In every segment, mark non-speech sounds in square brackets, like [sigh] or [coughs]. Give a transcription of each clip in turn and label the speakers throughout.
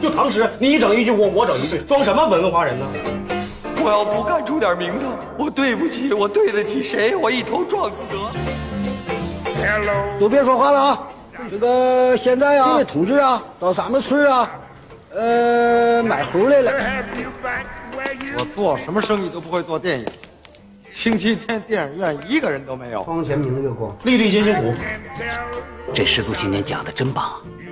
Speaker 1: 就唐诗，你一整一句，我我整一句，装什么文化人呢？
Speaker 2: 我要不干出点名堂，我对不起，我对得起谁？我一头撞死得了。
Speaker 3: 都别说话了啊！
Speaker 1: 嗯
Speaker 3: 这个现在啊，这位同志啊，到咱们村啊，呃，买猴来了。
Speaker 4: 我做什么生意都不会做电影，星期天电影院一个人都没有。
Speaker 3: 光前明月光，
Speaker 1: 粒粒皆辛苦，
Speaker 5: 这师祖今天讲的真棒啊！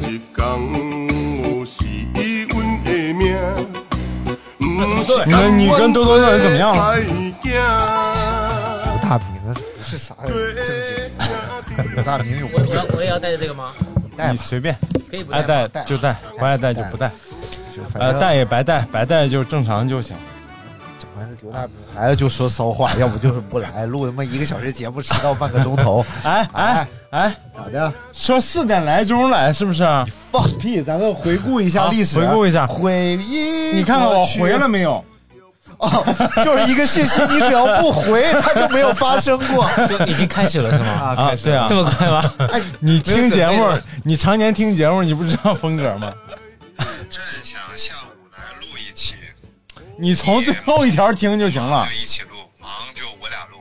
Speaker 6: 日讲我是阮的命，不是
Speaker 7: 你跟你跟多多到底怎么样了？
Speaker 6: 了？
Speaker 4: 大明不是啥正经，刘大明有
Speaker 8: 我我要我也要带着这个吗？
Speaker 4: 带
Speaker 7: 你随便，
Speaker 8: 可以不
Speaker 7: 爱
Speaker 8: 带
Speaker 4: 带
Speaker 8: 吗？
Speaker 7: 戴
Speaker 4: 吧
Speaker 7: 就戴，不爱戴就不戴。呃，戴也白戴，白戴就正常就行。
Speaker 4: 完了，刘大明来了就说骚话，要不就是不来，录他妈一个小时节目，迟到半个钟头。
Speaker 7: 哎哎哎，
Speaker 4: 咋的？
Speaker 7: 说四点来钟来是不是？
Speaker 4: 放屁！咱们回顾一下
Speaker 7: 好
Speaker 4: 历史，
Speaker 7: 啊
Speaker 3: 啊
Speaker 7: 回顾一下
Speaker 4: 回忆。
Speaker 7: 你看看我回了没有？
Speaker 4: 哦，就是一个信息，你只要不回，它就没有发生
Speaker 7: [laughs]
Speaker 4: 过
Speaker 8: 就已经开始了是 [laughs] 吗？
Speaker 4: 啊
Speaker 7: 啊，对，啊
Speaker 8: 这，么快吗？
Speaker 4: 哎，
Speaker 7: [laughs] 你听节
Speaker 8: 没有
Speaker 7: 目
Speaker 8: 准备，
Speaker 7: 你常年听节目，你不知道风格吗？
Speaker 9: 真想下午来录一期，
Speaker 7: 你从最后一条听就行了。
Speaker 9: 一起录，忙就我俩录，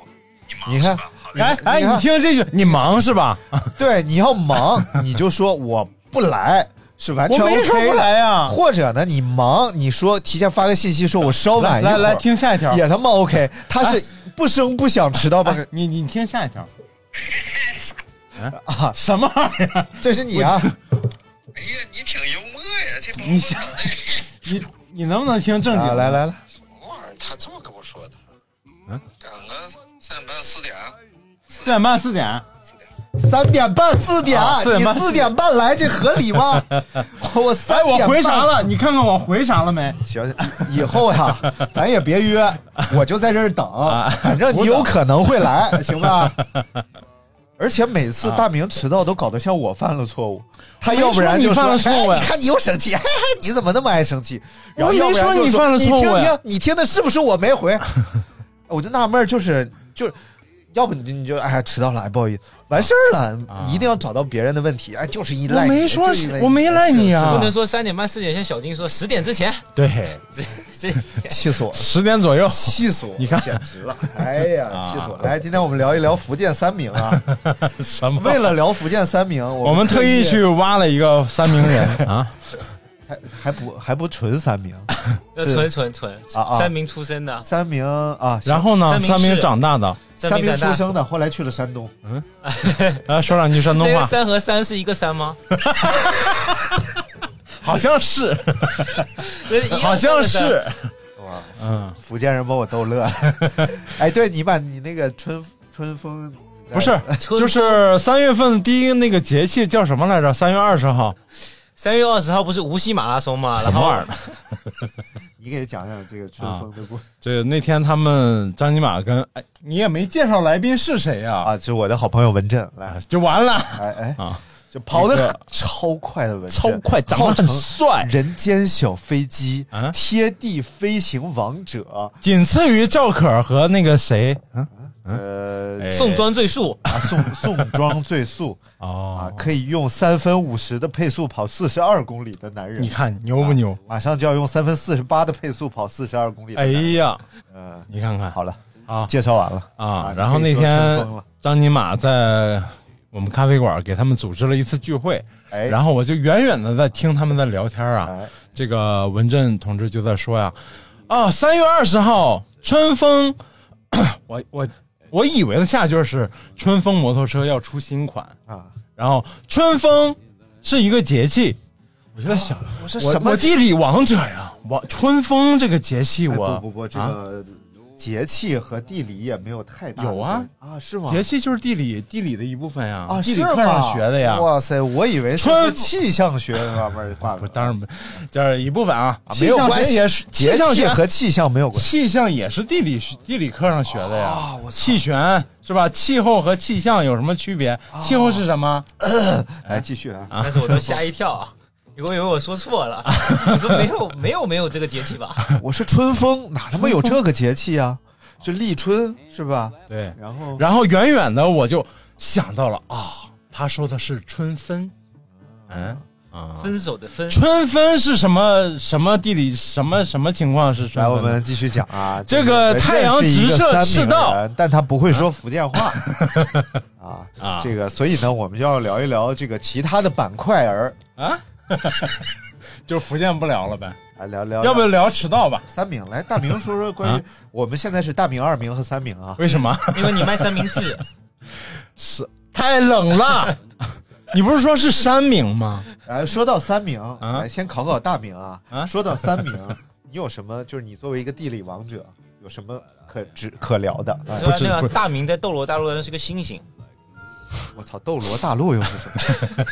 Speaker 9: 你忙
Speaker 4: 你看
Speaker 9: 吧好嘞
Speaker 7: 哎哎，
Speaker 4: 你
Speaker 7: 你
Speaker 4: 看
Speaker 7: 听这句，你忙是吧？
Speaker 4: [laughs] 对，你要忙，你就说我不来，是完全
Speaker 7: 我没
Speaker 4: OK
Speaker 7: 说不
Speaker 4: 的
Speaker 7: 来呀
Speaker 4: 或者呢，你忙，你说提前发个信息说我稍晚
Speaker 7: 来
Speaker 4: 一会
Speaker 7: 来
Speaker 4: 儿，
Speaker 7: 来，听下一条。
Speaker 4: 也他妈
Speaker 7: [laughs]
Speaker 4: OK。他是不声不响迟到半个
Speaker 7: 哎你你听下一条。
Speaker 4: [laughs] 啊，
Speaker 7: 什么玩意儿？
Speaker 4: 这是你啊，
Speaker 9: 哎呀，你挺幽默呀，这帮哎
Speaker 7: 你想你你能不能听正经
Speaker 4: 啊
Speaker 7: 的？
Speaker 4: 来来来，
Speaker 9: 什么玩意儿？他这么跟我说的？
Speaker 4: 嗯
Speaker 9: 赶个三点半四点，
Speaker 7: 四点半四点，
Speaker 4: 三点半四点，
Speaker 7: 啊四点
Speaker 4: 你
Speaker 7: 半
Speaker 4: 四点半来，这合理
Speaker 7: [laughs]
Speaker 4: 吗？我
Speaker 7: 哎，
Speaker 4: 三
Speaker 7: 我
Speaker 4: 点半
Speaker 7: 回啥了？你看看我回啥了没？
Speaker 4: 行，以后
Speaker 7: [laughs]
Speaker 4: 呀，咱也别约，我就在这儿等
Speaker 7: 啊，
Speaker 4: 反正你有可能会来，行吧？而且每次大明迟到都搞得像我犯了错误，他要不然就
Speaker 7: 我没说你犯了错误呀
Speaker 4: 哎你看你又生气，嘿嘿，你怎么那么爱生气？”然后
Speaker 7: 我没
Speaker 4: 要不然就
Speaker 7: 说你犯了错误
Speaker 4: 你听
Speaker 7: 呀
Speaker 4: 听，你听的是不是我没回？我就纳闷儿，就是就是，要不你就你就哎迟到了，哎不好意思，完事儿了，一定要找到别人的问题，哎就是依
Speaker 7: 我
Speaker 4: 赖你，
Speaker 7: 没说
Speaker 4: 就是因为，
Speaker 7: 我没赖你
Speaker 4: 是
Speaker 7: 啊。
Speaker 8: 不能说三点半四点，像小金说十点之前，
Speaker 7: 对，
Speaker 8: 这
Speaker 4: 是气死我了。
Speaker 7: 十点左右。
Speaker 4: 气死我！
Speaker 7: 你看啊
Speaker 4: 简直了，哎呀，气死我！来，今天我们聊一聊福建三明
Speaker 7: [laughs]
Speaker 4: 啊。
Speaker 7: 什么？
Speaker 4: 为了聊福建三明，我
Speaker 7: 我们特意去挖了一个三名人
Speaker 4: [laughs]
Speaker 7: 啊，
Speaker 4: 还还不还不纯三明，
Speaker 8: [laughs] 要纯纯纯
Speaker 4: 啊啊
Speaker 8: 三明出生的，
Speaker 4: 三明啊，行
Speaker 7: 然后呢，
Speaker 8: 三
Speaker 7: 三
Speaker 8: 明
Speaker 7: 名
Speaker 8: 市
Speaker 7: 长大的，
Speaker 4: 三明
Speaker 8: 长
Speaker 4: 出
Speaker 8: 大。
Speaker 4: 生的，后来去了山东。
Speaker 7: 呃，说两句山东
Speaker 8: 那个
Speaker 7: 话，
Speaker 8: 三和三是一个三吗？
Speaker 7: 好像是，
Speaker 8: 那一样
Speaker 7: 好像
Speaker 8: 三和
Speaker 7: 是
Speaker 8: 三，
Speaker 4: [laughs] 哇，
Speaker 7: 嗯，
Speaker 4: 福建人把我逗乐了。 [laughs] 哎，对你把你那个春春风哎
Speaker 7: 不是，
Speaker 8: 春
Speaker 7: 就是三月份第一那个节气叫什么来着？三月二十号，
Speaker 8: 三月二十号不是无锡马拉松吗？
Speaker 7: 什么玩意儿？
Speaker 4: [laughs] 你给讲讲这个春风的故事
Speaker 7: 这啊那天他们张尼玛跟哎，你也没介绍来宾是谁呀？
Speaker 4: 啊？就我的好朋友文振来，
Speaker 7: 就完了
Speaker 4: 哎哎，
Speaker 7: 啊，
Speaker 4: 就跑
Speaker 7: 一
Speaker 4: 的
Speaker 7: 个
Speaker 4: 超快的文振，
Speaker 7: 超快，长得
Speaker 4: 号
Speaker 7: 很
Speaker 4: 称
Speaker 7: 帅，
Speaker 4: 人间小飞机
Speaker 7: 啊，
Speaker 4: 贴地飞行王者，
Speaker 7: 仅次于赵可和那个谁，嗯，
Speaker 4: 呃，
Speaker 7: 哎
Speaker 8: 宋庄赘述，
Speaker 4: 啊宋宋庄最速啊
Speaker 7: 哦，，
Speaker 4: 可以用三分五十的配速跑四十二公里的男人，
Speaker 7: 你看牛不牛？
Speaker 4: 马上就要用三分四十八的配速跑四十二公里的
Speaker 7: 哎
Speaker 4: 男人。
Speaker 7: 呀，
Speaker 4: 嗯，
Speaker 7: 你看看
Speaker 4: 好了，
Speaker 7: 啊
Speaker 4: 介绍完了
Speaker 7: 啊
Speaker 4: 你，
Speaker 7: 然后
Speaker 4: 可
Speaker 7: 那
Speaker 4: 以说
Speaker 7: 天
Speaker 4: 春风了
Speaker 7: 张尼玛在我们咖啡馆给他们组织了一次聚会，
Speaker 4: 哎
Speaker 7: 然后我就远远的在听他们在聊天啊，
Speaker 4: 哎
Speaker 7: 这个文振同志就在说呀，啊，三月二十号春风， [coughs] 我我我以为的下句是春风摩托车要出新款，
Speaker 4: 啊，
Speaker 7: 然后春风是一个节气，我就在想，
Speaker 4: 我说
Speaker 7: 我
Speaker 4: 什么？
Speaker 7: 我地理王者呀，王春风这个节气
Speaker 4: 哎
Speaker 7: 我、
Speaker 4: 不不不，这
Speaker 7: 啊
Speaker 4: 个节气和地理也没有太大的
Speaker 7: 有啊
Speaker 4: 关啊，是吗？
Speaker 7: 节气就是地理地理的一部分呀，
Speaker 4: 啊，
Speaker 7: 地理
Speaker 4: 是
Speaker 7: 课
Speaker 4: 吗
Speaker 7: 上学的呀。
Speaker 4: 哇塞，我以为是
Speaker 7: 春
Speaker 4: 气象学那方面儿画的，
Speaker 7: 不，当然不，就是一部分啊
Speaker 4: 啊，没
Speaker 7: 气
Speaker 4: 有
Speaker 7: 象
Speaker 4: 关
Speaker 7: 学
Speaker 4: 系
Speaker 7: 也是
Speaker 4: 节
Speaker 7: 气象
Speaker 4: 气
Speaker 7: 学
Speaker 4: 和气象没有关系。
Speaker 7: 气象也是地理学地理课上学的呀。
Speaker 4: 啊我操啊
Speaker 7: 气旋是吧？气候和气象有什么区别？气候是什么？
Speaker 4: 来继续啊，
Speaker 8: 但是我都吓一跳，我以为我说错了，你说没有没有没有这个节气吧？
Speaker 4: [laughs] 我是春风，哪他妈有这个节气啊？这立春是吧？
Speaker 7: 对。
Speaker 4: 然后
Speaker 7: 然后远远的我就想到了啊、他说的是春分，嗯啊，
Speaker 8: 分手的分，
Speaker 7: 春分是什么什么地理什么什么情况是春
Speaker 4: 来，
Speaker 7: 分？
Speaker 4: 我们继续讲啊。
Speaker 7: 这个太阳直射赤道，
Speaker 4: 但他不会说福建
Speaker 7: [laughs]
Speaker 4: 话啊
Speaker 7: 啊
Speaker 4: 这个，所以呢，我们就要聊一聊这个其他的板块儿
Speaker 7: 啊， [laughs] 就福建不聊了呗，
Speaker 4: 啊，聊聊
Speaker 7: 要不聊迟到吧？啊
Speaker 4: 三名来，大明说说关于我们现在是大明、二明和三明啊。
Speaker 7: 为什么？
Speaker 8: 因为你卖三明治，
Speaker 7: 太
Speaker 4: [laughs]
Speaker 7: 冷了。你不是说是山明吗？
Speaker 4: 来，哎说到三明，来先考考大明啊。
Speaker 7: 啊
Speaker 4: 说到三明， [laughs] 你有什么？就是你作为一个地理王者，有什么可值可聊的？哎
Speaker 8: 说
Speaker 7: 啊不是
Speaker 8: 那
Speaker 7: 不
Speaker 8: 个
Speaker 7: 是
Speaker 8: 大明在斗罗大陆上是个星星，
Speaker 4: 我操，斗罗大陆又是什么？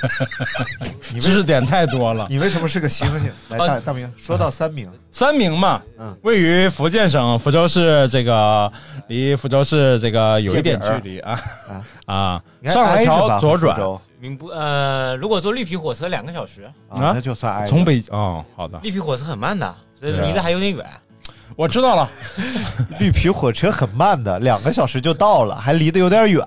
Speaker 7: [laughs]
Speaker 4: 你
Speaker 7: 知
Speaker 4: 为
Speaker 7: 识点太多
Speaker 4: [laughs]
Speaker 7: 了。
Speaker 4: 你为什么是个星
Speaker 7: [laughs]
Speaker 4: 星？来，大大明，说到三明，
Speaker 7: 三明嘛，
Speaker 4: 嗯
Speaker 7: 位于福建省福州市这个离福州市这个有一点距离啊 [laughs] 啊，
Speaker 4: 你看
Speaker 7: 上
Speaker 4: 挨
Speaker 7: 了
Speaker 4: 着吧
Speaker 7: 桥左
Speaker 4: 福
Speaker 7: 转
Speaker 4: 州
Speaker 8: 明不呃，如果坐绿皮火车两个小时，
Speaker 4: 啊，那就算挨着。
Speaker 7: 从北哦，好的，
Speaker 8: 绿皮火车很慢的，所以
Speaker 7: 对啊
Speaker 8: 离得还有点远。
Speaker 7: 我知道了，
Speaker 4: [laughs] 绿皮火车很慢的，两个小时就到了，还离得有点远。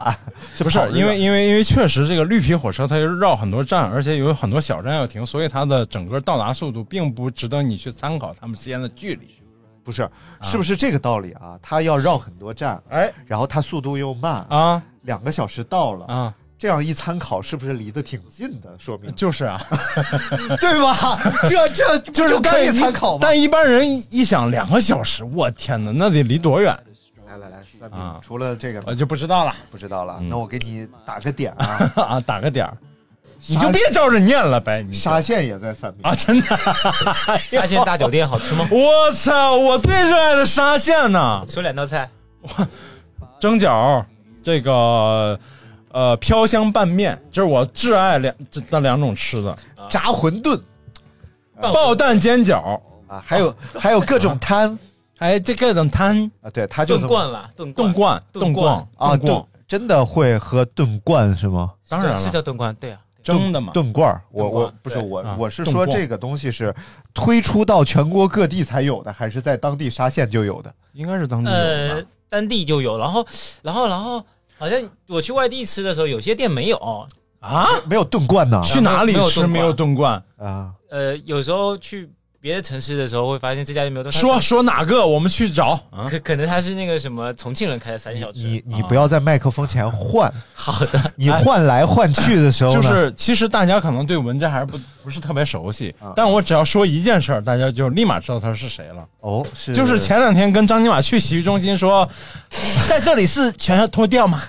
Speaker 4: 这
Speaker 7: [laughs] 不是因为因为因为确实这个绿皮火车它绕很多站，而且有很多小站要停，所以它的整个到达速度并不值得你去参考它们之间的距离。啊
Speaker 4: 不是是不是这个道理啊？它要绕很多站，
Speaker 7: 哎
Speaker 4: 然后它速度又慢，
Speaker 7: 啊
Speaker 4: 两个小时到了，
Speaker 7: 啊，
Speaker 4: 这样一参考，是不是离得挺近的？说明
Speaker 7: 就是啊， [laughs]
Speaker 4: 对吧？这这
Speaker 7: 就
Speaker 4: 就是可以
Speaker 7: 但一
Speaker 4: 参考吗？
Speaker 7: 但一般人一一想两个小时，我天哪，那得离多远？
Speaker 4: 来来来，三
Speaker 7: 啊
Speaker 4: 名，除了这个
Speaker 7: 我就不
Speaker 4: [laughs]
Speaker 7: 知道了。
Speaker 4: 不知道了，那我给你打个点啊。
Speaker 7: 啊，打个点儿，你
Speaker 4: 沙
Speaker 7: 就别照着念了呗。你
Speaker 4: 沙县也在三名
Speaker 7: 啊，真的，？
Speaker 8: 沙县大酒店好吃吗
Speaker 7: [laughs] 我操，我最热爱的沙县呢，
Speaker 8: 说两道菜，
Speaker 7: 蒸饺，这个呃飘香拌面，这是我挚爱两这那两种吃的，
Speaker 4: 炸馄饨
Speaker 7: 爆蛋煎饺，
Speaker 4: 啊，还有还有各种摊
Speaker 7: 还这个等摊
Speaker 4: 啊，对，他就这
Speaker 8: 炖
Speaker 4: 么
Speaker 8: 罐啦，炖
Speaker 7: 炖罐
Speaker 8: 炖
Speaker 7: 罐
Speaker 4: 啊，
Speaker 7: 炖
Speaker 4: 炖
Speaker 7: 罐，
Speaker 4: 真的会喝炖罐是吗？
Speaker 7: 当然
Speaker 8: 是是
Speaker 7: 了，
Speaker 8: 叫炖罐，对啊，对
Speaker 7: 蒸的嘛，
Speaker 4: 炖罐儿，我
Speaker 8: 炖罐
Speaker 4: 我不是
Speaker 8: 对
Speaker 4: 我
Speaker 7: 啊
Speaker 4: 我是
Speaker 7: 炖
Speaker 4: 说
Speaker 7: 罐
Speaker 4: 这个东西是推出到全国各地才有的，还是在当地沙县就有的？
Speaker 7: 应该是当嗯地有
Speaker 8: 呃
Speaker 7: 的吧，
Speaker 8: 当地就有，然后然后然后好像我去外地吃的时候，有些店没有，
Speaker 7: 啊，
Speaker 4: 没有炖罐呢
Speaker 7: 去哪里
Speaker 8: 没有
Speaker 7: 吃
Speaker 8: 炖罐
Speaker 7: 没有炖罐？
Speaker 4: 啊，
Speaker 8: 呃，有时候去别的城市的时候会发现这家店没有，但它
Speaker 7: 说说哪个，我们去找啊。
Speaker 8: 可可能他是那个什么重庆人开的三小
Speaker 4: 你
Speaker 8: 吃，
Speaker 4: 你不要在麦克风前
Speaker 7: [laughs]
Speaker 4: 换，
Speaker 8: 好的，
Speaker 4: 你换来换去的时候
Speaker 7: 就
Speaker 4: 呢，
Speaker 7: 是其实大家可能对文摘还是不不是特别熟悉，但我只要说一件事儿，大家就立马知道他是谁了。
Speaker 4: 哦，是
Speaker 7: 就是前两天跟张金马去洗浴中心说，在这里是全身脱掉吗？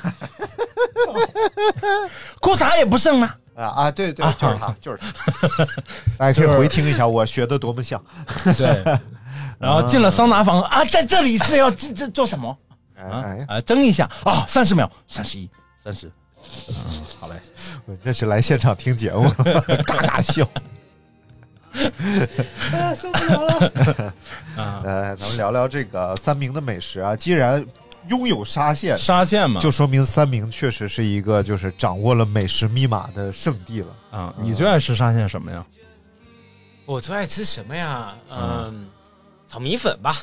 Speaker 7: [laughs] 裤衩也不剩吗？
Speaker 4: 啊啊，对对，就是
Speaker 7: [laughs]
Speaker 4: 他，就是他，大家可以回听一下我学的多么像。
Speaker 7: 对。 [laughs] 然后进了桑拿房啊，在这里是要这这做什么
Speaker 4: 哎
Speaker 7: 啊
Speaker 4: 哎，
Speaker 7: 啊？蒸一下啊，三十秒，三十一，三十。嗯，好嘞，
Speaker 4: 我这是来现场听节目， [laughs] 嘎嘎
Speaker 8: [laughs]
Speaker 4: 笑。
Speaker 8: 哎
Speaker 7: 啊
Speaker 4: [laughs] 呃，咱们聊聊这个三明的美食啊。既然拥有沙县，
Speaker 7: 沙县嘛，
Speaker 4: 就说明三明确实是一个就是掌握了美食密码的圣地了。
Speaker 7: 啊，你最爱吃沙县什么呀？
Speaker 8: 我最爱吃什么呀？嗯，炒米粉吧，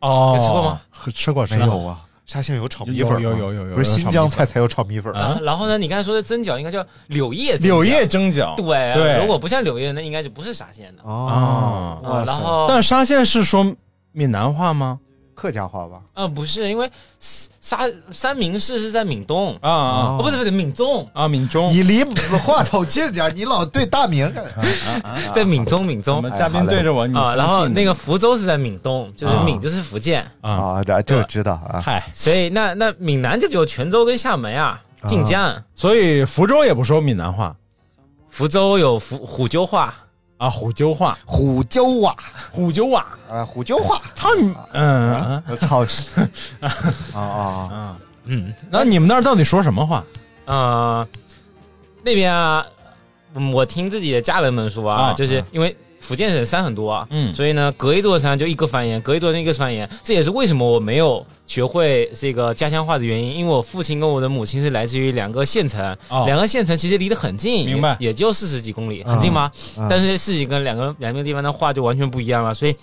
Speaker 7: 哦
Speaker 8: 你吃过吗？
Speaker 7: 吃过，吃
Speaker 4: 没
Speaker 7: 过。
Speaker 4: 有啊，沙县有炒米粉吗，
Speaker 7: 有有有有有
Speaker 4: 不是
Speaker 7: 有
Speaker 4: 新
Speaker 7: 炒米
Speaker 4: 疆
Speaker 7: 粉
Speaker 4: 菜才有炒米粉
Speaker 7: 啊
Speaker 4: 啊。
Speaker 8: 然后呢，你刚才说的蒸饺应该叫柳叶蒸饺
Speaker 7: 柳叶蒸饺，
Speaker 8: 对啊
Speaker 7: 对
Speaker 8: 如果不像柳叶，那应该就不是沙县的。
Speaker 4: 哦，
Speaker 7: 啊
Speaker 4: 哇
Speaker 8: 然
Speaker 4: 塞
Speaker 8: 后
Speaker 7: 但沙县是说闽南话吗？
Speaker 4: 客家话吧？
Speaker 8: 呃，不是，因为沙三明市是在闽东，
Speaker 7: 啊啊
Speaker 8: 哦，不是不是闽中，
Speaker 7: 啊！闽中，
Speaker 4: 你离话筒近点儿，你老对大名干啥？
Speaker 8: 在闽中闽
Speaker 7: 我
Speaker 8: 中
Speaker 7: 们
Speaker 4: 哎
Speaker 7: 嘉宾对着我，你
Speaker 8: 啊，然后那
Speaker 7: 个
Speaker 8: 个福州是在闽东，就是
Speaker 7: 啊
Speaker 8: 闽就是福建，
Speaker 7: 啊，
Speaker 4: 啊，这这我知道啊。
Speaker 7: 嗨，
Speaker 8: 所以那那闽南就只有泉州跟厦门啊，晋江，
Speaker 7: 所以福州也不说闽南话
Speaker 8: 福州有福虎州话，
Speaker 7: 啊，虎鸠话，
Speaker 4: 虎鸠话，
Speaker 7: 虎鸠话
Speaker 4: 啊，虎鸠话，
Speaker 7: 操你，嗯，
Speaker 4: 我操，
Speaker 7: [laughs]
Speaker 4: 啊啊，
Speaker 7: 啊，嗯，那你们那儿到底说什么话？
Speaker 8: 啊、那边啊，嗯我听自己的家人们说啊，
Speaker 7: 啊
Speaker 8: 就是
Speaker 7: 啊
Speaker 8: 因为福建省山很多啊，
Speaker 7: 嗯
Speaker 8: 所以呢，隔一座山就一个方言，隔一座山一个方言，这也是为什么我没有学会这个家乡话的原因，因为我父亲跟我的母亲是来自于两个县城，
Speaker 7: 哦
Speaker 8: 两个县城其实离得很近，
Speaker 7: 明白啊
Speaker 8: 也也就四十几公里，很近吗？
Speaker 4: 嗯
Speaker 8: 但是四十几跟两个两个地方的话就完全不一样了，所以。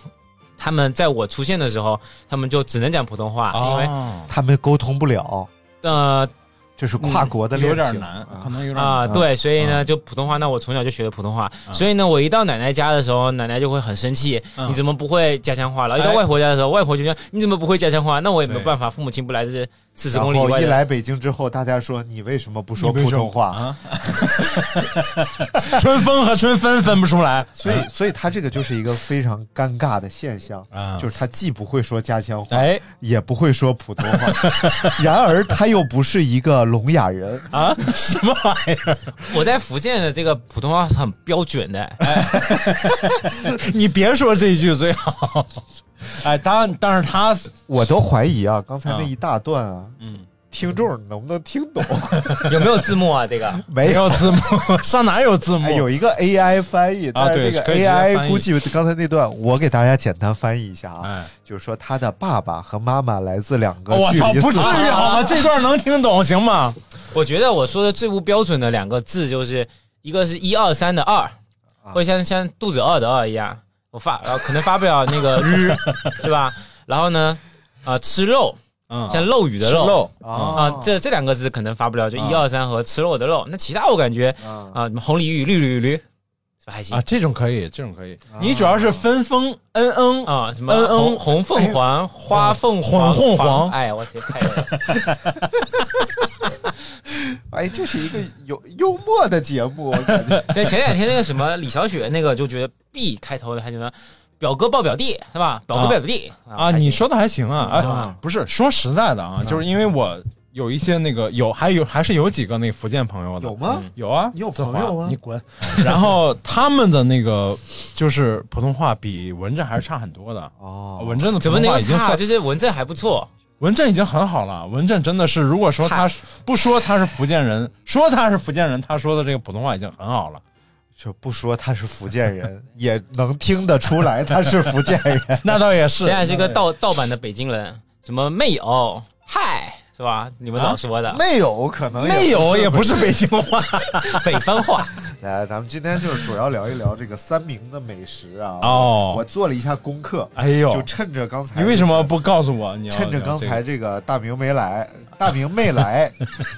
Speaker 8: 他们在我出现的时候，他们就只能讲普通话，因为
Speaker 7: 哦
Speaker 4: 他们沟通不了，
Speaker 8: 呃
Speaker 4: 这是跨国的恋
Speaker 7: 嗯有
Speaker 4: 情，
Speaker 7: 点难，可能有
Speaker 8: [laughs]
Speaker 7: 点
Speaker 8: 啊，
Speaker 7: 难
Speaker 8: 对，所以呢，就普通话，那我从小就学的普通话，所以呢，我一到奶奶家的时候，奶奶就会很生气，
Speaker 7: 嗯
Speaker 8: 你怎么不会家乡话了？一
Speaker 7: 哎
Speaker 8: 到外婆家的时候，外婆就说你怎么不会家乡话？那我也没有
Speaker 7: 对
Speaker 8: 办法，父母亲不来这四十
Speaker 4: 然
Speaker 8: 公里以
Speaker 4: 后
Speaker 8: 外
Speaker 4: 一
Speaker 8: 的
Speaker 4: 来北京之后，大家说你为什么不说
Speaker 7: 你为
Speaker 4: 普
Speaker 7: 什么
Speaker 4: 通话？
Speaker 7: [laughs] 啊，春风和春分分不出来，
Speaker 4: 所以，所以他这个就是一个非常尴尬的现象，
Speaker 7: 啊
Speaker 4: 就是他既不会说家乡话，
Speaker 7: 哎
Speaker 4: 也不会说普通话，然而他又不是一个聋哑人，
Speaker 7: 啊， [laughs] 什么玩意儿？
Speaker 8: [laughs] 我在福建的这个普通话是很标准 [laughs] 的，
Speaker 7: 你别说这一句最好。哎，当但是他
Speaker 4: 我都怀疑啊，刚才那一大段啊，嗯，听众能不能听懂？
Speaker 8: 有没有字幕啊？这个
Speaker 4: 没有，
Speaker 7: 有字幕，上哪有字幕？
Speaker 4: 哎，有一个 AI 翻译，但是
Speaker 7: 啊对
Speaker 4: 那
Speaker 7: 可
Speaker 4: 个
Speaker 7: 以直接翻
Speaker 4: AI
Speaker 7: 译
Speaker 4: 估计刚才那段，我给大家简单翻译一下啊
Speaker 7: 哎，
Speaker 4: 就是说他的爸爸和妈妈来自两个
Speaker 7: 我
Speaker 4: 距
Speaker 7: 操，
Speaker 4: 离
Speaker 7: 不
Speaker 4: 四
Speaker 7: 至于好吗？这段能听懂行吗？
Speaker 8: [laughs] 我觉得我说的最不标准的两个字，就是一个是一二三的二，会像像肚子饿的饿一样，我发呃可能发不了那个日， [laughs] 是吧？然后呢，啊、吃肉
Speaker 7: 嗯
Speaker 8: 像漏雨的
Speaker 7: 漏
Speaker 8: 啊
Speaker 7: 哦
Speaker 4: 啊，，
Speaker 8: 这这两个字可能发不了，就
Speaker 7: 啊
Speaker 8: 一二三和吃肉的肉。那其他我感觉啊，什么红鲤鱼、绿鲤鱼，是吧还行
Speaker 7: 啊，这种可以，这种可以。你主要是分风嗯嗯
Speaker 8: 啊，什么
Speaker 7: 嗯嗯
Speaker 8: 红红凤凰、花凤凰、
Speaker 7: 混混黄
Speaker 8: 哎，我天，太有了
Speaker 4: 哎，这是一个有幽默的节目，我感觉。
Speaker 8: 所以前两天那个什么李小雪那个，就觉得 B 开头的还什么表哥抱表弟是吧？表哥抱表弟
Speaker 7: 啊，你说的还行啊，哎
Speaker 8: 啊，
Speaker 7: 不是说实在的啊，就是因为我有一些那个有还有还是有几个那个福建朋友的
Speaker 4: 有吗
Speaker 7: 嗯有啊，
Speaker 4: 你有
Speaker 7: 子华
Speaker 4: 朋友吗
Speaker 7: 你滚！然后他们的那个就是普通话比文振还是差很多的
Speaker 4: 哦
Speaker 7: 文振的
Speaker 8: 怎
Speaker 7: 普
Speaker 8: 么
Speaker 7: 通
Speaker 8: 能
Speaker 7: 话
Speaker 8: 够
Speaker 7: 已经
Speaker 8: 差？
Speaker 7: 算
Speaker 8: 就是文正还不错，
Speaker 7: 文振已经很好了，文振真的是，如果说他不说他是福建人， [laughs] 说他是福建人，他说的这个普通话已经很好了，。
Speaker 4: 就不说他是福建人， [laughs] 也能听得出来他是福建人
Speaker 7: [laughs] 那倒也是，哎
Speaker 8: 现在是一个
Speaker 7: 那倒
Speaker 8: 盗盗版的北京人，什么没有嗨是吧？你
Speaker 7: 啊
Speaker 8: 们老说的
Speaker 4: 没有可能
Speaker 7: 也是没有也不
Speaker 4: 是。
Speaker 7: 是北京话
Speaker 8: 北方话。
Speaker 4: 来，哎咱们今天就是主要聊一聊这个三明的美食啊。
Speaker 7: 哦
Speaker 4: 我做了一下功课，
Speaker 7: 哎呦
Speaker 4: 就趁着刚才，
Speaker 7: [laughs] 你为什么不告诉我？你要
Speaker 4: 趁着刚才
Speaker 7: 聊
Speaker 4: 这个大明没来，大明没来，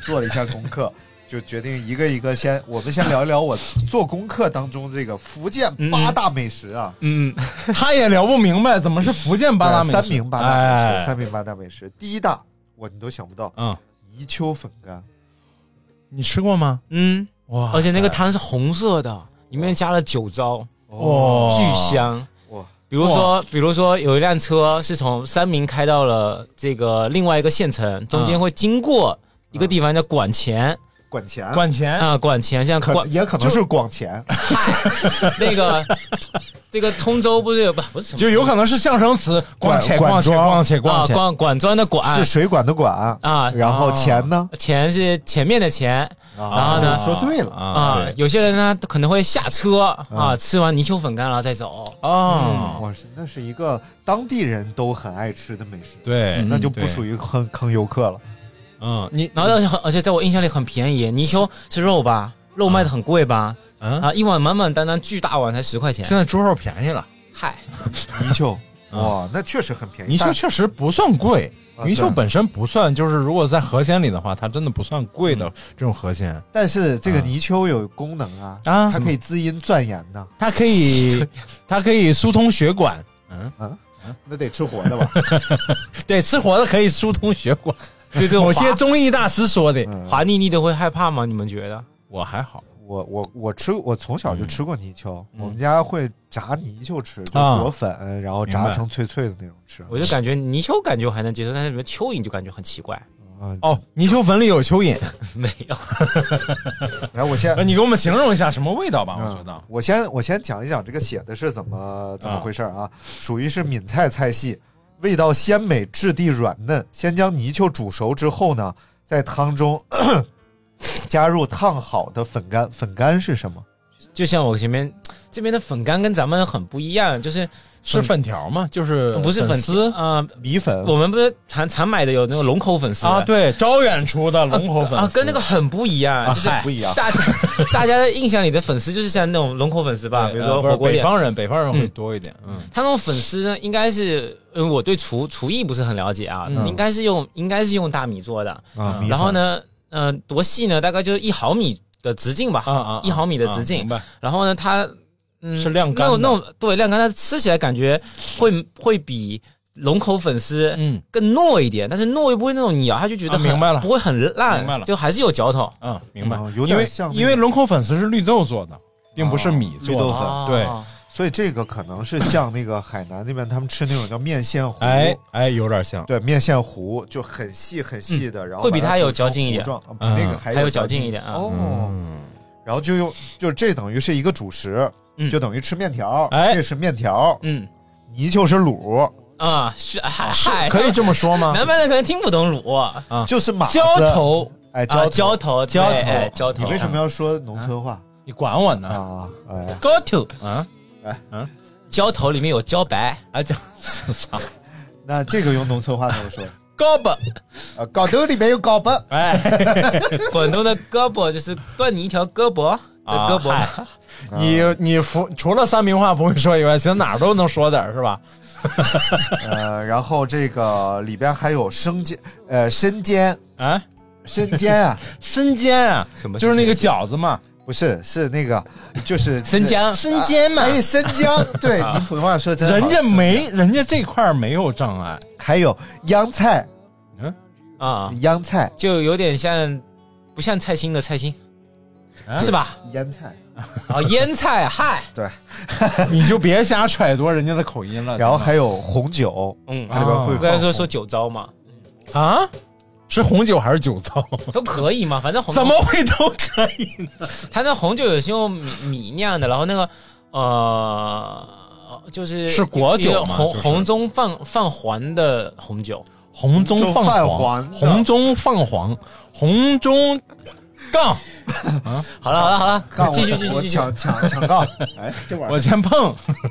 Speaker 4: 做了一下功课，就决定一个一个先，我们先聊一聊我做功课当中这个福建八大美食啊。
Speaker 8: 嗯，
Speaker 7: 这个，他也聊不明白，怎么是福建八大美食？
Speaker 4: 三明八大美
Speaker 7: 哎
Speaker 4: 食，三明八大美食，第一大我你都想不到，
Speaker 7: 嗯，
Speaker 4: 泥鳅粉干。
Speaker 7: 你吃过吗？
Speaker 8: 嗯，
Speaker 7: 哇塞，
Speaker 8: 而且那个汤是红色的，里面加了酒糟，
Speaker 7: 哦
Speaker 4: 哦
Speaker 7: 哇
Speaker 8: 巨香。
Speaker 4: 哇！
Speaker 8: 比如说，比如说有一辆车是从三明开到了这个另外一个县城，中间会经过一个地方叫管前
Speaker 4: 管钱，
Speaker 7: 管钱
Speaker 8: 啊，管前像
Speaker 4: 可 [laughs]
Speaker 8: 管
Speaker 4: 也可能是广钱，
Speaker 8: 那个这个通州不是有不不是什么
Speaker 7: 就有可能是象声词，
Speaker 4: 管
Speaker 7: 逛且
Speaker 4: 管
Speaker 7: 逛且
Speaker 4: 庄
Speaker 7: 逛且
Speaker 8: 啊
Speaker 7: 逛且，
Speaker 8: 管管庄的管
Speaker 4: 是水管的管
Speaker 8: 哎啊
Speaker 4: 然后钱呢？
Speaker 8: 前是前面的前，然后呢
Speaker 4: 说对了，
Speaker 8: 啊
Speaker 7: 啊，
Speaker 8: 有些人呢可能会下车啊，吃完泥鳅粉干然后再走。
Speaker 7: 啊，
Speaker 4: 哇，嗯是那是一个当地人都很爱吃的美食，
Speaker 7: 对，
Speaker 4: 嗯那就不
Speaker 7: 对
Speaker 4: 属于坑坑游客了。
Speaker 7: 嗯，你
Speaker 8: 然后而且很，而且在我印象里很便宜，泥
Speaker 7: [laughs]
Speaker 8: 鳅是肉吧，肉卖的很贵吧？
Speaker 7: 啊嗯，
Speaker 8: 啊，一碗满满当当巨大碗才十
Speaker 7: [laughs]
Speaker 8: 块钱，
Speaker 7: 现在猪肉便宜了，
Speaker 8: 嗨， [laughs]
Speaker 4: 泥鳅，哇，那确实很便宜。
Speaker 7: 啊泥鳅
Speaker 4: 哎但
Speaker 7: 确实不算贵。
Speaker 4: 啊
Speaker 7: 泥鳅
Speaker 4: 对
Speaker 7: 本身不算，就是如果在河鲜里的话，它真的不算贵的这种河鲜，
Speaker 4: 但是这个泥鳅有功能啊，
Speaker 7: 啊
Speaker 4: 它可以滋阴壮阳呢，
Speaker 7: 它可以， [laughs] 它可以疏通血管，嗯
Speaker 4: 那得吃活的
Speaker 7: [laughs]
Speaker 4: 吧？
Speaker 7: 对，吃活的可以疏通血管，
Speaker 8: 对这种
Speaker 7: 某
Speaker 8: 滑
Speaker 7: 些中医大师说的，
Speaker 4: 嗯
Speaker 8: 滑腻腻的会害怕吗？你们觉得？
Speaker 7: 我还好，
Speaker 4: 我我我吃我从小就吃过泥鳅，我们家会炸泥鳅吃，就
Speaker 7: 嗯啊
Speaker 4: 裹粉，然后炸
Speaker 7: 明白
Speaker 4: 成脆脆的那种吃。
Speaker 7: [laughs]
Speaker 8: 我就感觉泥鳅感觉我还能接受，但是什么蚯蚓就感觉很奇怪。
Speaker 4: 啊。
Speaker 7: 哦，泥鳅粉里有蚯蚓，
Speaker 8: 没有。
Speaker 4: 来，我
Speaker 7: [laughs]
Speaker 4: 先
Speaker 7: 呃，你给我们形容一下什么味道吧？啊我
Speaker 4: 嗯
Speaker 7: 觉得
Speaker 4: 我先我先讲一讲这个写的是怎么怎么回事儿啊？属于是闽菜菜系，味道鲜美，质地软嫩。先将泥鳅煮熟之后呢，在汤中 [coughs] 加入烫好的粉干。粉干是什么？
Speaker 8: 就像我前面这边的粉干跟咱们很不一样，就是
Speaker 7: 是粉条吗？就是
Speaker 8: 不是粉
Speaker 7: 呃丝
Speaker 8: 啊、
Speaker 4: 米粉。
Speaker 8: 我们不是常常买的有那个龙口粉丝
Speaker 7: 啊？对，招远出的龙口粉
Speaker 8: 啊，
Speaker 7: 丝啊
Speaker 8: 跟那个很不一样，就是
Speaker 4: 嗨不一样
Speaker 8: 大家 [laughs] 大家的印象里的粉丝就是像那种龙口粉丝吧，
Speaker 7: 对
Speaker 8: 比如
Speaker 7: 呃
Speaker 8: 说
Speaker 7: 不是
Speaker 8: 火锅
Speaker 7: 北
Speaker 8: 店，
Speaker 7: 方人，北方人会多一点。嗯，
Speaker 8: 他那种粉丝呢，应该是，嗯，我对厨厨艺不是很了解啊，
Speaker 4: 嗯
Speaker 8: 应该是用应该是用大米做的，
Speaker 4: 啊，米粉
Speaker 8: 然后？呢，嗯、多细呢？大概就是一毫米的直径吧，
Speaker 7: 啊啊啊
Speaker 8: 一毫米的直
Speaker 7: 啊
Speaker 8: 径
Speaker 7: 明。白？
Speaker 8: 然后呢，它嗯
Speaker 7: 是晾干
Speaker 8: 那
Speaker 7: 的
Speaker 8: 种那种对晾干，它吃起来感觉会会比龙口粉丝
Speaker 7: 嗯
Speaker 8: 更糯一点，但是糯又不会那种你咬下去觉得
Speaker 7: 啊
Speaker 8: 很、
Speaker 7: 明白了
Speaker 8: 不会很烂，
Speaker 7: 明白了
Speaker 8: 就还是有嚼头。
Speaker 7: 嗯，明白
Speaker 4: 哦。有
Speaker 7: 因
Speaker 4: 点
Speaker 7: 为
Speaker 4: 像那个哦
Speaker 7: 因为龙口粉丝是绿豆做的，并不是米
Speaker 4: 绿豆
Speaker 7: 做
Speaker 4: 粉
Speaker 7: 的。对，
Speaker 8: 哦
Speaker 4: 所以这个可能是像那个海南那边他们吃那种叫面线糊。
Speaker 7: 哎哎，有点像。
Speaker 4: 对面线糊就很细很细的，然后
Speaker 8: 嗯会比
Speaker 4: 把它
Speaker 8: 它有
Speaker 4: 煮成
Speaker 8: 嚼劲一点
Speaker 4: 糊状，啊比那个
Speaker 7: 嗯
Speaker 4: 还
Speaker 8: 还有
Speaker 4: 嚼
Speaker 8: 嚼劲
Speaker 4: 劲
Speaker 8: 一点啊
Speaker 4: 哦，然后就用，就是这等于是一个主食，
Speaker 8: 嗯
Speaker 4: 就等于吃面条，
Speaker 7: 哎
Speaker 4: 这是面条，
Speaker 8: 嗯
Speaker 4: 泥鳅是卤，
Speaker 8: 啊是嗨嗨，
Speaker 7: 可以这么说
Speaker 8: [laughs]
Speaker 7: 吗？
Speaker 8: 南方人可能听不懂卤啊，
Speaker 4: 就是马子，
Speaker 7: 头，
Speaker 4: 哎，
Speaker 8: 啊
Speaker 4: 浇
Speaker 8: 浇头
Speaker 7: 浇头
Speaker 8: 对哎浇头。啊
Speaker 4: 你为什么要说农村话
Speaker 7: 你管我呢？
Speaker 4: 啊？哎，
Speaker 8: 浇头？
Speaker 7: 啊，
Speaker 8: 浇头里面有茭
Speaker 7: [laughs]
Speaker 8: 白，
Speaker 7: 哎，这操，
Speaker 4: 那这个用农村话怎么说？
Speaker 7: 高吧，
Speaker 4: 啊，搞头里面有搞吧， [laughs]
Speaker 7: 哎，
Speaker 8: 广东的胳膊就是断你一条胳膊，
Speaker 7: 啊
Speaker 8: 胳膊。
Speaker 7: 你
Speaker 4: 啊
Speaker 7: 你除除了三明话不会说以外，其实哪儿都能说点儿是吧？
Speaker 4: 呃，然后这个里边还有生煎，呃，参煎，
Speaker 7: 啊，
Speaker 4: 参煎啊，
Speaker 7: 生煎啊，什么就是那个饺子嘛，
Speaker 4: 不是，是那个，就是
Speaker 8: 生姜，
Speaker 7: 生煎嘛，
Speaker 4: 哎，生姜，
Speaker 7: [laughs]
Speaker 4: 对你普通话说真好
Speaker 7: 人家没，人家这块儿没有障碍。
Speaker 4: 还有秧菜，
Speaker 7: 嗯，
Speaker 8: 啊，
Speaker 4: 秧菜，
Speaker 8: 就有点像，不像菜心的菜心，
Speaker 7: 啊
Speaker 8: 是吧？
Speaker 4: 腌菜，
Speaker 7: [laughs]
Speaker 8: 啊，腌菜，嗨，
Speaker 4: 对，
Speaker 7: 你就别瞎揣度人家的口音了。
Speaker 4: 然后还有红酒，
Speaker 8: 嗯，
Speaker 4: 它里边会
Speaker 8: 我
Speaker 4: 放
Speaker 8: 刚才说说酒糟嘛，
Speaker 7: 啊，是红酒还是酒糟？
Speaker 8: 都可以嘛，反正红
Speaker 7: 怎么会都可以呢？
Speaker 8: 他那红酒有些用米米酿的，然后那个呃，就是
Speaker 7: 是果酒
Speaker 8: 一个
Speaker 7: 嘛
Speaker 8: 红
Speaker 7: 就是
Speaker 8: 红中泛泛黄的红酒，
Speaker 7: 红中放
Speaker 4: 泛
Speaker 7: 黄，
Speaker 4: 黄的
Speaker 7: 红中放黄，红中杠，
Speaker 8: [laughs] 好了好了好了，
Speaker 4: 杠，
Speaker 8: 继续继续
Speaker 4: 我
Speaker 8: 继续。
Speaker 4: 抢抢抢杠， [laughs] 哎，这玩意
Speaker 7: 我先
Speaker 4: 儿
Speaker 7: 碰。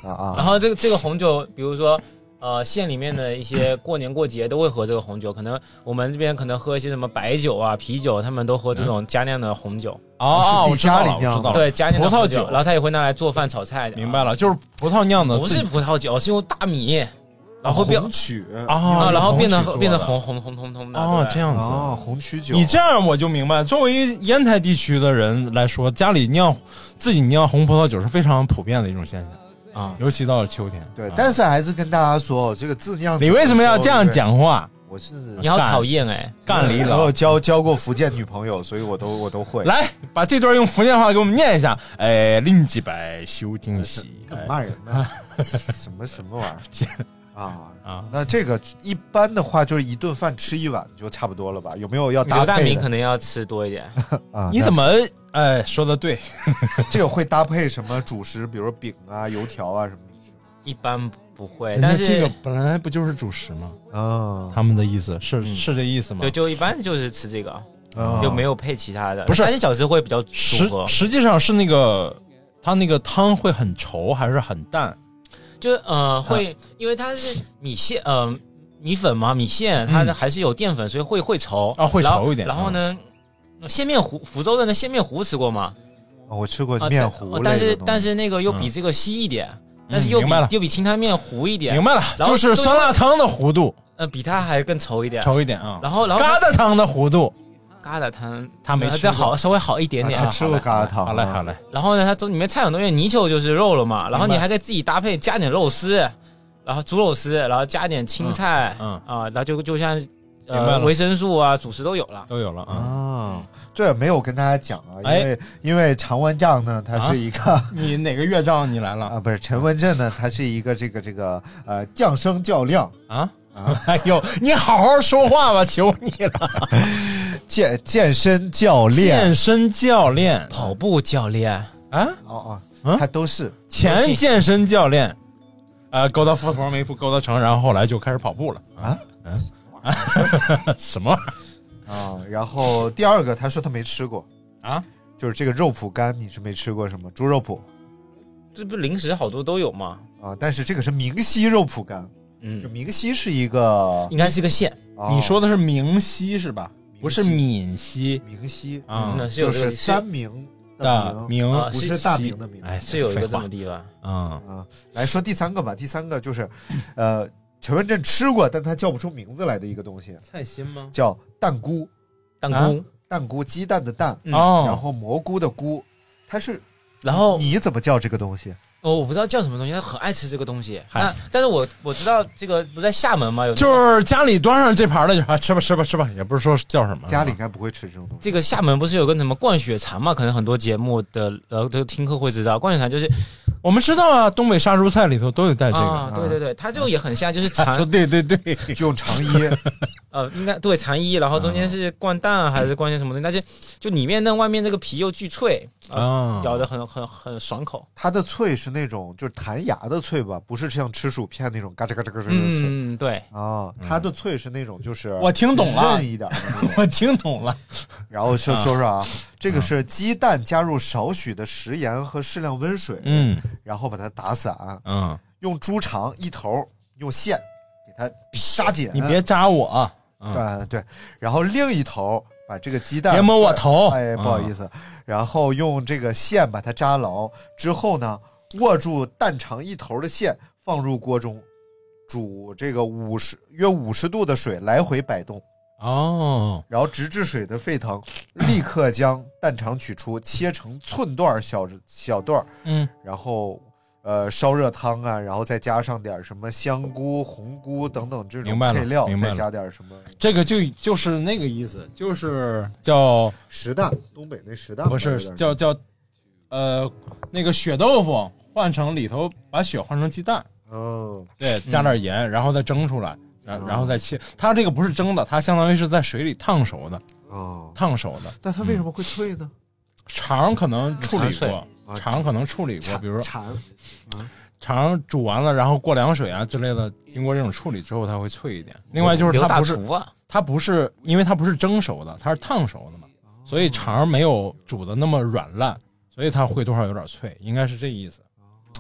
Speaker 4: 啊啊，
Speaker 8: 然后这个这个红酒，比如说。呃，县里面的一些过年过节都会喝这个红酒，可能我们这边可能喝一些什么白酒啊、啤酒，他们都喝这种加酿的红酒。
Speaker 7: [laughs] 哦，
Speaker 4: 是
Speaker 7: 我
Speaker 4: 自己
Speaker 7: 知
Speaker 4: 家
Speaker 7: 道
Speaker 4: 里
Speaker 7: 了，我
Speaker 4: 酿
Speaker 7: 知道了。
Speaker 8: 对，加酿的
Speaker 7: 葡萄
Speaker 8: 红
Speaker 7: 酒
Speaker 8: 然后他也会拿来做饭炒菜的。啊
Speaker 7: 明白了，就是葡萄酿的，
Speaker 8: 不是葡萄酒，是用大米，然后变
Speaker 4: 红曲
Speaker 7: 啊，
Speaker 8: 啊，然后变
Speaker 7: 红曲做
Speaker 8: 得
Speaker 7: 的
Speaker 8: 变得红红红彤彤的。
Speaker 7: 哦，
Speaker 8: 对
Speaker 7: 这样子。
Speaker 4: 啊，红曲酒，
Speaker 7: 你这样我就明白，作为烟台地区的人来说，家里酿自己酿红葡萄酒是非常普遍的一种现象，
Speaker 8: 啊，
Speaker 7: 尤其到了秋天。
Speaker 4: 对
Speaker 7: 啊，
Speaker 4: 但是还是跟大家说，这个自酿，
Speaker 7: 你为什么要这样？讲话？
Speaker 4: 我是
Speaker 8: 你好讨厌哎，
Speaker 7: 干离
Speaker 4: 我有
Speaker 7: 了，
Speaker 4: 交交过福建女朋友，所以我都我都会。
Speaker 7: 来把这段用福建话给我们念一下。哎，令几百修听哎喜，
Speaker 4: 怎么
Speaker 7: 哎
Speaker 4: 骂人呢？什么什么玩意儿啊？
Speaker 7: 啊，
Speaker 4: 那这个一般的话，就是一顿饭吃一碗就差不多了吧？有没有要搭
Speaker 8: 刘大
Speaker 4: 配
Speaker 8: 明
Speaker 4: 的
Speaker 8: 可能要吃多一
Speaker 7: [laughs]
Speaker 8: 点。
Speaker 4: 啊？
Speaker 7: 你
Speaker 4: 那
Speaker 7: 怎么哎说的对？
Speaker 4: 这个会搭配什么主食，比如饼啊、油条啊什么
Speaker 8: 一般不会，
Speaker 7: 人家
Speaker 8: 哎但是嗯
Speaker 7: 这个本来不就是主食吗？
Speaker 4: 的。啊
Speaker 7: 他们的意思是是这意思吗
Speaker 8: 对，？就一般就是吃这个，
Speaker 4: 啊
Speaker 8: 就没有配其他的。
Speaker 7: 哦不是
Speaker 8: 三鲜饺子会比较
Speaker 7: 实
Speaker 8: 组合，
Speaker 7: 实际上是那个，它那个汤会很稠还是很淡？
Speaker 8: 就呃
Speaker 7: 啊
Speaker 8: 会，因为它是米线，呃米粉嘛，米线它还是有淀粉，所以会会稠
Speaker 7: 嗯啊会
Speaker 8: 然后
Speaker 7: 稠一点
Speaker 8: 然后呢，线面糊，福州的那线面糊吃过吗？
Speaker 4: 我吃过
Speaker 8: 啊，
Speaker 4: 面
Speaker 8: 但
Speaker 4: 糊类
Speaker 8: 哦
Speaker 4: 的东西、啊
Speaker 8: 但是但是那个又
Speaker 7: 嗯
Speaker 8: 比这个稀一点，但是又
Speaker 7: 明
Speaker 8: 比
Speaker 7: 白了
Speaker 8: 又比清汤面糊一点
Speaker 7: 明，白了，
Speaker 8: 然
Speaker 7: 就
Speaker 8: 后
Speaker 7: 是酸辣汤的弧度
Speaker 8: 呃，比它还更稠一点。
Speaker 7: 稠一点啊，
Speaker 8: 然后然后
Speaker 7: 疙瘩汤的弧度。
Speaker 8: 疙瘩汤，
Speaker 7: 他没
Speaker 8: 呃
Speaker 7: 吃
Speaker 8: 再
Speaker 7: 过
Speaker 8: 好稍微好一点点
Speaker 4: 啊他
Speaker 8: 啊。
Speaker 4: 吃过疙瘩汤、
Speaker 7: 好嘞，好。嘞，
Speaker 8: 然后呢，它这里面菜很多，因为泥鳅就是肉了嘛，然后
Speaker 7: 明
Speaker 8: 你
Speaker 7: 白
Speaker 8: 还可以自己搭配加点肉丝，然后猪肉丝，然后加点青菜，
Speaker 7: 嗯
Speaker 8: 啊，然后就就像
Speaker 7: 明白
Speaker 8: 呃
Speaker 7: 了
Speaker 8: 维生素啊、主食都有了。
Speaker 7: 都有了啊。
Speaker 4: 啊，这没有跟大家讲啊，因
Speaker 7: 哎啊
Speaker 4: 为、因为常文丈呢，他是一个
Speaker 8: 啊
Speaker 7: 你哪个岳丈你来
Speaker 4: [laughs] 啊
Speaker 7: 了
Speaker 4: 不是陈文正呢，他是一个这个这个呃降生较量
Speaker 7: 啊？ [laughs] 哎呦，你好好说话吧，求你了。
Speaker 4: 健健身教练，
Speaker 7: 健身教练、
Speaker 8: 跑步教练
Speaker 7: 啊，
Speaker 4: 哦
Speaker 7: 嗯
Speaker 4: 哦，他都是
Speaker 7: 前健身教练，啊，勾到佛头没勾到成，然后后来就开始跑步了。
Speaker 4: 啊
Speaker 7: 啊， [laughs] 什么玩意儿
Speaker 4: 啊。然后第二个，他说他没吃过，
Speaker 7: 啊？
Speaker 4: 就是这个肉脯干，你是没吃过什么猪肉脯
Speaker 8: 这不零食好多都有吗？
Speaker 4: 啊？但是这个是明溪肉脯干，就
Speaker 8: 嗯，
Speaker 4: 明溪是一个，
Speaker 8: 应该是个县，
Speaker 4: 啊
Speaker 7: 你说的是明溪是吧？
Speaker 4: 溪
Speaker 7: 不是闽西
Speaker 4: 明溪
Speaker 7: 啊
Speaker 8: 嗯是有
Speaker 4: 就
Speaker 8: 这个
Speaker 4: 是三
Speaker 8: 县，
Speaker 4: 明
Speaker 7: 的
Speaker 4: 明，
Speaker 7: 明
Speaker 8: 啊
Speaker 4: 不是
Speaker 8: 是
Speaker 4: 大
Speaker 7: 西
Speaker 4: 明的明。
Speaker 7: 哎，
Speaker 8: 是有一个这
Speaker 7: 废
Speaker 8: 么
Speaker 7: 话
Speaker 8: 地方。
Speaker 7: 嗯
Speaker 4: 啊，来说第三个吧，第三个就是，呃，陈文振吃过，但他叫不出名字来的一个东西，
Speaker 7: 菜心吗？
Speaker 4: 叫蛋菇，
Speaker 8: 弹
Speaker 7: 啊
Speaker 8: 弓，
Speaker 4: 蛋菇鸡蛋的蛋，
Speaker 8: 嗯
Speaker 4: 然
Speaker 7: 哦，
Speaker 4: 后蘑菇的菇，它是
Speaker 8: 然后
Speaker 4: 你怎么叫这个东西？
Speaker 8: 哦，我不知道叫什么东西，他很爱吃这个东西。
Speaker 7: 嗨
Speaker 8: 但但是我我知道这个不在厦门吗？有那个
Speaker 7: 就是家里端上这盘了就啊，吃吧吃吧吃吧，也不是说叫什么
Speaker 4: 家里应该不会吃这种东西。
Speaker 8: 这个厦门不是有个什么灌血肠嘛？可能很多节目的呃都听课会知道，灌血肠就是
Speaker 7: 我们知道啊，东北杀猪菜里头都得带这个。
Speaker 8: 啊，对对对，它就也很像，就是
Speaker 7: 他说
Speaker 8: 肠
Speaker 7: 对对对，
Speaker 4: 就用肠衣，
Speaker 8: 呃，应该对肠衣，然后中间是灌蛋啊还是灌些什么东西，但是就里面嫩，外面这个皮又巨脆，呃
Speaker 7: 啊
Speaker 8: 咬的很很很爽口。
Speaker 4: 它的脆是那种就是弹牙的脆吧，不是像吃薯片那种嘎吱嘎吱嘎吱的脆。
Speaker 8: 嗯，对，
Speaker 4: 啊，它的脆是那种就是
Speaker 7: 我听懂了
Speaker 4: 韧一点的那种。
Speaker 7: 我听懂了。
Speaker 4: 然后说说说啊，
Speaker 7: 嗯
Speaker 4: 这个是鸡蛋加入少许的食盐和适量温水，
Speaker 7: 嗯
Speaker 4: 然后把它打散，
Speaker 7: 嗯，
Speaker 4: 用猪肠一头用线给它扎紧，
Speaker 7: 你别扎我啊，
Speaker 4: 对对，然后另一头把这个鸡蛋
Speaker 7: 别摸我头。嗯
Speaker 4: 哎，不好意
Speaker 7: 思，
Speaker 4: 思，然后用这个线把它扎牢之后呢，握住蛋肠一头的线，放入锅中，煮这个五十约五十度的水来回摆动，
Speaker 7: 哦，
Speaker 4: 然后直至水的沸腾，立刻将蛋肠取出，切成寸段儿小小段儿，
Speaker 7: 嗯，
Speaker 4: 然后。呃，烧热汤啊，然后再加上点儿什么香菇、红菇等等这种
Speaker 7: 明白了
Speaker 4: 配料，
Speaker 7: 明白
Speaker 4: 再
Speaker 7: 了
Speaker 4: 加点儿什么
Speaker 7: 这个就就是那个意思，就是叫
Speaker 4: 石蛋，东北那石蛋
Speaker 7: 不是
Speaker 4: 吧有点
Speaker 7: 叫叫，呃，那个血豆腐换成里头把血换成鸡蛋，
Speaker 4: 嗯，
Speaker 7: 对，加点盐，然后再蒸出来，然
Speaker 4: 哦
Speaker 7: 然后再切。它这个不是蒸的，它相当于是在水里烫熟的，
Speaker 4: 哦，
Speaker 7: 烫熟的。
Speaker 4: 那它为什么会脆呢？
Speaker 7: 肠可能处理过
Speaker 4: 脆，
Speaker 7: 肠可能处理过，
Speaker 4: 馋
Speaker 7: 比如说
Speaker 4: 馋
Speaker 7: 肠煮完了，然后过凉水啊之类的，经过这种处理之后，它会脆一点。另外就是
Speaker 8: 刘
Speaker 7: 它
Speaker 8: 哦大
Speaker 7: 不是
Speaker 8: 厨啊，
Speaker 7: 它不是，因为它不是蒸熟的，它是烫熟的嘛，所以
Speaker 4: 哦
Speaker 7: 肠没有煮的那么软烂，所以它会多少有点脆，应该是这意思。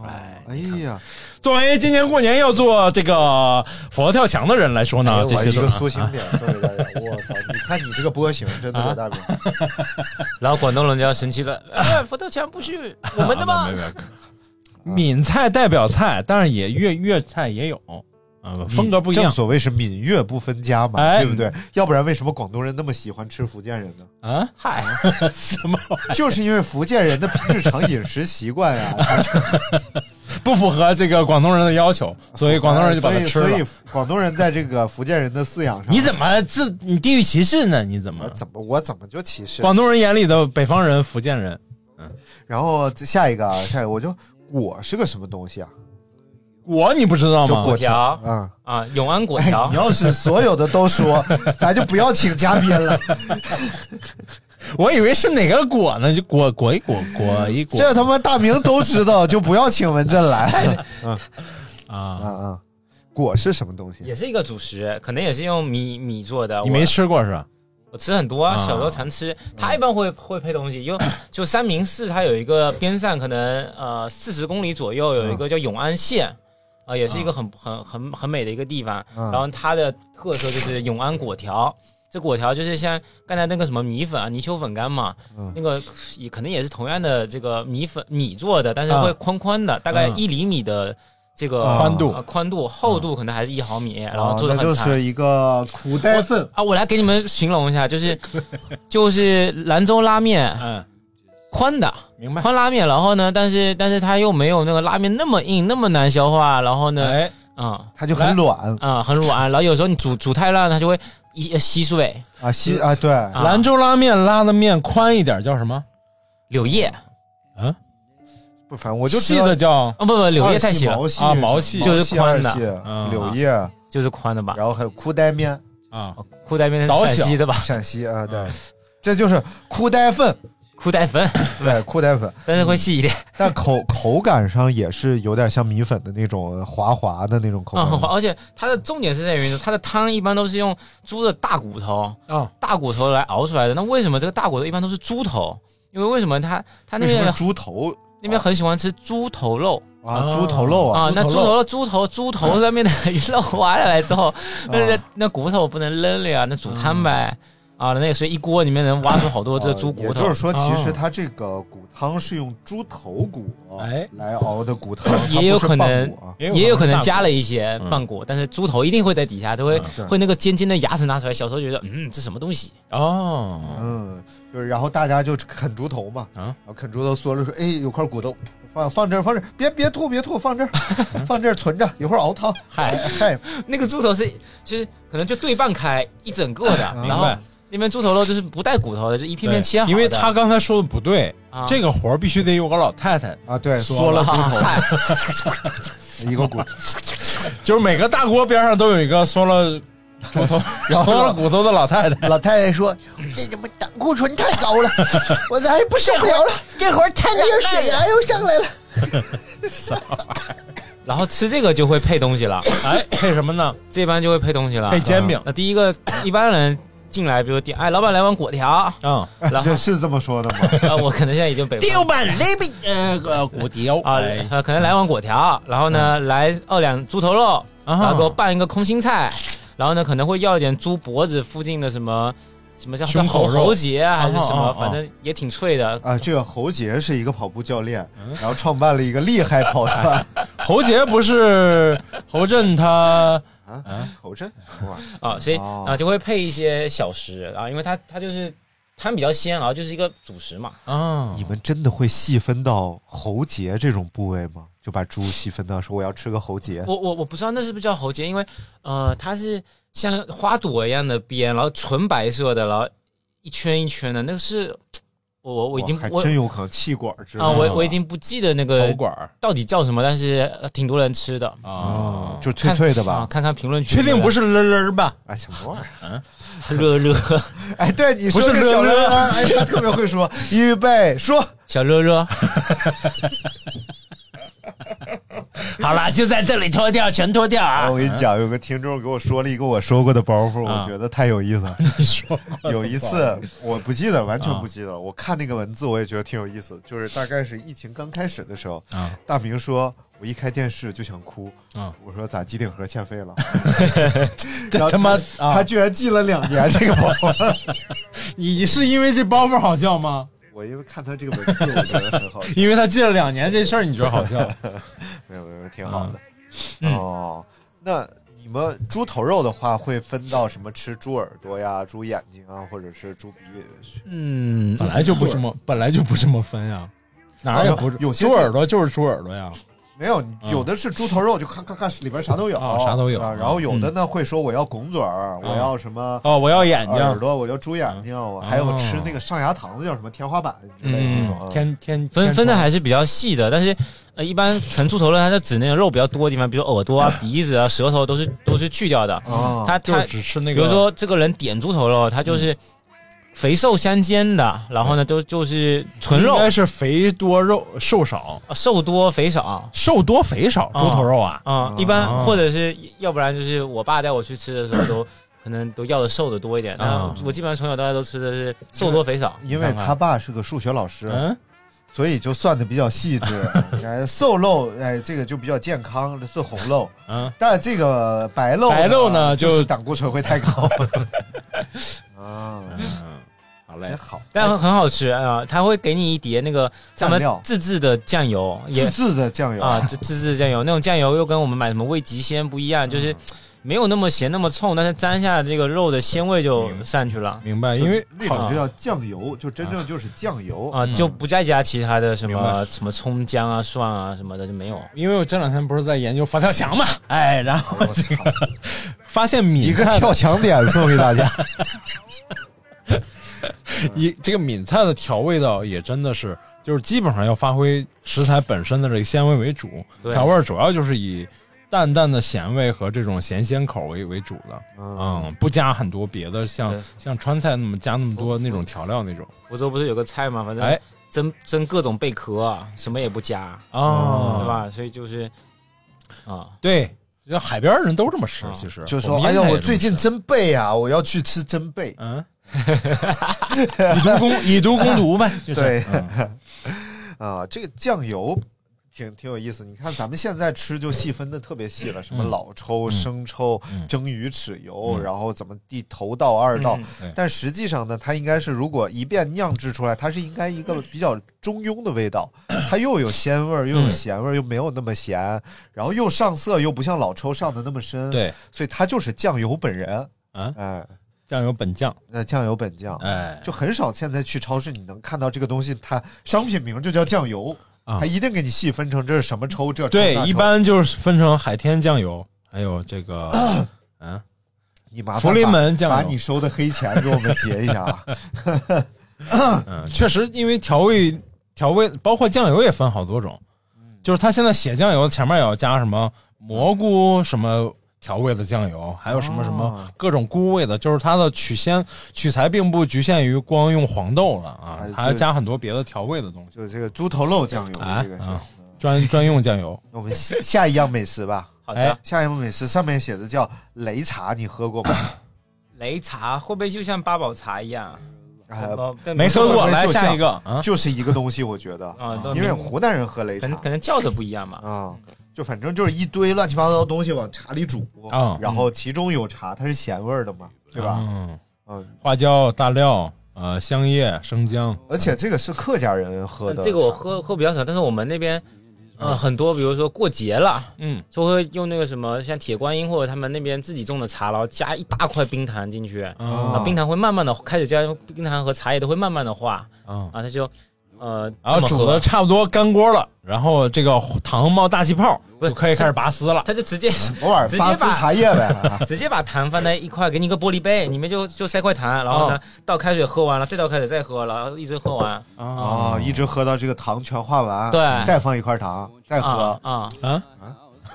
Speaker 8: 哎，
Speaker 4: 哎呀，
Speaker 7: 作为今年过年要做这个佛跳墙的人来说
Speaker 8: 哎
Speaker 7: 呢，
Speaker 8: 呦
Speaker 7: 这
Speaker 4: 我
Speaker 7: 些
Speaker 4: 一
Speaker 7: 都
Speaker 4: 个
Speaker 7: 啊
Speaker 4: 苏醒点送给大家，我操！你看你这个波形，真的，
Speaker 7: 啊
Speaker 4: 罗大明，
Speaker 8: 然后广东人就要生气了， [laughs] 哎，佛跳墙不是
Speaker 7: [laughs]
Speaker 8: 我们的
Speaker 7: 啊
Speaker 8: 吗
Speaker 7: 没？没没闽菜代表菜，但是也粤粤菜也有，啊，
Speaker 4: 嗯
Speaker 7: 风格不一
Speaker 4: 正
Speaker 7: 样
Speaker 4: 所谓是闽粤不分家嘛，
Speaker 7: 哎
Speaker 4: 对不对？要不然为什么广东人那么喜欢吃福建
Speaker 7: [laughs]
Speaker 4: 人呢？
Speaker 7: 啊。嗨，什么玩意儿
Speaker 4: 就是因为福建人的日常饮食习惯呀，
Speaker 7: [laughs]
Speaker 4: 他就
Speaker 7: 不符合这个广东人的要求，所以广东人就把它吃
Speaker 4: 哎所以所以
Speaker 7: 了。
Speaker 4: 广东人在这个福建人的饲养上，
Speaker 7: 你怎么自你地域歧视呢？你怎
Speaker 4: 我
Speaker 7: 么？
Speaker 4: 怎么我怎么就歧视？
Speaker 7: 广东人眼里的北方人、福建人，
Speaker 4: 然后下一个啊，下一个我就果是个什么东西啊？
Speaker 7: 我你不知道
Speaker 4: 就
Speaker 7: 吗？
Speaker 4: 果条
Speaker 8: 条，
Speaker 4: 嗯。
Speaker 8: 啊，永安果
Speaker 4: 哎，
Speaker 8: 条
Speaker 4: [laughs] 你，要是所有的都
Speaker 8: [laughs]
Speaker 4: 说，咱就不要请嘉宾了。
Speaker 7: 我以为是哪个果呢？就果果一果果一果
Speaker 4: 这他妈大明都知道，就不要请文振
Speaker 8: [laughs]
Speaker 4: 来了。 [laughs] 啊
Speaker 7: 啊！
Speaker 4: 啊，果是什么东西？
Speaker 8: 也是一个主食，可能也是用米米做的。
Speaker 7: 你
Speaker 8: 我
Speaker 7: 没吃过是吧？
Speaker 8: 我吃很多啊，
Speaker 7: 啊
Speaker 8: 小时候常吃。它一般会会配东西，
Speaker 4: [coughs]
Speaker 8: 因为就三明市它有一个边上可能呃四十公里左
Speaker 4: 啊
Speaker 8: 右有一个叫永安县，啊、也是一个很很很很美的一个地方。
Speaker 4: 嗯
Speaker 8: 然后它的特色就是永安果条。这果条就是像刚才那个什么米粉啊、泥鳅粉干嘛，
Speaker 4: 嗯
Speaker 8: 那个也可能也是同样的这个米粉米做的，但是
Speaker 7: 啊
Speaker 8: 会宽宽的，大概
Speaker 7: 嗯
Speaker 8: 一厘米的这个
Speaker 4: 啊宽
Speaker 7: 度
Speaker 8: 呃宽度厚度可能还是一毫米，然后
Speaker 4: 啊
Speaker 8: 做的
Speaker 4: 那
Speaker 8: 很
Speaker 4: 就
Speaker 8: 长。
Speaker 4: 是一个苦待粪
Speaker 8: 啊，我来给你们形容一下，就是
Speaker 4: [laughs]
Speaker 8: 就是兰州拉面
Speaker 7: 嗯，
Speaker 8: 宽的
Speaker 7: 明
Speaker 4: 嗯
Speaker 7: 白。
Speaker 8: 宽拉面，然后呢，但是但是它又没有那个拉面那么硬，那么难消化，然后呢，
Speaker 7: 哎，
Speaker 8: 啊
Speaker 4: 它就很软
Speaker 8: 啊、很软，然后有时候你煮煮太烂，它就会一吸碎。
Speaker 4: 啊，西啊，对，
Speaker 8: 啊
Speaker 7: 兰州拉面拉的面宽一点叫什么？
Speaker 8: 柳叶啊
Speaker 7: 嗯，
Speaker 4: 不反正我就
Speaker 7: 细
Speaker 4: 知
Speaker 7: 的
Speaker 4: 道
Speaker 7: 叫
Speaker 8: 啊，不不，柳叶太
Speaker 4: 细
Speaker 8: 细了
Speaker 4: 毛细
Speaker 7: 啊毛细
Speaker 8: 就是宽的
Speaker 4: 二细
Speaker 7: 嗯
Speaker 4: 柳叶
Speaker 8: 就是宽的吧？
Speaker 4: 然后还有裤带面
Speaker 7: 啊，
Speaker 8: 裤带面是
Speaker 4: 导
Speaker 8: 陕西的吧？
Speaker 4: [laughs] 陕西啊，对，
Speaker 8: 嗯
Speaker 4: 这就是裤带粉，
Speaker 8: 裤带粉，
Speaker 4: 对，裤带粉，
Speaker 8: 但是会细一点，
Speaker 4: 但口口感上也是有点像米粉的那种滑滑的那种口
Speaker 8: 嗯，
Speaker 4: 感，
Speaker 8: 很滑，而且它的重点是在于它的汤一般都是用猪的大骨头
Speaker 7: 啊，
Speaker 8: 大骨头来熬出来的。那为什么这个大骨头一般都是猪头？因为为什么它它那
Speaker 4: 为什
Speaker 8: 边
Speaker 4: 么
Speaker 8: 的
Speaker 4: 猪头
Speaker 8: 那边很喜欢吃猪头肉
Speaker 4: 啊猪头肉啊
Speaker 8: 啊，那
Speaker 4: 猪
Speaker 8: 猪
Speaker 4: 头肉
Speaker 8: 头肉、猪
Speaker 4: [laughs]
Speaker 8: 头、猪头上面的肉挖下来之后，那那那骨头不能扔了呀，那煮汤呗啊，那所以一锅里面能挖出好多这猪骨
Speaker 4: 嗯也
Speaker 8: 头。
Speaker 4: 就是说，其实它这个骨汤是用猪头骨哎来熬的
Speaker 8: [laughs]
Speaker 4: 骨汤，它
Speaker 8: 也有
Speaker 4: 不是
Speaker 8: 可
Speaker 4: 棒
Speaker 8: 能
Speaker 4: 骨啊，
Speaker 8: 也有可能加了一些棒骨，但是猪头一定会在底下，都会
Speaker 4: 对
Speaker 8: 会那个尖尖的牙齿拿出来。小时候觉得，嗯，这什么东西？
Speaker 7: 哦，
Speaker 4: 嗯，就是然后大家就啃猪头嘛，
Speaker 7: 啊，
Speaker 4: 啃猪头嗦了说，哎，有块骨头，放放这儿，放这儿，别别吐，别吐，放
Speaker 8: [laughs]
Speaker 4: 这儿，放这儿存着，一会儿熬汤。哎
Speaker 8: 嗨
Speaker 4: 嗨，
Speaker 8: 那个猪头是其实可能就对半开一整个的，然后
Speaker 7: 啊明白
Speaker 8: 那边猪头肉就是不带骨头的，就是一片片
Speaker 7: 对
Speaker 8: 切好的。
Speaker 7: 因为他刚才说的不对
Speaker 8: 啊，
Speaker 7: 这个活儿必须得有个老太太
Speaker 4: 啊，对，
Speaker 7: 缩
Speaker 4: 了猪
Speaker 8: [laughs] 头，
Speaker 4: 一个骨，
Speaker 7: 就是每个大锅边上都有一个缩了骨 [laughs] 头、
Speaker 4: 然后
Speaker 7: 缩了骨头的老太太。
Speaker 4: 老太太说这他妈胆固醇太高了，我再也不受不了
Speaker 8: [laughs]
Speaker 4: 了，
Speaker 8: 这活儿太难
Speaker 4: 哎呦，
Speaker 8: 干了
Speaker 4: 血压又上来了。
Speaker 8: 然后吃这个就会配东西了，
Speaker 7: [laughs] 哎，配什么呢？
Speaker 8: 这般就会配东西了，
Speaker 7: 配煎饼
Speaker 8: 啊那第一个一般人进来，比如点，哎，老板来碗果条，
Speaker 7: 嗯，
Speaker 8: 然后
Speaker 4: 这 [laughs] 是这么说的吗？
Speaker 8: 啊，我可能现在已经北方
Speaker 7: [laughs] 六瓣那边呃个骨条
Speaker 8: 啊
Speaker 7: 哎，
Speaker 8: 呃可能来碗果条，然后呢
Speaker 7: 嗯
Speaker 8: 来二两猪头肉，
Speaker 7: 啊
Speaker 8: 然后给我拌一个空心菜，然后呢可能会要一点猪脖子附近的什么什么叫
Speaker 7: 胸口
Speaker 8: 喉
Speaker 7: 肉
Speaker 8: 喉结啊还是什
Speaker 7: 啊啊
Speaker 8: 么
Speaker 7: 啊，
Speaker 8: 反正也挺脆的。
Speaker 4: 啊，这个侯杰是一个跑步教练，然后创办了一个厉害跑 [laughs] 团。
Speaker 7: 侯杰不是侯震他
Speaker 4: 啊，侯震，哇
Speaker 8: 啊，所以
Speaker 4: 哦
Speaker 8: 啊就会配一些小食啊，因为它它就是汤比较鲜，然后就是一个主食嘛。
Speaker 7: 啊
Speaker 4: 你们真的会细分到喉结这种部位吗？就把猪细分到说我要吃个喉
Speaker 7: 嗯
Speaker 4: 结，
Speaker 8: 我我我不知道那是不是叫喉结，因为呃它是像花朵一样的边，然后纯白色的，然后一圈一圈的，那个是我我我已经
Speaker 4: 哇还
Speaker 8: 我
Speaker 4: 真有可能气管之类
Speaker 8: 啊，
Speaker 4: 的
Speaker 8: 我我已经不记得那
Speaker 7: 喉
Speaker 8: 个
Speaker 7: 管儿
Speaker 8: 到底叫什么，但是呃挺多人吃的。
Speaker 7: 啊，
Speaker 4: 就脆脆的
Speaker 8: 啊，
Speaker 4: 吧？
Speaker 8: 看看评论区，
Speaker 7: 确定不是勒勒吧？
Speaker 4: 哎，什么玩意儿？
Speaker 8: 热
Speaker 7: [laughs]
Speaker 8: 热
Speaker 4: 哎，对，你说
Speaker 7: 不是
Speaker 4: 这小
Speaker 7: 乐乐
Speaker 4: 乐乐，哎，他特别会说。预备，说，
Speaker 8: 小热热，
Speaker 7: 好了，就在这里脱掉，全脱掉啊
Speaker 4: 我跟你讲，有个听众给我说了一个我说过的包袱，我
Speaker 7: 啊
Speaker 4: 觉得太有意思了。
Speaker 7: [laughs] 你说
Speaker 4: 有一次，我不记得，完
Speaker 7: 啊
Speaker 4: 全不记得了。我看那个文字，我也觉得挺有意思。就是大概是疫情刚开始的时候，
Speaker 7: 啊
Speaker 4: 大明说：“我一开电视就想哭。
Speaker 7: 啊
Speaker 4: 我说：“咋机顶盒欠费了？”然
Speaker 7: [laughs] 这 [laughs]
Speaker 4: 后
Speaker 7: 他妈
Speaker 4: 他
Speaker 7: 啊！
Speaker 4: 居然记了两年这个包袱。
Speaker 7: 你是因为这包袱好笑吗？
Speaker 4: 我因为看他这个文字，我觉得很好笑，
Speaker 7: 因为他记了两年这事儿，你觉得好笑？
Speaker 4: 没有没有，
Speaker 7: 嗯
Speaker 4: 挺好的。哦，那你们猪头肉的话，会分到什么吃猪耳朵呀、猪眼睛啊，或者是猪鼻？
Speaker 8: 嗯，
Speaker 7: [laughs] 本来就不这么，本来就不这么分呀，哪儿也不是
Speaker 4: 哎有有些
Speaker 7: 猪耳朵就是猪耳朵呀。
Speaker 4: 没有，有的是猪头肉，就咔咔咔，里边啥都有，
Speaker 7: 啊啥都有嗯
Speaker 4: 啊然后有的呢会说我要拱嘴儿，我要什么。
Speaker 7: 哦，我要眼睛，
Speaker 4: 耳朵，我要猪眼睛，
Speaker 7: 嗯
Speaker 4: 我还有吃
Speaker 7: 哦
Speaker 4: 那个上牙糖的叫什么天花板之类的那种啊。
Speaker 7: 天天
Speaker 8: 分
Speaker 7: 天
Speaker 8: 分的还是比较细的，但是呃，一般可能猪头肉它就指那个肉比较多的地方，比如耳朵啊、鼻子啊、舌头都是都是去掉的。
Speaker 7: 嗯
Speaker 4: 啊，
Speaker 8: 它
Speaker 7: 哦就
Speaker 8: 它
Speaker 7: 是只吃
Speaker 8: 比
Speaker 7: 那个，
Speaker 8: 如说这个人点猪头肉，它就是肥瘦相间的，然后呢都就是纯肉
Speaker 7: 嗯应，该是肥多肉瘦少，
Speaker 8: 啊瘦多肥少。
Speaker 7: 瘦多肥少，猪头肉啊，
Speaker 8: 啊、一般或者是要不然就是我爸带我去吃的时候都可能都要的瘦的多一点，但
Speaker 7: 啊
Speaker 8: 我基本上从小到大都吃的是瘦多肥少。
Speaker 4: 因为他爸是个数学老师，
Speaker 7: 嗯，
Speaker 4: 所以就算的比较细致。
Speaker 7: [laughs]
Speaker 4: 哎，瘦肉，哎，这个就比较健康，这是红肉。
Speaker 7: 嗯，
Speaker 4: 但这个白肉，
Speaker 7: 白肉呢
Speaker 4: 就
Speaker 7: 就是
Speaker 4: 胆固醇会太高。
Speaker 7: [laughs]
Speaker 4: 啊，
Speaker 7: 嗯好嘞
Speaker 4: 真，好，
Speaker 8: 但很好吃啊！他会给你一碟那个他
Speaker 4: 酱
Speaker 8: 们
Speaker 4: 料
Speaker 8: 自制的酱油，也
Speaker 4: 自制的酱油
Speaker 8: 啊，自自制酱油那种酱油又跟我们买什么味极鲜不一样，就是没有那么咸那么冲，但是沾下这个肉的鲜味就上去了
Speaker 7: 明白，因为啊
Speaker 4: 那种就叫酱油，就真正就是酱油
Speaker 8: 啊，就不再加其他的什
Speaker 7: 明
Speaker 8: 么
Speaker 7: 白
Speaker 8: 什么葱姜啊、蒜啊什么的就没有。
Speaker 7: 因为我这两天不是在研究发条墙嘛，哎，然后
Speaker 4: 我操，
Speaker 7: 发
Speaker 4: [laughs]
Speaker 7: 现
Speaker 4: 一
Speaker 7: 闽
Speaker 4: 个
Speaker 7: 菜
Speaker 4: 跳墙点送给
Speaker 7: [laughs]
Speaker 4: 大家。
Speaker 7: 一这个闽菜的调味道也真的是，就是基本上要发挥食材本身的这个鲜味为主，
Speaker 8: 对
Speaker 7: 调味儿主要就是以淡淡的咸味和这种咸鲜口为为主的，嗯，不加很多别的，像
Speaker 8: 对
Speaker 7: 像川菜那么加那么多那种调料那种。
Speaker 8: 福州不是有个菜吗？反正
Speaker 7: 哎
Speaker 8: 蒸蒸各种贝壳，啊什么也不加
Speaker 7: 哦
Speaker 8: 对吧？所以就是啊，
Speaker 7: 对，就海边人都这么吃，其实
Speaker 4: 就
Speaker 7: 我
Speaker 4: 说
Speaker 7: 们
Speaker 4: 哎
Speaker 7: 烟
Speaker 4: 呀，
Speaker 7: 台也
Speaker 4: 我
Speaker 7: 这么
Speaker 4: 最近真背啊，我要去吃真背。
Speaker 7: 嗯， [laughs] 以毒攻以毒攻毒呗，就是
Speaker 4: 对
Speaker 7: 嗯，
Speaker 4: 啊，这个酱油挺挺有意思。你看咱们现在吃就细分的特别细了，什么
Speaker 7: 嗯
Speaker 4: 老抽、生抽、蒸鱼豉油，
Speaker 7: 嗯
Speaker 4: 然后怎么第头道、二道。
Speaker 7: 对
Speaker 4: 但实际上呢，它应该是如果一遍酿制出来，它是应该一个比较中庸的味道，它又有鲜味儿，又有
Speaker 7: 嗯
Speaker 4: 咸味儿，又没有那么咸，然后又上色，又不像老抽上的那么深。，
Speaker 7: 对
Speaker 4: 所以它就是酱油本人。
Speaker 7: 啊，
Speaker 4: 哎，
Speaker 7: 酱油本酱，
Speaker 4: 那酱油本酱。
Speaker 7: 哎，
Speaker 4: 就很少现在去超市你能看到这个东西，它商品名就叫酱油，
Speaker 7: 啊
Speaker 4: 它一定给你细分成这是什么抽，这抽
Speaker 7: 对
Speaker 4: 那，抽
Speaker 7: 一般就是分成海天酱油，还有这个
Speaker 4: [clears throat]
Speaker 7: 嗯
Speaker 4: 你麻烦
Speaker 7: 福临
Speaker 4: 把
Speaker 7: 门酱油
Speaker 4: 把你收的黑钱给我们结一下啊。
Speaker 7: 嗯，确实，因为调味调味包括酱油也分好多种，
Speaker 4: 嗯
Speaker 7: 就是它现在写酱油前面也要加什么蘑菇什么。调味的酱油，还有什么什么
Speaker 4: 哦
Speaker 7: 各种菇味的，就是它的取鲜取材并不局限于光用黄豆了啊
Speaker 4: 哎，
Speaker 7: 它还
Speaker 4: 对
Speaker 7: 加很多别的调味的东西，
Speaker 4: 就这个猪头肉酱油，
Speaker 7: 哎
Speaker 4: 这个是。
Speaker 7: 啊专专用酱油。
Speaker 4: 那我们下下一样美食吧，
Speaker 8: 好
Speaker 7: 哎
Speaker 8: 的。
Speaker 4: 下一样美食上面写的叫擂茶，你喝过吗？
Speaker 8: 擂茶会不会就像八宝茶一样？
Speaker 4: 呃，
Speaker 8: 哦但
Speaker 7: 没
Speaker 8: 不是
Speaker 7: 喝过，
Speaker 4: 就
Speaker 7: 来
Speaker 4: 像
Speaker 7: 下一个啊！
Speaker 4: 就是一个东西，我觉得，
Speaker 8: 啊，都
Speaker 4: 因为
Speaker 8: 没
Speaker 4: 湖南人喝擂
Speaker 8: 可能可
Speaker 4: 茶
Speaker 8: 能叫的不一样嘛。
Speaker 4: 啊，就反正就是一堆乱七八糟的东西往茶里煮
Speaker 7: 啊
Speaker 4: 然后其中有茶，它是咸味儿的嘛，对吧？
Speaker 7: 嗯，
Speaker 4: 嗯，
Speaker 7: 花椒、大料、呃，香叶、生姜，
Speaker 4: 而且这个是客家人喝的，
Speaker 8: 呃这个我喝喝比较少，但是我们那边，呃，很多比如说过节了，
Speaker 7: 嗯，
Speaker 8: 就会用那个什么像铁观音或者他们那边自己种的茶，然后加一大块冰糖进去，
Speaker 4: 哦
Speaker 8: 然
Speaker 7: 啊
Speaker 8: 后冰糖会慢慢的开始加冰糖和茶叶都会慢慢的化，
Speaker 7: 啊，
Speaker 8: 啊，它就呃
Speaker 7: 然后
Speaker 8: 这么
Speaker 7: 煮的
Speaker 8: 喝，
Speaker 7: 差不多干锅了，然后这个糖冒大气泡，
Speaker 8: 不是
Speaker 7: 就可以开始拔丝了。
Speaker 8: 它就直接
Speaker 7: [laughs]
Speaker 4: 偶尔八丝茶叶呗。
Speaker 8: [laughs]
Speaker 4: 啊
Speaker 8: 直接把糖放在一块，给你一个玻璃杯，里面就就塞块糖，然后
Speaker 7: 哦
Speaker 8: 呢倒开水喝完了，再倒开水再喝，然后一直喝完，
Speaker 4: 哦，一直喝到这个糖全化完，
Speaker 8: 对
Speaker 4: 再放一块糖，再喝
Speaker 8: 啊。啊
Speaker 7: 啊，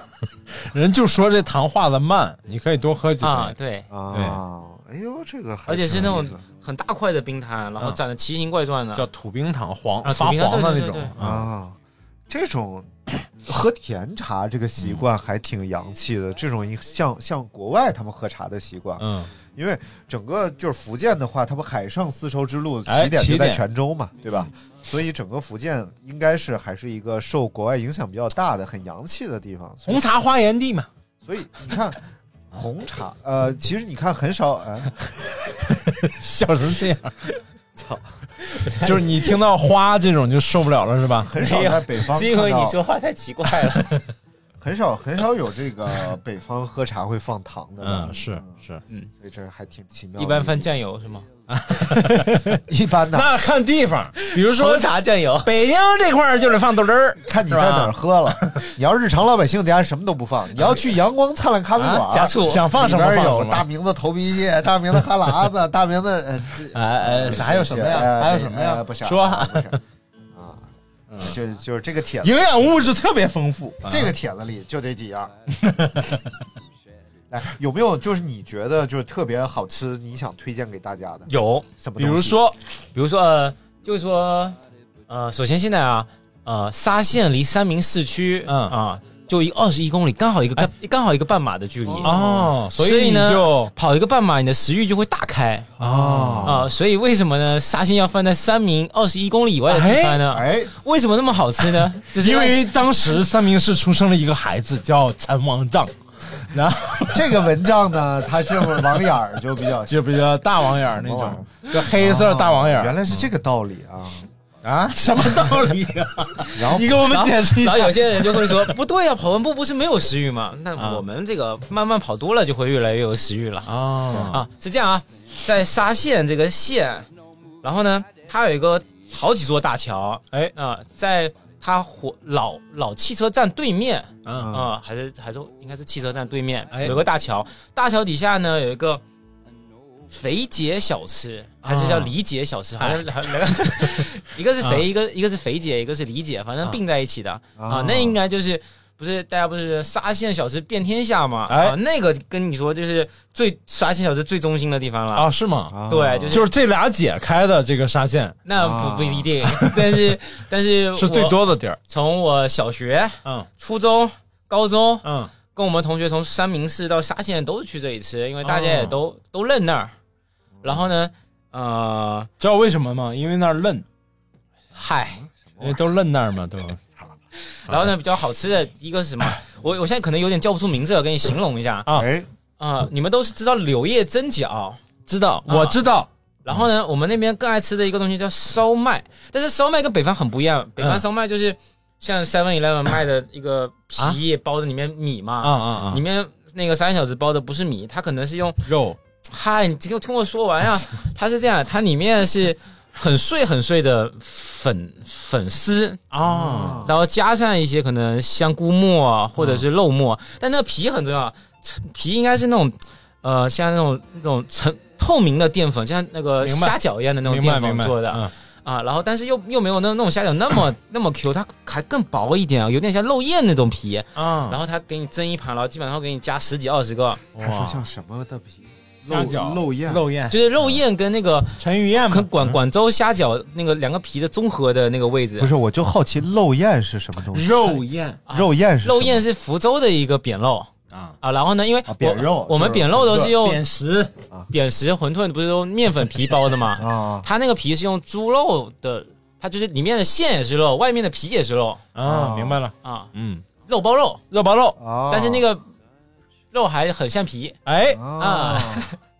Speaker 7: [laughs] 人就说这糖化的慢，你可以多喝几
Speaker 8: 啊，
Speaker 7: 杯。
Speaker 8: 对。
Speaker 4: 啊。哎呦，这个还
Speaker 8: 而且是那种
Speaker 4: 挺有意
Speaker 8: 很大块的冰糖，然后
Speaker 7: 嗯
Speaker 8: 长得奇形怪状的，
Speaker 7: 叫土冰糖，黄
Speaker 8: 啊
Speaker 7: 发
Speaker 8: 土冰糖
Speaker 7: 黄的
Speaker 8: 对对对
Speaker 7: 那种
Speaker 4: 思
Speaker 7: 啊。
Speaker 4: 啊，这种喝甜茶这个习惯还挺洋气的，这种一像像国外他们喝茶的习惯，
Speaker 7: 嗯，
Speaker 4: 因为整个就是福建的话，它不海上丝绸之路起
Speaker 7: 哎
Speaker 4: 点就
Speaker 7: 起
Speaker 4: 在
Speaker 7: 点嗯
Speaker 4: 泉州嘛，对吧？所以整个福建应该是还是一个受国外影响比较大的、很洋气的地方。所以
Speaker 7: 红茶花园地嘛， [laughs]
Speaker 4: 所以你看，红茶，呃，其实你看很少，
Speaker 7: [laughs]
Speaker 4: 呃，
Speaker 7: 笑成这样，操！ [laughs] 就是你听到花这种就受不了了是吧？
Speaker 4: 很少在北方
Speaker 8: 是因为
Speaker 4: 看
Speaker 8: 你
Speaker 4: 到，
Speaker 8: 说话太奇怪了。
Speaker 4: [laughs] 很少很少有这个北方喝茶会放糖的吧，
Speaker 7: 嗯，是是，
Speaker 4: 所以这还挺奇妙的。
Speaker 8: 一般放酱油是吗？
Speaker 4: 一般的，
Speaker 7: 那看地方，比如说
Speaker 8: 红茶酱油，
Speaker 7: 北京这块儿就得放豆汁儿，
Speaker 4: 看你在哪儿喝了。 [laughs] 你要日常老百姓家什么都不
Speaker 7: 呃
Speaker 4: 放，你要去阳光灿烂咖啡
Speaker 8: 啊加
Speaker 4: 馆，
Speaker 8: 醋，
Speaker 7: 想放什么
Speaker 4: 里
Speaker 7: 放
Speaker 4: 边
Speaker 7: 什
Speaker 4: 有大
Speaker 7: 么。
Speaker 4: 明的头皮屑，大明的哈喇
Speaker 7: [laughs]
Speaker 4: 子，大明的呃，这
Speaker 7: 哎哎，还有什么呀？
Speaker 4: 呃
Speaker 7: 还有什么呀
Speaker 4: 呃？不是
Speaker 7: 说嗯
Speaker 4: 啊不是啊，就就是这个帖子
Speaker 7: 营养物质特别丰富。
Speaker 4: 这个帖子里就这几样。 [laughs] 来，有没有就是你觉得就是特别好吃，你想推荐给大家的？
Speaker 8: 有，
Speaker 4: 什么？
Speaker 7: 比如，说，
Speaker 8: 比如说，呃，就是说，呃，首先现在啊，呃，沙县离三明市区，
Speaker 7: 嗯
Speaker 8: 啊，就一二十一公里，刚好一个刚刚好一个半马的距离
Speaker 7: 哦所以
Speaker 8: 以呢
Speaker 7: 你就
Speaker 8: 跑一个半马，你的食欲就会大开
Speaker 7: 哦，
Speaker 8: 啊。所以为什么呢？沙县要放在三明二十一公里以外的地方呢？
Speaker 4: 哎，
Speaker 8: 为什么那么好吃 [laughs] 呢？就是
Speaker 7: 因为当时三明市出生了一个孩子叫陈王藏，然后
Speaker 4: 这个蚊帐呢，它是网眼儿就比
Speaker 7: [laughs]
Speaker 4: 较
Speaker 7: 就比较大网眼儿那种，就黑色大网眼
Speaker 4: 哦原
Speaker 7: 儿
Speaker 4: 来是这个道理啊。
Speaker 7: 啊，什么道理啊？
Speaker 4: 然后
Speaker 7: [laughs] 你给我们
Speaker 8: 然后
Speaker 7: 解释一
Speaker 8: 然
Speaker 7: 下
Speaker 8: 后。有些人就会说，不对呀、啊跑完步不是没有食欲吗？那我们这个慢慢跑多了，就会越来越有食欲了啊
Speaker 7: 啊，
Speaker 8: 啊！是这样啊，在沙县这个县，然后呢，它有一个好几座大桥，
Speaker 7: 哎
Speaker 8: 啊、在它火老老汽车站对面啊、
Speaker 7: 嗯
Speaker 8: 还是还是应该是汽车站对面、
Speaker 7: 哎
Speaker 8: 有个大桥，大桥底下呢有一个。肥姐小吃
Speaker 7: 啊
Speaker 8: 还是叫李姐小吃，
Speaker 7: 哎
Speaker 8: 好像好像 [laughs]
Speaker 7: 啊
Speaker 8: 啊一个是肥，一个一个是肥姐，一个是李姐，反正并在一起的啊。那应该就是不是大家不是沙县小吃遍天下嘛？
Speaker 7: 哎
Speaker 8: 啊，那个跟你说就是最沙县小吃最中心的地方了
Speaker 7: 啊，是吗？
Speaker 8: 对，就是
Speaker 7: 就是这俩姐开的这个沙县
Speaker 8: 那不不一定， [laughs] 但是但是
Speaker 7: [laughs] 是最
Speaker 8: 我
Speaker 7: 多的地儿。
Speaker 8: 从我小学、
Speaker 7: 嗯
Speaker 8: 初中、高中，
Speaker 7: 嗯，
Speaker 8: 跟我们同学从三明市到沙县都是去这里吃，因为大家也都、都认那儿。然后呢，呃，
Speaker 7: 知道为什么吗？因为那儿嫩，
Speaker 8: 嗨，
Speaker 7: 因为都嫩那儿嘛，对吧？
Speaker 8: 然后呢比较好吃的一个是什么？我我现在可能有点叫不出名字了，给你形容一下啊
Speaker 4: 哎，
Speaker 8: 啊！你们都是知道柳叶蒸饺，
Speaker 7: 知道，
Speaker 8: 啊
Speaker 7: 我知道，
Speaker 8: 然后呢，我们那边更爱吃的一个东西叫烧麦，但是烧麦跟北方很不一样，北方烧麦就是像 Seven Eleven 卖的一个皮包着里面米嘛，
Speaker 7: 啊啊啊
Speaker 8: 里！面那个三小时包的不是米，它可能是用，
Speaker 7: 肉
Speaker 8: 嗨，你听听我说完
Speaker 7: [laughs]
Speaker 8: 呀，它是这样，它里面是很碎很碎的粉粉丝，嗯
Speaker 7: 啊，
Speaker 8: 然后加上一些可能香菇末啊或者是肉末，但那个皮很重要，皮应该是那种，呃，像那种那种成透明的淀粉，像那个
Speaker 7: 明白
Speaker 8: 虾饺一样的那种
Speaker 7: 明白
Speaker 8: 淀
Speaker 7: 明
Speaker 8: 粉
Speaker 7: 白
Speaker 8: 做的
Speaker 7: 嗯
Speaker 8: 啊，然后但是又又没有那那种虾饺那
Speaker 7: [coughs]
Speaker 8: 么那么 Q，它还更薄一点啊，有点像肉燕那种皮，
Speaker 7: 啊，
Speaker 8: 然后它给你蒸一盘，然后基本上会给你加十几二十个，
Speaker 4: 他说像什么的皮？
Speaker 7: 虾饺、
Speaker 4: 漏燕、
Speaker 7: 漏燕，
Speaker 8: 就是肉燕跟那个
Speaker 7: 陈鱼
Speaker 8: [laughs]
Speaker 7: 燕嘛嗯
Speaker 8: 跟广广州虾饺那个两个皮的综合的那个位置
Speaker 4: 不。是，我就好奇漏燕是什么东西？
Speaker 7: 肉燕
Speaker 8: 啊
Speaker 4: 肉燕是
Speaker 8: 肉燕
Speaker 4: 是
Speaker 8: 是福州的一个扁肉
Speaker 7: 啊，
Speaker 8: 啊，然后呢，因为
Speaker 4: 啊扁
Speaker 8: 我
Speaker 4: 肉
Speaker 8: 我们
Speaker 4: 就是
Speaker 8: 扁肉都是用
Speaker 7: 扁食
Speaker 8: 扁食馄饨不是用面粉皮包的吗？
Speaker 4: [laughs] 啊，
Speaker 8: 它那个皮是用猪肉的，它就是里面的馅也是肉，外面的皮也是肉
Speaker 7: 啊，
Speaker 4: 啊
Speaker 7: 明白了，
Speaker 8: 啊，
Speaker 7: 嗯，
Speaker 8: 肉包肉，
Speaker 7: 肉包肉，
Speaker 4: 啊
Speaker 8: 但是那
Speaker 4: 个
Speaker 8: 个肉还很像皮。
Speaker 7: 哎，
Speaker 4: 啊，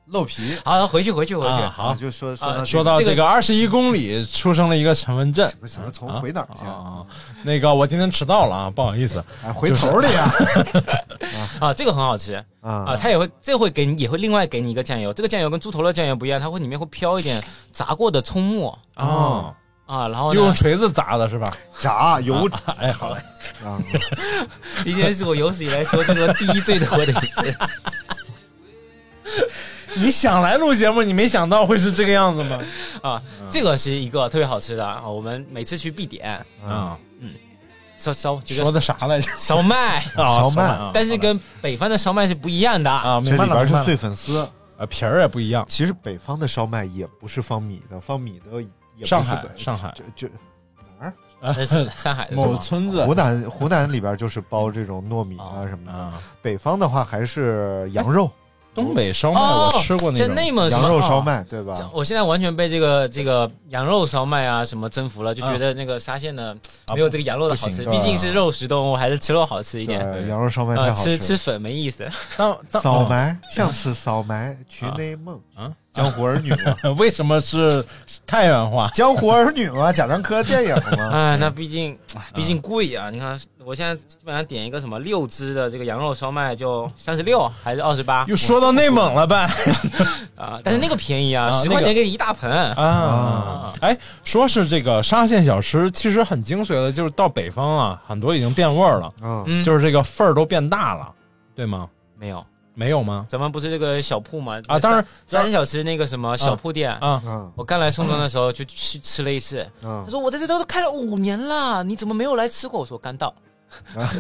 Speaker 4: 漏皮。
Speaker 8: 好，回去回去回
Speaker 7: 啊
Speaker 8: 去，
Speaker 7: 好
Speaker 4: 我，就说说
Speaker 8: 啊
Speaker 4: 到这个
Speaker 7: 说到
Speaker 8: 这个
Speaker 7: 这个二十一公里出生了一个陈文振。
Speaker 4: 不行，从回哪儿去？
Speaker 7: 啊，那个我今天迟到了啊，不好意思。
Speaker 4: 哎，回头里啊
Speaker 8: 啊，这个很好吃啊，
Speaker 4: 啊！
Speaker 8: 它也会这会给你也会另外给你一个酱油，这个酱油跟猪头肉酱油不一样，它会里面会飘一点炸过的葱末
Speaker 7: 哦，
Speaker 8: 啊，然后
Speaker 7: 用
Speaker 8: 呢，
Speaker 7: 锤子砸的是吧？
Speaker 4: 炸油
Speaker 7: 哎，好嘞，
Speaker 4: 啊，
Speaker 8: 今天是我有史以来说这个第一最多的一次，
Speaker 7: 你想来录节目，你没想到会是这个样子吗？
Speaker 8: 啊，这个是一个特别好吃的啊，我们每次去必点
Speaker 7: 啊，
Speaker 8: 烧烧就
Speaker 7: 说
Speaker 8: 是
Speaker 7: 的啥来着？
Speaker 8: 烧麦，
Speaker 7: 啊
Speaker 4: 烧麦
Speaker 7: 啊
Speaker 8: 但是跟北方的烧麦是不一样的啊。
Speaker 7: 啊，
Speaker 4: 这
Speaker 7: 明
Speaker 4: 里
Speaker 7: 白了，
Speaker 4: 边
Speaker 7: 明白
Speaker 4: 是
Speaker 7: 了
Speaker 4: 碎粉丝。
Speaker 7: 啊，皮儿也不一样。
Speaker 4: 其实北方的烧麦也不是放米的，放米的也不是
Speaker 7: 上海
Speaker 4: 北
Speaker 7: 上海
Speaker 4: 就就哪儿？
Speaker 8: 那是上海的是
Speaker 7: 某
Speaker 8: 吗？
Speaker 7: 村子
Speaker 4: 湖南湖南里边就是包这种糯米啊
Speaker 8: 哦
Speaker 4: 什么的。
Speaker 7: 啊，
Speaker 4: 北方的话还是羊
Speaker 7: [laughs]
Speaker 4: 肉，
Speaker 7: 东北烧麦
Speaker 8: 哦
Speaker 7: 我吃过那
Speaker 8: 在
Speaker 7: 种
Speaker 8: 内蒙是吧哦
Speaker 4: 羊肉烧。麦对吧？
Speaker 8: 啊我现在完全被这个这个羊肉烧麦啊什么征服了，就觉得那个沙县的没有这个羊肉的好
Speaker 7: 啊不
Speaker 8: 吃，
Speaker 7: 行
Speaker 8: 毕竟是肉食动物，还是吃肉好吃一点。
Speaker 4: 对，羊肉烧麦太
Speaker 8: 呃，
Speaker 4: 好
Speaker 8: 吃
Speaker 4: 吃
Speaker 8: 吃
Speaker 4: 了。
Speaker 8: 粉没意思，
Speaker 7: 当当
Speaker 4: [laughs]
Speaker 7: 哦
Speaker 4: 扫埋，像次扫埋，去内蒙
Speaker 7: 啊，
Speaker 4: 江湖儿女嘛，
Speaker 7: 哦 [laughs] 为什么是太原话？
Speaker 4: 江湖儿女嘛，贾樟柯电影
Speaker 7: 啊
Speaker 8: [laughs]
Speaker 4: 嘛，
Speaker 8: 哎，那毕竟毕竟贵啊！你看，我现在基本上点一个什么六只的这个羊肉烧麦就三十六还是二十八
Speaker 7: 又说到内蒙了呗？
Speaker 8: 啊？但是那个便宜啊，
Speaker 7: 啊
Speaker 8: 十
Speaker 7: 那
Speaker 8: 块
Speaker 7: 个
Speaker 8: 钱给你一大盆
Speaker 7: [laughs] 啊，哎，说是这个沙县小吃，其实很精髓的，就是到北方啊，很多已经变味儿了，
Speaker 4: 嗯，
Speaker 8: 嗯
Speaker 7: 就是这个份儿都变大了，对吗？
Speaker 8: 没有。
Speaker 7: 没有吗？
Speaker 8: 咱们不是这个小铺吗？
Speaker 7: 啊，当然
Speaker 8: 三三小时那个什么小铺店，
Speaker 7: 啊，
Speaker 4: 嗯
Speaker 8: 我刚来宋庄的时候就去吃了一次。他
Speaker 4: 嗯，
Speaker 8: 说我在这都开了五年了，你怎么没有来吃过？我说刚到。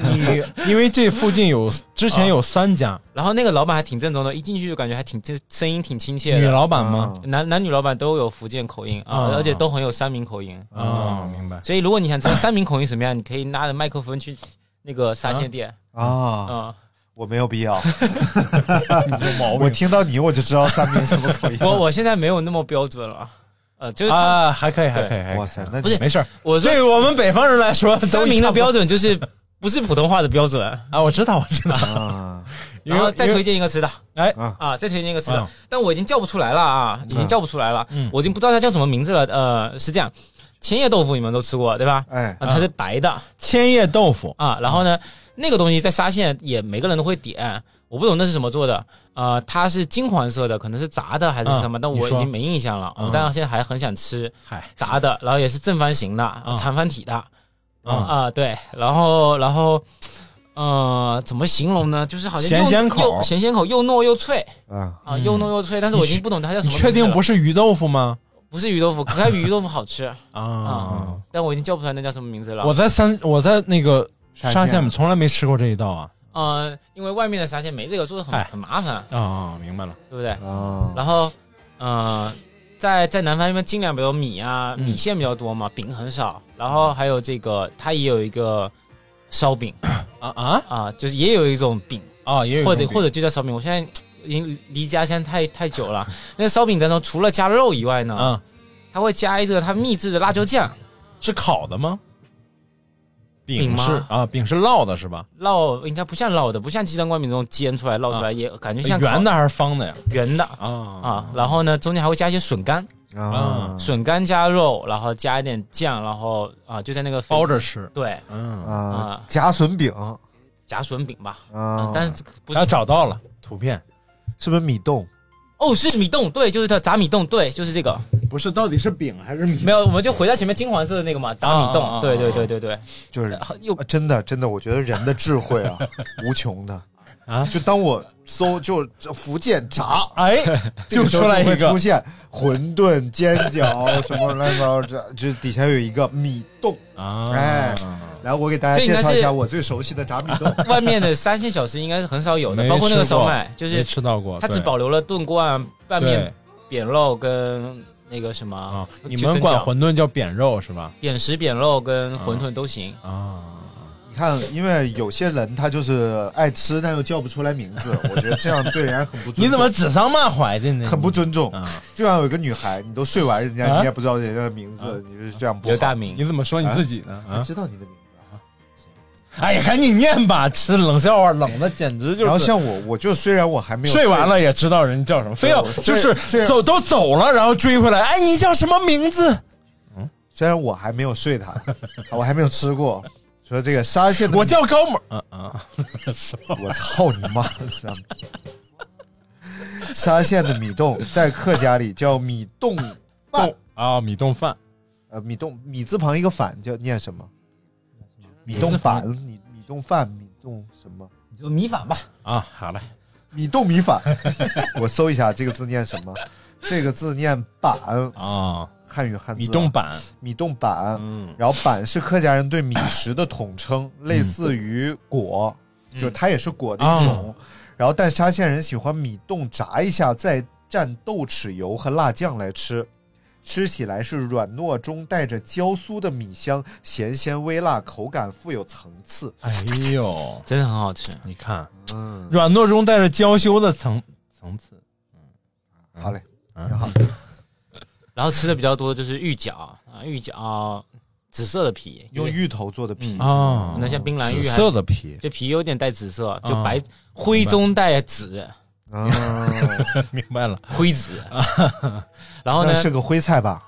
Speaker 7: 你因为这附近有之前有三家
Speaker 8: 然后那个老板还挺正宗的，一进去就感觉还挺这声音挺亲切
Speaker 7: 女
Speaker 8: 的，
Speaker 7: 老板吗？
Speaker 8: 男男女老板都有福建口音啊，
Speaker 7: 啊
Speaker 8: 而且都很有山民口音。
Speaker 7: 啊，明白。
Speaker 8: 所以如果你想知道山民口音什么样，你可以拿着麦克风去那个沙县店
Speaker 4: 啊，
Speaker 8: 啊。
Speaker 4: 我没有必要，
Speaker 7: 有毛
Speaker 4: 我听到你我就知道三明什么口音。
Speaker 8: [laughs] 我我现在没有那么标准了，呃，就是他
Speaker 7: 啊，还可以，还可以，还可以
Speaker 4: 哇塞，那
Speaker 8: 不是
Speaker 7: 没事儿。
Speaker 8: 我说
Speaker 7: 对于我们北方人
Speaker 8: [laughs]
Speaker 7: 来说，
Speaker 8: 三明的标准就是不是普通话的标准。
Speaker 7: 啊，我知道，我知道。
Speaker 4: 啊，
Speaker 7: [laughs] 因
Speaker 8: 然后
Speaker 7: 为
Speaker 8: 再推，荐一个吃的，
Speaker 7: 哎
Speaker 4: 啊
Speaker 8: 啊，再推荐一个吃的
Speaker 7: 啊，
Speaker 8: 但我已经叫不出来了啊，已经叫不出来了
Speaker 7: 嗯，
Speaker 8: 我已经不知道它叫什么名字了。呃，是这样，千叶豆腐你们都吃过对吧？
Speaker 4: 哎，
Speaker 8: 啊，它是白的
Speaker 7: 千叶豆腐
Speaker 8: 啊，然后呢，那个东西在沙县也每个人都会点，我不懂那是什么做的，呃，它是金黄色的，可能是炸的还是什么，
Speaker 7: 嗯
Speaker 8: 但
Speaker 7: 你
Speaker 8: 我已
Speaker 7: 说
Speaker 8: 经没印象了，
Speaker 7: 嗯
Speaker 8: 我但是现在还很想吃
Speaker 7: 嗨
Speaker 8: 炸的，然后也是正方形的
Speaker 7: 嗯，
Speaker 8: 长方体的，
Speaker 7: 嗯
Speaker 8: 啊，对，然后然后。呃，怎么形容呢？就是好像
Speaker 7: 咸
Speaker 8: 又
Speaker 7: 鲜口
Speaker 8: 又咸鲜口，又糯又脆
Speaker 4: 啊，
Speaker 8: 啊，又糯又脆。但是
Speaker 7: 你
Speaker 8: 我已经
Speaker 7: 确
Speaker 8: 不懂它叫什
Speaker 7: 你
Speaker 8: 么名字
Speaker 7: 确
Speaker 8: 了。
Speaker 7: 定不是鱼豆腐吗？
Speaker 8: 不是鱼豆腐？可它比鱼豆腐好吃
Speaker 7: 啊
Speaker 8: 啊，但我已经叫不出来那叫什么名字了。
Speaker 7: 我在三，我在那个
Speaker 4: 沙
Speaker 7: 沙
Speaker 4: 县
Speaker 7: 县从来没吃过这一道啊
Speaker 8: 呃，因为外面的沙县没这个，做的很
Speaker 7: 哎
Speaker 8: 很麻烦，
Speaker 7: 啊、啊明白了，
Speaker 8: 对不对？
Speaker 4: 啊，
Speaker 8: 然后，呃，在在南方那边尽量比较米
Speaker 7: 嗯
Speaker 8: 啊，米线比较多嘛，饼很少。然后还有这个，它也有一个烧饼
Speaker 7: 啊啊
Speaker 8: 啊，就是也有一种饼，
Speaker 7: 啊，也有
Speaker 8: 或者或
Speaker 7: 者
Speaker 8: 者就叫烧饼。我现在已经离家乡太太久
Speaker 7: [laughs]
Speaker 8: 了，那个烧饼当中除了加肉以外呢，
Speaker 7: 嗯，
Speaker 8: 它会加一个它秘制的辣椒酱，
Speaker 7: 是烤的吗？
Speaker 8: 饼吗
Speaker 7: 是啊，饼是烙的是吧？
Speaker 8: 烙应该不像烙的，不像鸡蛋灌饼这种煎出来烙出来，
Speaker 7: 啊
Speaker 8: 也感觉像烤
Speaker 7: 圆的还是方的呀？
Speaker 8: 圆的
Speaker 7: 啊
Speaker 8: 啊。然后呢，中间还会加一些笋干。
Speaker 7: 嗯
Speaker 4: 啊
Speaker 8: 笋干加肉，然后加一点酱，然后啊就在那个
Speaker 7: 包着吃，
Speaker 8: 对
Speaker 7: 嗯，
Speaker 4: 啊
Speaker 8: 啊，
Speaker 4: 夹笋饼
Speaker 8: 夹笋饼吧，
Speaker 4: 啊
Speaker 8: 嗯，，但是不是
Speaker 7: 然后找到了图片，
Speaker 4: 是不是米冻？
Speaker 8: 哦是米冻，对，就是它炸米冻，对，就是这个，
Speaker 7: 不是到底是饼还是米
Speaker 8: 没有，我们就回到前面金黄色的那个嘛，炸米
Speaker 7: 啊啊啊
Speaker 8: 冻，
Speaker 7: 啊
Speaker 8: 对对对对对，
Speaker 4: 就是
Speaker 8: 呃又
Speaker 4: 啊真的真的，我觉得人的智慧啊，无穷的
Speaker 7: 啊
Speaker 4: 就当我搜就这福建炸，
Speaker 7: [laughs] 哎，
Speaker 4: 这个时候
Speaker 7: 出来一
Speaker 4: 会出
Speaker 7: 个
Speaker 4: 现馄饨、煎饺什么乱七八糟，这就底下有一个米冻。
Speaker 7: 啊
Speaker 4: 哎来，我给大家
Speaker 8: 这应
Speaker 4: 介
Speaker 8: 该
Speaker 4: 绍一
Speaker 8: 是
Speaker 4: 下我最熟悉的炸米
Speaker 7: [laughs]
Speaker 4: 冻。
Speaker 8: 外面的三线小吃应该是很少有的，
Speaker 7: 没
Speaker 8: 包括那个
Speaker 7: 吃过
Speaker 8: 烧麦，就
Speaker 7: 没
Speaker 8: 是
Speaker 7: 吃到过，
Speaker 8: 它只
Speaker 7: 对
Speaker 8: 保留了炖罐、拌面
Speaker 7: 对、
Speaker 8: 扁肉跟那个什么
Speaker 7: 啊，你
Speaker 8: 就
Speaker 7: 们
Speaker 8: 蒸
Speaker 7: 管
Speaker 8: 饺
Speaker 7: 馄饨叫扁肉是吧？
Speaker 8: 扁食、扁肉跟馄饨都行，
Speaker 7: 啊，
Speaker 4: 你看，因为有些人他就是爱吃，但又叫不出来名字，我觉得这样对人家很不尊重。
Speaker 7: 你怎么指桑骂槐的呢？
Speaker 4: 很不尊重？
Speaker 7: 啊！
Speaker 4: 就像有一个女孩，你都睡完人家，
Speaker 7: 啊
Speaker 4: 你也不知道人家的名
Speaker 7: 啊
Speaker 4: 字，你就是这样不
Speaker 8: 刘
Speaker 4: 好。
Speaker 8: 大明
Speaker 7: [laughs] 你怎么说你自己呢？
Speaker 4: 我
Speaker 7: 啊！
Speaker 4: 知道你的名字啊。
Speaker 7: 哎呀，赶紧念吧，吃冷笑话，冷 [laughs] 的简直就是。
Speaker 4: 然后像我，我就虽然我还没有
Speaker 7: 睡完了也知道人叫什么，非要
Speaker 4: 对我
Speaker 7: 就
Speaker 4: 虽
Speaker 7: 是
Speaker 4: 然
Speaker 7: 走都走了，然后追回来，哎，你叫什么名字？
Speaker 4: 虽然我还没有睡
Speaker 7: [laughs]
Speaker 4: 它，我还没有吃过。说这个沙县的
Speaker 7: 我叫高某。啊 [laughs] 啊，
Speaker 4: 我操你妈！知道吗沙县的米冻在客家里叫米冻饭
Speaker 7: 冻，啊，米冻饭
Speaker 4: 呃，米冻米字旁一个反叫念什么？米冻板，米米冻饭，米冻什么？
Speaker 8: 就米饭吧，
Speaker 7: 啊，好嘞，
Speaker 4: 米冻米反。 [laughs] 我搜一下这个字念什么？这个字念板，
Speaker 7: 啊，
Speaker 4: 汉语汉字啊。
Speaker 7: 米冻板，
Speaker 4: 米冻板，
Speaker 7: 嗯
Speaker 4: 然后板是客家人对米食的统称，
Speaker 8: 嗯
Speaker 4: 类似于果，就它也是果的一种。
Speaker 8: 啊
Speaker 4: 然后，但沙县人喜欢米冻炸一下，再蘸豆豉油和辣酱来吃，吃起来是软糯中带着焦酥的米香，咸鲜微辣，口感富有层次。
Speaker 7: 哎呦，
Speaker 8: 真的很好吃。
Speaker 7: 你看，
Speaker 4: 嗯，
Speaker 7: 软糯中带着娇羞的层层次，
Speaker 8: 嗯
Speaker 4: 好嘞，挺好。
Speaker 8: 然后吃的比较多的就是芋饺啊，芋饺紫色的皮，
Speaker 4: 用
Speaker 8: 有点
Speaker 4: 芋头做的嗯皮，
Speaker 7: 啊
Speaker 8: 可能像槟榔
Speaker 7: 紫
Speaker 8: 芋还
Speaker 7: 色的皮，
Speaker 8: 这皮有点带紫色，就
Speaker 4: 哦
Speaker 7: 啊
Speaker 8: 白、灰中带紫，
Speaker 4: 啊， [laughs]
Speaker 7: 明白了，
Speaker 8: 灰紫。然后呢
Speaker 4: 那，是个徽菜吧？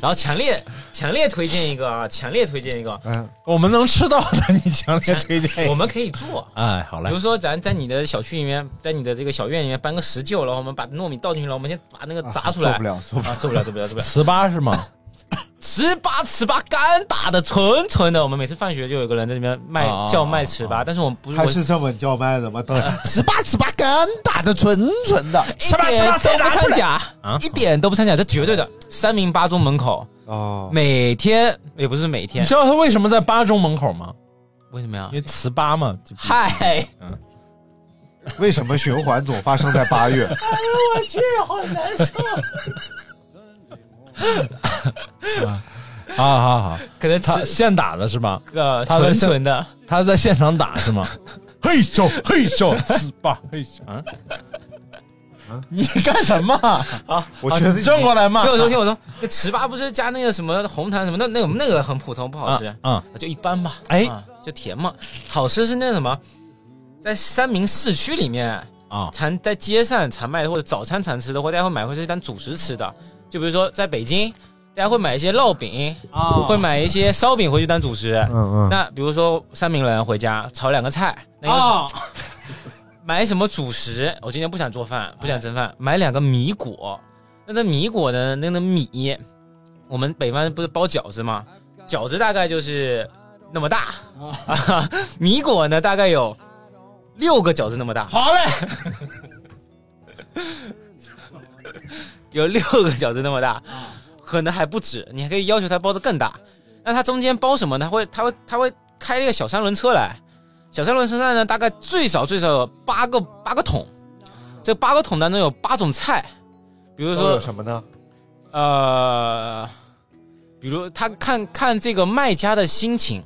Speaker 8: 然后强烈强烈推荐一个啊，强烈推荐
Speaker 4: [laughs]
Speaker 8: 一个，
Speaker 4: 嗯，
Speaker 7: 我们能吃到的，你强烈推荐。
Speaker 8: 我们可以做。
Speaker 7: 哎，好
Speaker 8: 比
Speaker 7: 嘞
Speaker 8: 如，说，咱在你的小区里面，在你的这个小院里面搬个石臼，然后我们把糯米倒进去了，我们先把那个砸出来。
Speaker 4: 啊做不了，做不了。
Speaker 8: 啊，做不了，做不了，做不了。
Speaker 7: 糍粑是吗？
Speaker 8: 糍粑，糍粑干打的纯纯的。我们每次放学就有个人在那边卖
Speaker 4: 哦
Speaker 7: 啊
Speaker 8: 叫卖糍粑，但是我们不是
Speaker 4: 他
Speaker 8: 我
Speaker 4: 是这么叫卖的吗？对，糍粑糍粑干打的纯纯的
Speaker 8: 一点都不掺假
Speaker 7: 啊哦
Speaker 8: 一点都不掺假，这绝对的。三零八中门口，
Speaker 4: 哦，
Speaker 8: 每天也不是每
Speaker 7: 你
Speaker 8: 天
Speaker 7: 知，道他为什么在八中门口吗？
Speaker 8: 为什么呀
Speaker 7: 因？为糍粑嘛。就
Speaker 8: 嗨，
Speaker 4: 为什么循环总发生在八月？
Speaker 7: 啊，好好，
Speaker 8: 可能
Speaker 7: 他
Speaker 8: 吃
Speaker 7: 现打的是吧？
Speaker 8: 呃
Speaker 7: 他的
Speaker 8: 纯纯的，
Speaker 7: 他在现场打是吗？嘿咻嘿咻，糍粑嘿咻啊！你干什么？啊，
Speaker 4: 我觉得
Speaker 7: 你正过来嘛。
Speaker 8: 听我说，听我说，那糍粑不是加那个什么红糖什么的，那那个那个很普通，不好吃
Speaker 7: 啊，啊
Speaker 8: 就一般吧。
Speaker 7: 哎
Speaker 8: 啊，就甜嘛，好吃是那什么，在三明市区里面
Speaker 7: 啊
Speaker 8: 常在街上常卖的，或者早餐常吃的，或者大家会买回去当主食吃的。就比如说在北京，大家会买一些烙饼，
Speaker 7: 啊
Speaker 8: 会买一些烧饼回去当主食。
Speaker 4: 嗯嗯，
Speaker 8: 那比如说三明人回家炒两个菜，那个
Speaker 7: 啊
Speaker 8: 买什么主食？我今天不想做饭，不想蒸饭，买两个米果。那这米果呢？那个米，我们北方不是包饺子吗？饺子大概就是那么大，啊、 [laughs] 米果呢大概有六个饺子那么大，
Speaker 7: 好嘞，
Speaker 8: 有六个饺子那么大，可能还不止。你还可以要求它包的更大。那它中间包什么呢？它会，它会，它会开了一个小三轮车来，小三轮车上呢，大概最少最少有八个八个桶，这八个桶当中有八种菜，比如
Speaker 4: 都
Speaker 8: 说
Speaker 4: 有什么呢？
Speaker 8: 呃，比如他看看这个卖家的心情，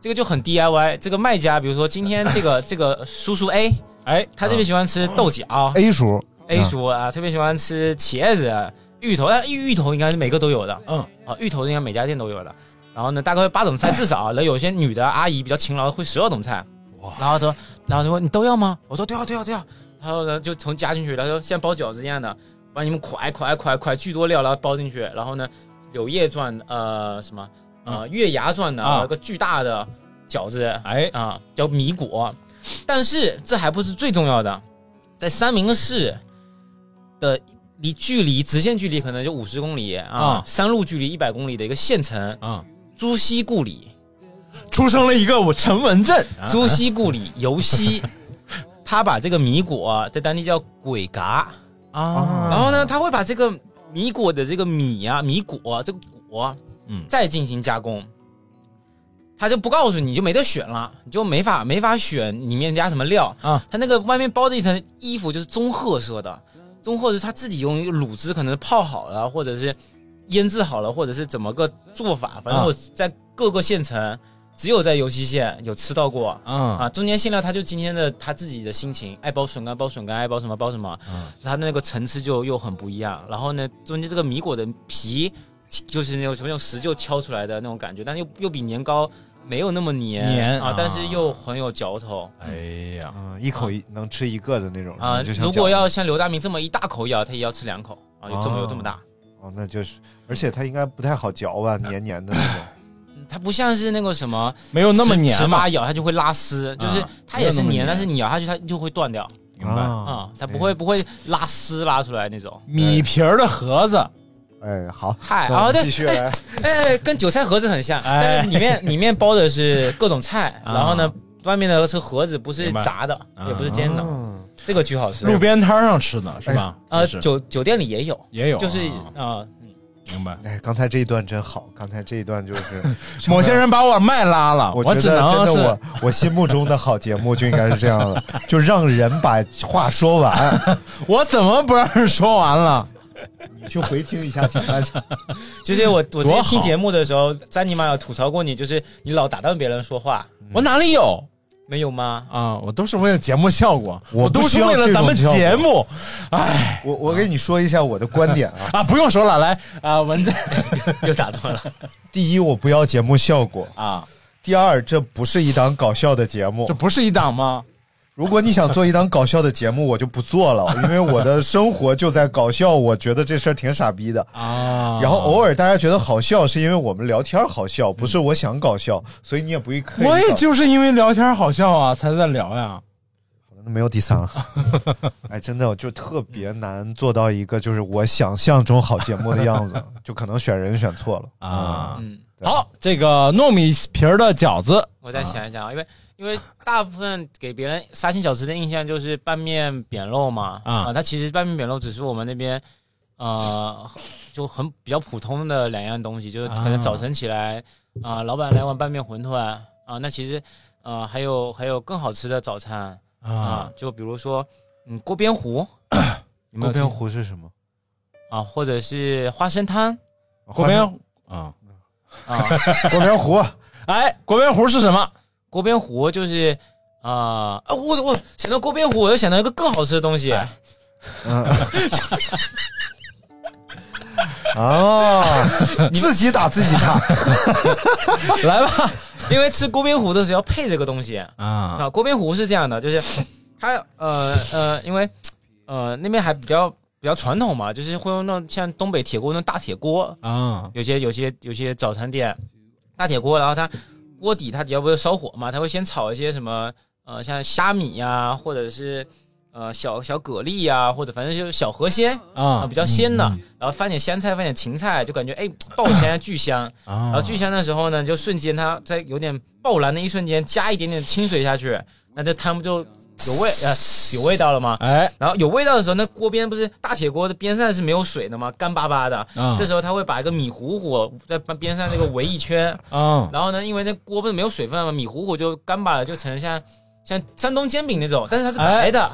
Speaker 8: 这个就很 DIY。这个卖家，比如说今天这个这个叔叔 A，
Speaker 7: 哎，
Speaker 8: 他特别喜欢吃豆角、
Speaker 4: A 叔
Speaker 8: A 叔啊，特别喜欢吃茄子、啊芋头，但芋芋头应该是每个都有的，
Speaker 7: 嗯
Speaker 8: 啊，芋头应该每家店都有的。然后呢，大概八种菜，至少啊那有些女的阿姨比较勤劳，会十二种菜。然后她说，然后她说你都要吗？我说都啊要，都要，都要。然后呢，就从夹进去，然后说像包饺子一样的，把你们蒯蒯蒯蒯巨多料，然后包进去。然后呢，柳叶状的呃什么呃月牙状的，
Speaker 7: 嗯啊
Speaker 8: 有一个巨大的饺子，
Speaker 7: 哎，
Speaker 8: 啊，叫米果。但是这还不是最重要的，在三明市的离距离直线距离可能就五十公里啊
Speaker 7: 啊，
Speaker 8: 山路距离一百公里的一个县城
Speaker 7: 啊，
Speaker 8: 朱熹故里，
Speaker 7: 出生了一个我陈文振，
Speaker 8: 朱熹故里尤
Speaker 7: [laughs]
Speaker 8: 溪，他把这个米果在当地叫鬼嘎，
Speaker 7: 啊，
Speaker 8: 然后呢，他会把这个米果的这个米啊、米果这个果，
Speaker 7: 嗯
Speaker 8: 再进行加工。他就不告诉你，你就没得选了，你就没法没法选里面加什么料
Speaker 7: 啊。
Speaker 8: 他那个外面包的一层衣服就是棕褐色的，棕褐是他自己用一个卤汁可能泡好了，或者是腌制好了，或者是怎么个做法。反正
Speaker 7: 啊
Speaker 8: 我在各个县城，只有在尤溪县有吃到过。
Speaker 7: 啊
Speaker 8: 啊，中间馅料他就今天的他自己的心情，爱包笋干包笋干，爱包什么包什么，
Speaker 7: 啊
Speaker 8: 他那个层次就又很不一样。然后呢，中间这个米果的皮就是那种什么用石臼敲出来的那种感觉，但又又比年糕没有那么黏
Speaker 7: 黏
Speaker 8: 啊
Speaker 7: 啊，
Speaker 8: 但是又很有嚼头
Speaker 7: 哎呀，
Speaker 4: 嗯，一口一能吃一个的那种
Speaker 8: 啊。
Speaker 4: 嗯就像
Speaker 8: 如果
Speaker 4: 饺子
Speaker 8: 要像刘大明这么一大口咬，他也要吃两口啊，有这么有这么大。
Speaker 4: 哦，那就是，而且它应该不太好嚼吧，黏黏的那种。
Speaker 8: 嗯它不像是那个什么
Speaker 7: 没有那么
Speaker 8: 糍
Speaker 7: 黏啊嘛
Speaker 8: 粑，咬它就会拉丝，就是
Speaker 7: 啊
Speaker 8: 它也是
Speaker 7: 没有那么
Speaker 8: 黏，
Speaker 7: 黏
Speaker 8: 但是你咬下去它就会断掉
Speaker 7: 明白？
Speaker 4: 哦
Speaker 8: 啊，它不会不会拉丝拉出来那种。
Speaker 7: 米皮儿的盒子，
Speaker 4: 哎，好，
Speaker 8: 嗨
Speaker 4: 那我
Speaker 8: 啊
Speaker 4: 们
Speaker 8: 对
Speaker 4: 继续来。
Speaker 8: 哎，跟韭菜盒子很像，
Speaker 7: 哎
Speaker 8: 但是里面里面包的是各种菜，
Speaker 7: [laughs] 啊
Speaker 8: 然后呢，外面的是盒子，不是
Speaker 7: 明白
Speaker 8: 炸的，
Speaker 7: 啊
Speaker 8: 也不是煎的，
Speaker 4: 嗯，
Speaker 8: 这个巨好吃。
Speaker 7: 路边摊上吃的是吧？
Speaker 8: 呃，
Speaker 7: 是
Speaker 8: 酒酒店里也有，
Speaker 7: 也有啊，
Speaker 8: 就是啊，
Speaker 7: 明白。
Speaker 4: 哎，刚才这一段真好，刚才这一段就是
Speaker 7: 某些人把我麦拉了，
Speaker 4: 我觉得
Speaker 7: 只
Speaker 4: 真
Speaker 7: 能
Speaker 4: 的
Speaker 7: 是
Speaker 4: 我我心目中的好节目就应该是这样的，就让人把话说完。 [laughs]
Speaker 7: 我怎么不让人说完了？
Speaker 4: 你去回听一下其他集，
Speaker 8: 就是我我之
Speaker 7: 多
Speaker 8: 前
Speaker 7: 好
Speaker 8: 听节目的时候，詹妮妈有吐槽过你，就是你老打断别人说话，
Speaker 7: 我哪里有
Speaker 8: 没有吗？
Speaker 7: 啊？我都是为了节目效果，
Speaker 4: 我
Speaker 7: 我
Speaker 4: 不
Speaker 7: 都
Speaker 4: 需
Speaker 7: 是
Speaker 4: 要
Speaker 7: 为了咱们
Speaker 4: 这种效果
Speaker 7: 节目。哎
Speaker 4: 我我给你说一下我的观点啊。
Speaker 7: 啊，不用说了，来啊，文振
Speaker 8: 又打断了，
Speaker 4: 第一，我不要节目效果；
Speaker 7: [laughs] 啊，
Speaker 4: 第二，这不是一档搞笑的节目
Speaker 7: 这。不是一档吗？
Speaker 4: 如果你想做一档搞笑的节目，我就不做了，因为我的生活就在搞笑，我觉得这事儿挺傻逼的。
Speaker 7: 啊，
Speaker 4: 然后偶尔大家觉得好笑，是因为我们聊天好笑，不是我想搞笑，所以你也不会刻意搞。
Speaker 7: 我也就是因为聊天好笑啊，才在聊呀。
Speaker 4: 没有第三
Speaker 7: [laughs]
Speaker 4: 了。哎，真的，我就特别难做到一个就是我想象中好节目的样
Speaker 7: [laughs]
Speaker 4: 子，就可能选人选错了。
Speaker 7: 啊，
Speaker 8: 嗯，
Speaker 7: 好，这个糯米皮儿的饺子，
Speaker 8: 我再想一想啊，因为因为大部分给别人沙县小吃的印象就是拌面扁肉嘛，
Speaker 7: 啊
Speaker 8: 它其实拌面扁肉只是我们那边呃 [laughs] 就很比较普通的两样东西，就是可能
Speaker 7: 啊
Speaker 8: 早晨起来啊、老板来碗拌面馄饨啊、那其实呃还有还有更好吃的早餐啊、
Speaker 7: 啊
Speaker 8: 就比如说嗯锅边糊，你
Speaker 4: 锅
Speaker 8: 们有听
Speaker 4: 边糊是什么？
Speaker 8: 啊，或者是花生汤
Speaker 7: 锅边啊， [laughs]
Speaker 8: 啊，
Speaker 4: 锅边糊，
Speaker 7: 哎，锅边糊是什么？
Speaker 8: 锅边糊就是啊、啊，我我想到锅边糊，我又想到一个更好吃的东西。
Speaker 4: [laughs] 啊，
Speaker 7: [laughs]
Speaker 4: 自己打自己看。
Speaker 8: [laughs] 来吧，因为吃锅边糊的时候要配这个东西啊。
Speaker 7: 啊
Speaker 8: 锅边糊是这样的，就是它呃呃，因为呃那边还比较比较传统嘛，就是会用那种像东北铁锅那种大铁锅，
Speaker 7: 啊
Speaker 8: 有些有些有些早餐店大铁锅，然后它锅底它底下不是烧火嘛，它会先炒一些什么呃像虾米呀、或者是呃小小蛤蜊呀、或者反正就是小河鲜啊、
Speaker 7: 啊
Speaker 8: 比较鲜的，然后放点香菜，放点芹菜，就感觉哎爆香巨香。然
Speaker 7: 啊
Speaker 8: 后，聚香的时候呢，就瞬间它在有点爆燃的一瞬间，加一点点清水下去，那这汤不就有味呃有味道了吗？
Speaker 7: 哎，
Speaker 8: 然后有味道的时候，那锅边不是大铁锅的边上是没有水的吗？干巴巴的。
Speaker 7: 嗯
Speaker 8: 这时候他会把一个米糊糊在边上这个围一圈，
Speaker 7: 嗯，
Speaker 8: 然后呢，因为那锅不是没有水分嘛，米糊糊就干巴了，就成像像山东煎饼那种，但是它是
Speaker 7: 哎
Speaker 8: 白的，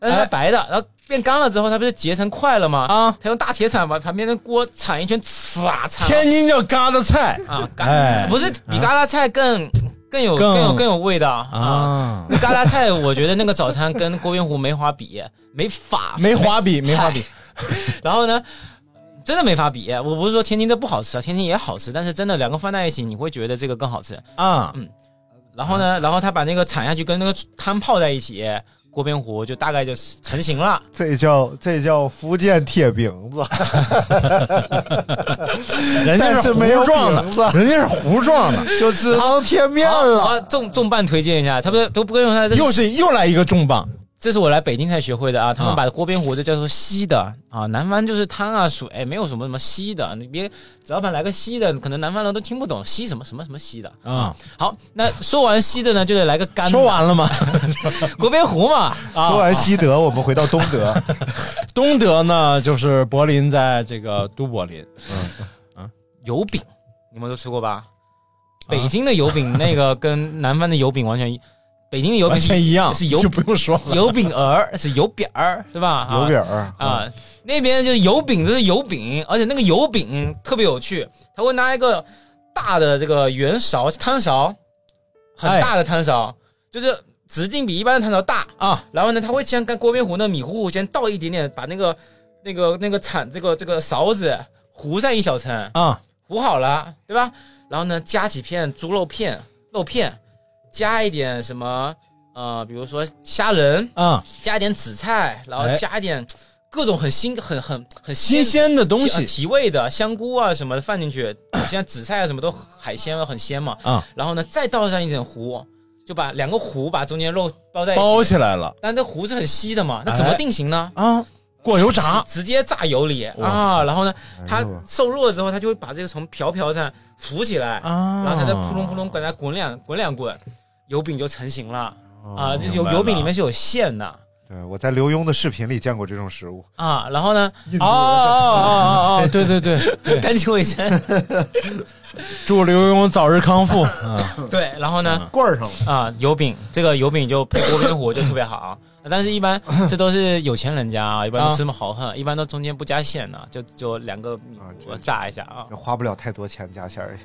Speaker 8: 但是它白的，然后变干了之后，它不是结成块了吗？
Speaker 7: 啊，
Speaker 8: 他用大铁铲把旁边的锅铲一圈，呲啊铲
Speaker 7: 天津叫疙瘩菜
Speaker 8: 啊，
Speaker 7: 哎
Speaker 8: 嘎不是比嘎啦菜更更有
Speaker 7: 更
Speaker 8: 更有更有味道啊。
Speaker 7: 啊，
Speaker 8: 嘎啦菜，我觉得那个早餐跟郭边湖没法比，没法
Speaker 7: 没法比，没法比，
Speaker 8: [laughs] 然后呢，真的没法比。我不是说天津的不好吃啊，天津也好吃，但是真的两个放在一起，你会觉得这个更好吃。
Speaker 7: 啊
Speaker 8: 然后
Speaker 7: 嗯
Speaker 8: 呢，然后他把那个铲下去，跟那个汤泡在一起，锅边糊就大概就成型了。
Speaker 4: 这叫这叫福建铁饼
Speaker 7: [laughs]
Speaker 4: 子，
Speaker 7: 人家
Speaker 4: 但是没有
Speaker 7: 糊状
Speaker 4: 饼子
Speaker 7: 的，人家是糊状 [laughs] 的，
Speaker 4: 就只能贴面
Speaker 8: 好
Speaker 4: 了。
Speaker 8: 好重重磅推荐一下，他不是都不跟用他这
Speaker 7: 又是又来一个重磅，
Speaker 8: 这是我来北京才学会的啊，他
Speaker 7: 啊
Speaker 8: 们把锅边糊这叫做稀的啊，南方就是汤啊水，没有什么什么稀的，你别只要把来个稀的，可能南方人都听不懂稀什么什么什么稀的
Speaker 7: 啊。
Speaker 8: 好，那说完稀的呢，就得来个干的。
Speaker 7: 说完了吗？
Speaker 8: 锅边糊嘛啊，
Speaker 4: 说完西德，我们回到东德。 [laughs]
Speaker 7: 东德呢，就是柏林，在这个都柏林，
Speaker 8: 油饼，你们都吃过吧？
Speaker 7: 啊
Speaker 8: 北京的油饼那个跟南方的油饼完全一，北京的油饼
Speaker 7: 完
Speaker 8: 是
Speaker 7: 全一样， [laughs]
Speaker 8: 是油
Speaker 7: 就不用说了。
Speaker 8: 油饼儿，是油饼儿，是吧？啊
Speaker 4: 油饼儿
Speaker 8: 啊，那边就是油饼，就是油饼，而且那个油饼特别有趣，他会拿一个大的这个圆勺汤勺，很大的汤勺，就是直径比一般的汤勺大
Speaker 7: 啊。
Speaker 8: 然后呢，他会先跟锅边糊那米糊糊先倒一点点，把那个那个那个铲这个这个勺子糊上一小层，
Speaker 7: 啊
Speaker 8: 糊好了，对吧？然后呢，加几片猪肉片、肉片，加一点什么呃，比如说虾仁，
Speaker 7: 啊，
Speaker 8: 加一点紫菜，然后
Speaker 7: 哎
Speaker 8: 加一点各种很新、很很很
Speaker 7: 新鲜的东
Speaker 8: 提
Speaker 7: 西
Speaker 8: 提味的香菇啊什么的放进去， [clears throat] 现在紫菜啊什么都海鲜啊很鲜嘛。
Speaker 7: 啊，
Speaker 8: 然后呢，再倒上一点糊，就把两个糊把中间肉包在一起。
Speaker 7: 包起来了
Speaker 8: 但这糊是很稀的嘛，那怎么
Speaker 7: 哎
Speaker 8: 定型呢？
Speaker 7: 啊，过油炸，哎
Speaker 8: 直直接炸油里啊，然后呢，它受热之后，它就会把这个从瓢瓢上浮起来，
Speaker 7: 啊
Speaker 8: 然后它再扑通扑通管它滚两滚两滚，油饼就成型了啊。这
Speaker 7: 哦明
Speaker 8: 油
Speaker 7: 白了
Speaker 8: 油饼里面是有馅的
Speaker 4: 对，我在刘墉的视频里见过这种食物。
Speaker 8: 啊，然后呢，
Speaker 7: 哦哦哦哦，对对对，
Speaker 4: [laughs]
Speaker 8: 干净卫生，
Speaker 7: 祝刘墉早日
Speaker 8: [laughs]
Speaker 7: 康复啊！
Speaker 4: 嗯
Speaker 8: 对，然后呢
Speaker 1: 棍儿上了。
Speaker 8: 啊，油饼这个油饼就配锅边糊就特别好啊。但是，一般这都是有钱人家啊，一般都吃不豪横，一般都中间不加馅的，就就两个米
Speaker 4: 啊
Speaker 8: 糊炸一下啊。
Speaker 4: 花不了太多钱加馅儿，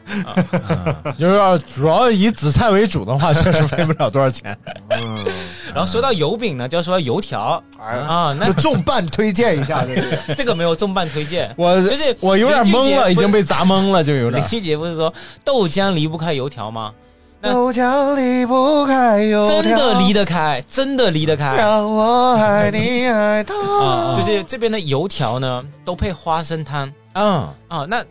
Speaker 7: 就是要主要以紫菜为主的话，确实费不了多
Speaker 4: [laughs]
Speaker 7: 少钱。。
Speaker 8: 然后说到油饼呢，就要说到油条
Speaker 4: 哎呀
Speaker 8: 啊，那
Speaker 4: 就重磅推荐一下这个。
Speaker 8: 这个没有重磅推荐
Speaker 4: [laughs]
Speaker 7: 我
Speaker 8: 就是
Speaker 7: 我有点懵了，
Speaker 8: 林俊杰不是
Speaker 7: 已经被砸懵了，就有点
Speaker 8: 林。俊杰不是说豆浆离不开油条吗？那
Speaker 4: 豆浆离不开油条，
Speaker 8: 真的离得开，真的离得开。
Speaker 4: 让我爱你爱到。
Speaker 7: 啊，
Speaker 8: 就是这边的油条呢，都配花生汤
Speaker 7: 嗯
Speaker 8: 啊。那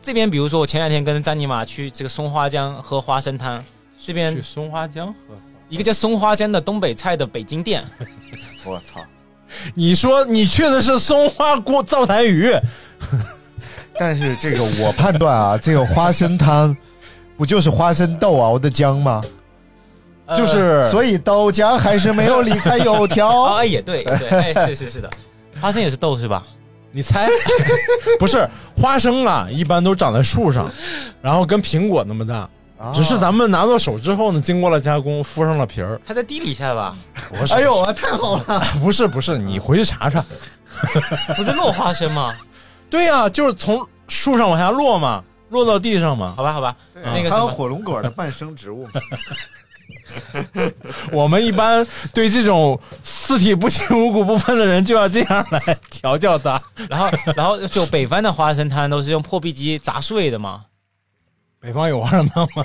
Speaker 8: 这边比如说，我前两天跟张尼玛去这个松花江喝花生汤，这边
Speaker 7: 松花江喝。
Speaker 8: 一个叫松花江的东北菜的北京店，
Speaker 4: [laughs] 我操！
Speaker 7: 你说你去的是松花锅灶台鱼，
Speaker 4: 但是这个我判断啊，这个花生汤不就是花生豆熬的浆吗？
Speaker 8: 呃
Speaker 7: 就是
Speaker 4: 所以豆浆还是没有离开油
Speaker 8: 哦，
Speaker 4: 条。
Speaker 8: [laughs] 哎也对对，哎是是是的，花生也是豆是吧？
Speaker 7: 你猜， [laughs] 不是花生啊，一般都长在树上，然后跟苹果那么大，
Speaker 4: 啊
Speaker 7: 只是咱们拿到手之后呢，经过了加工，敷上了皮儿。
Speaker 8: 它在地里下的吧？
Speaker 7: 不是，
Speaker 4: 哎呦嗯啊，太好了！
Speaker 7: 不是不是，你回去查查。
Speaker 8: 不是落花生吗？
Speaker 7: 对呀、就是从树上往下落嘛，落到地上嘛。
Speaker 8: 好吧好吧，嗯那个什
Speaker 4: 还有
Speaker 8: 么。
Speaker 4: 火龙果的伴生植物嘛，
Speaker 7: [laughs] 我们一般对这种四体不勤、五谷不分的人，就要这样来调教他。
Speaker 8: 然后，然后就北方的花生摊都是用破壁机砸碎的嘛。
Speaker 7: 北方有花生汤吗？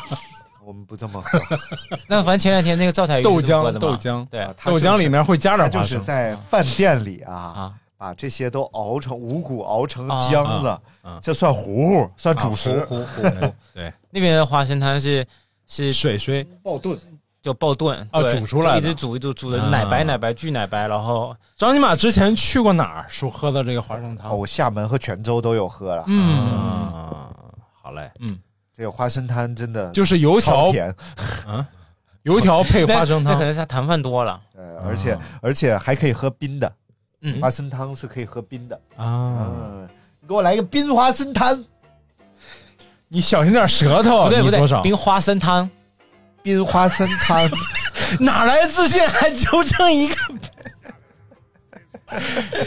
Speaker 4: 我们不这么喝。
Speaker 8: 那反正前两天那个灶台鱼是
Speaker 7: 豆
Speaker 8: 这么喝
Speaker 7: 浆，
Speaker 8: 的
Speaker 7: 豆
Speaker 8: 嘛，
Speaker 7: 浆，
Speaker 8: 对
Speaker 4: 啊它
Speaker 7: 豆浆里面会加
Speaker 4: 它
Speaker 7: 点花
Speaker 4: 就是
Speaker 7: 生。
Speaker 4: 在饭店里啊，
Speaker 8: 啊，
Speaker 4: 把这些都熬成五谷熬成浆
Speaker 7: 啊啊
Speaker 4: 子，这算糊糊，算主食。
Speaker 8: 啊糊糊糊。
Speaker 7: 对，
Speaker 8: [laughs] 那边的花生摊是是
Speaker 7: 水水
Speaker 4: 爆炖
Speaker 8: 就爆炖
Speaker 7: 啊
Speaker 8: 对
Speaker 7: 煮出来的
Speaker 8: 就一直煮一直煮的
Speaker 7: 啊
Speaker 8: 奶白奶白巨奶白，然后
Speaker 7: 张尼玛之前去过哪儿？说喝的这个花生汤。
Speaker 4: 哦，我厦门和泉州都有喝了。
Speaker 8: 嗯，
Speaker 7: 嗯，好嘞，
Speaker 4: 这个花生汤真的
Speaker 7: 就是油
Speaker 4: 超
Speaker 7: 条
Speaker 4: 甜，
Speaker 7: 油条配花生
Speaker 8: 那可
Speaker 7: 汤，
Speaker 8: 能是他糖分多了。
Speaker 4: 呃，而且而且还可以喝冰的，
Speaker 8: 啊嗯
Speaker 4: 花生汤是可以喝冰的。
Speaker 7: 啊，
Speaker 4: 嗯，你给我来一个冰花生汤，
Speaker 7: 你小心点舌头，
Speaker 8: 不对
Speaker 7: 哦你
Speaker 8: 不
Speaker 7: 多少
Speaker 8: 对，冰花生汤，
Speaker 4: 冰花生汤。 [laughs]
Speaker 7: 哪来自信还纠
Speaker 8: [laughs]
Speaker 7: 正一个？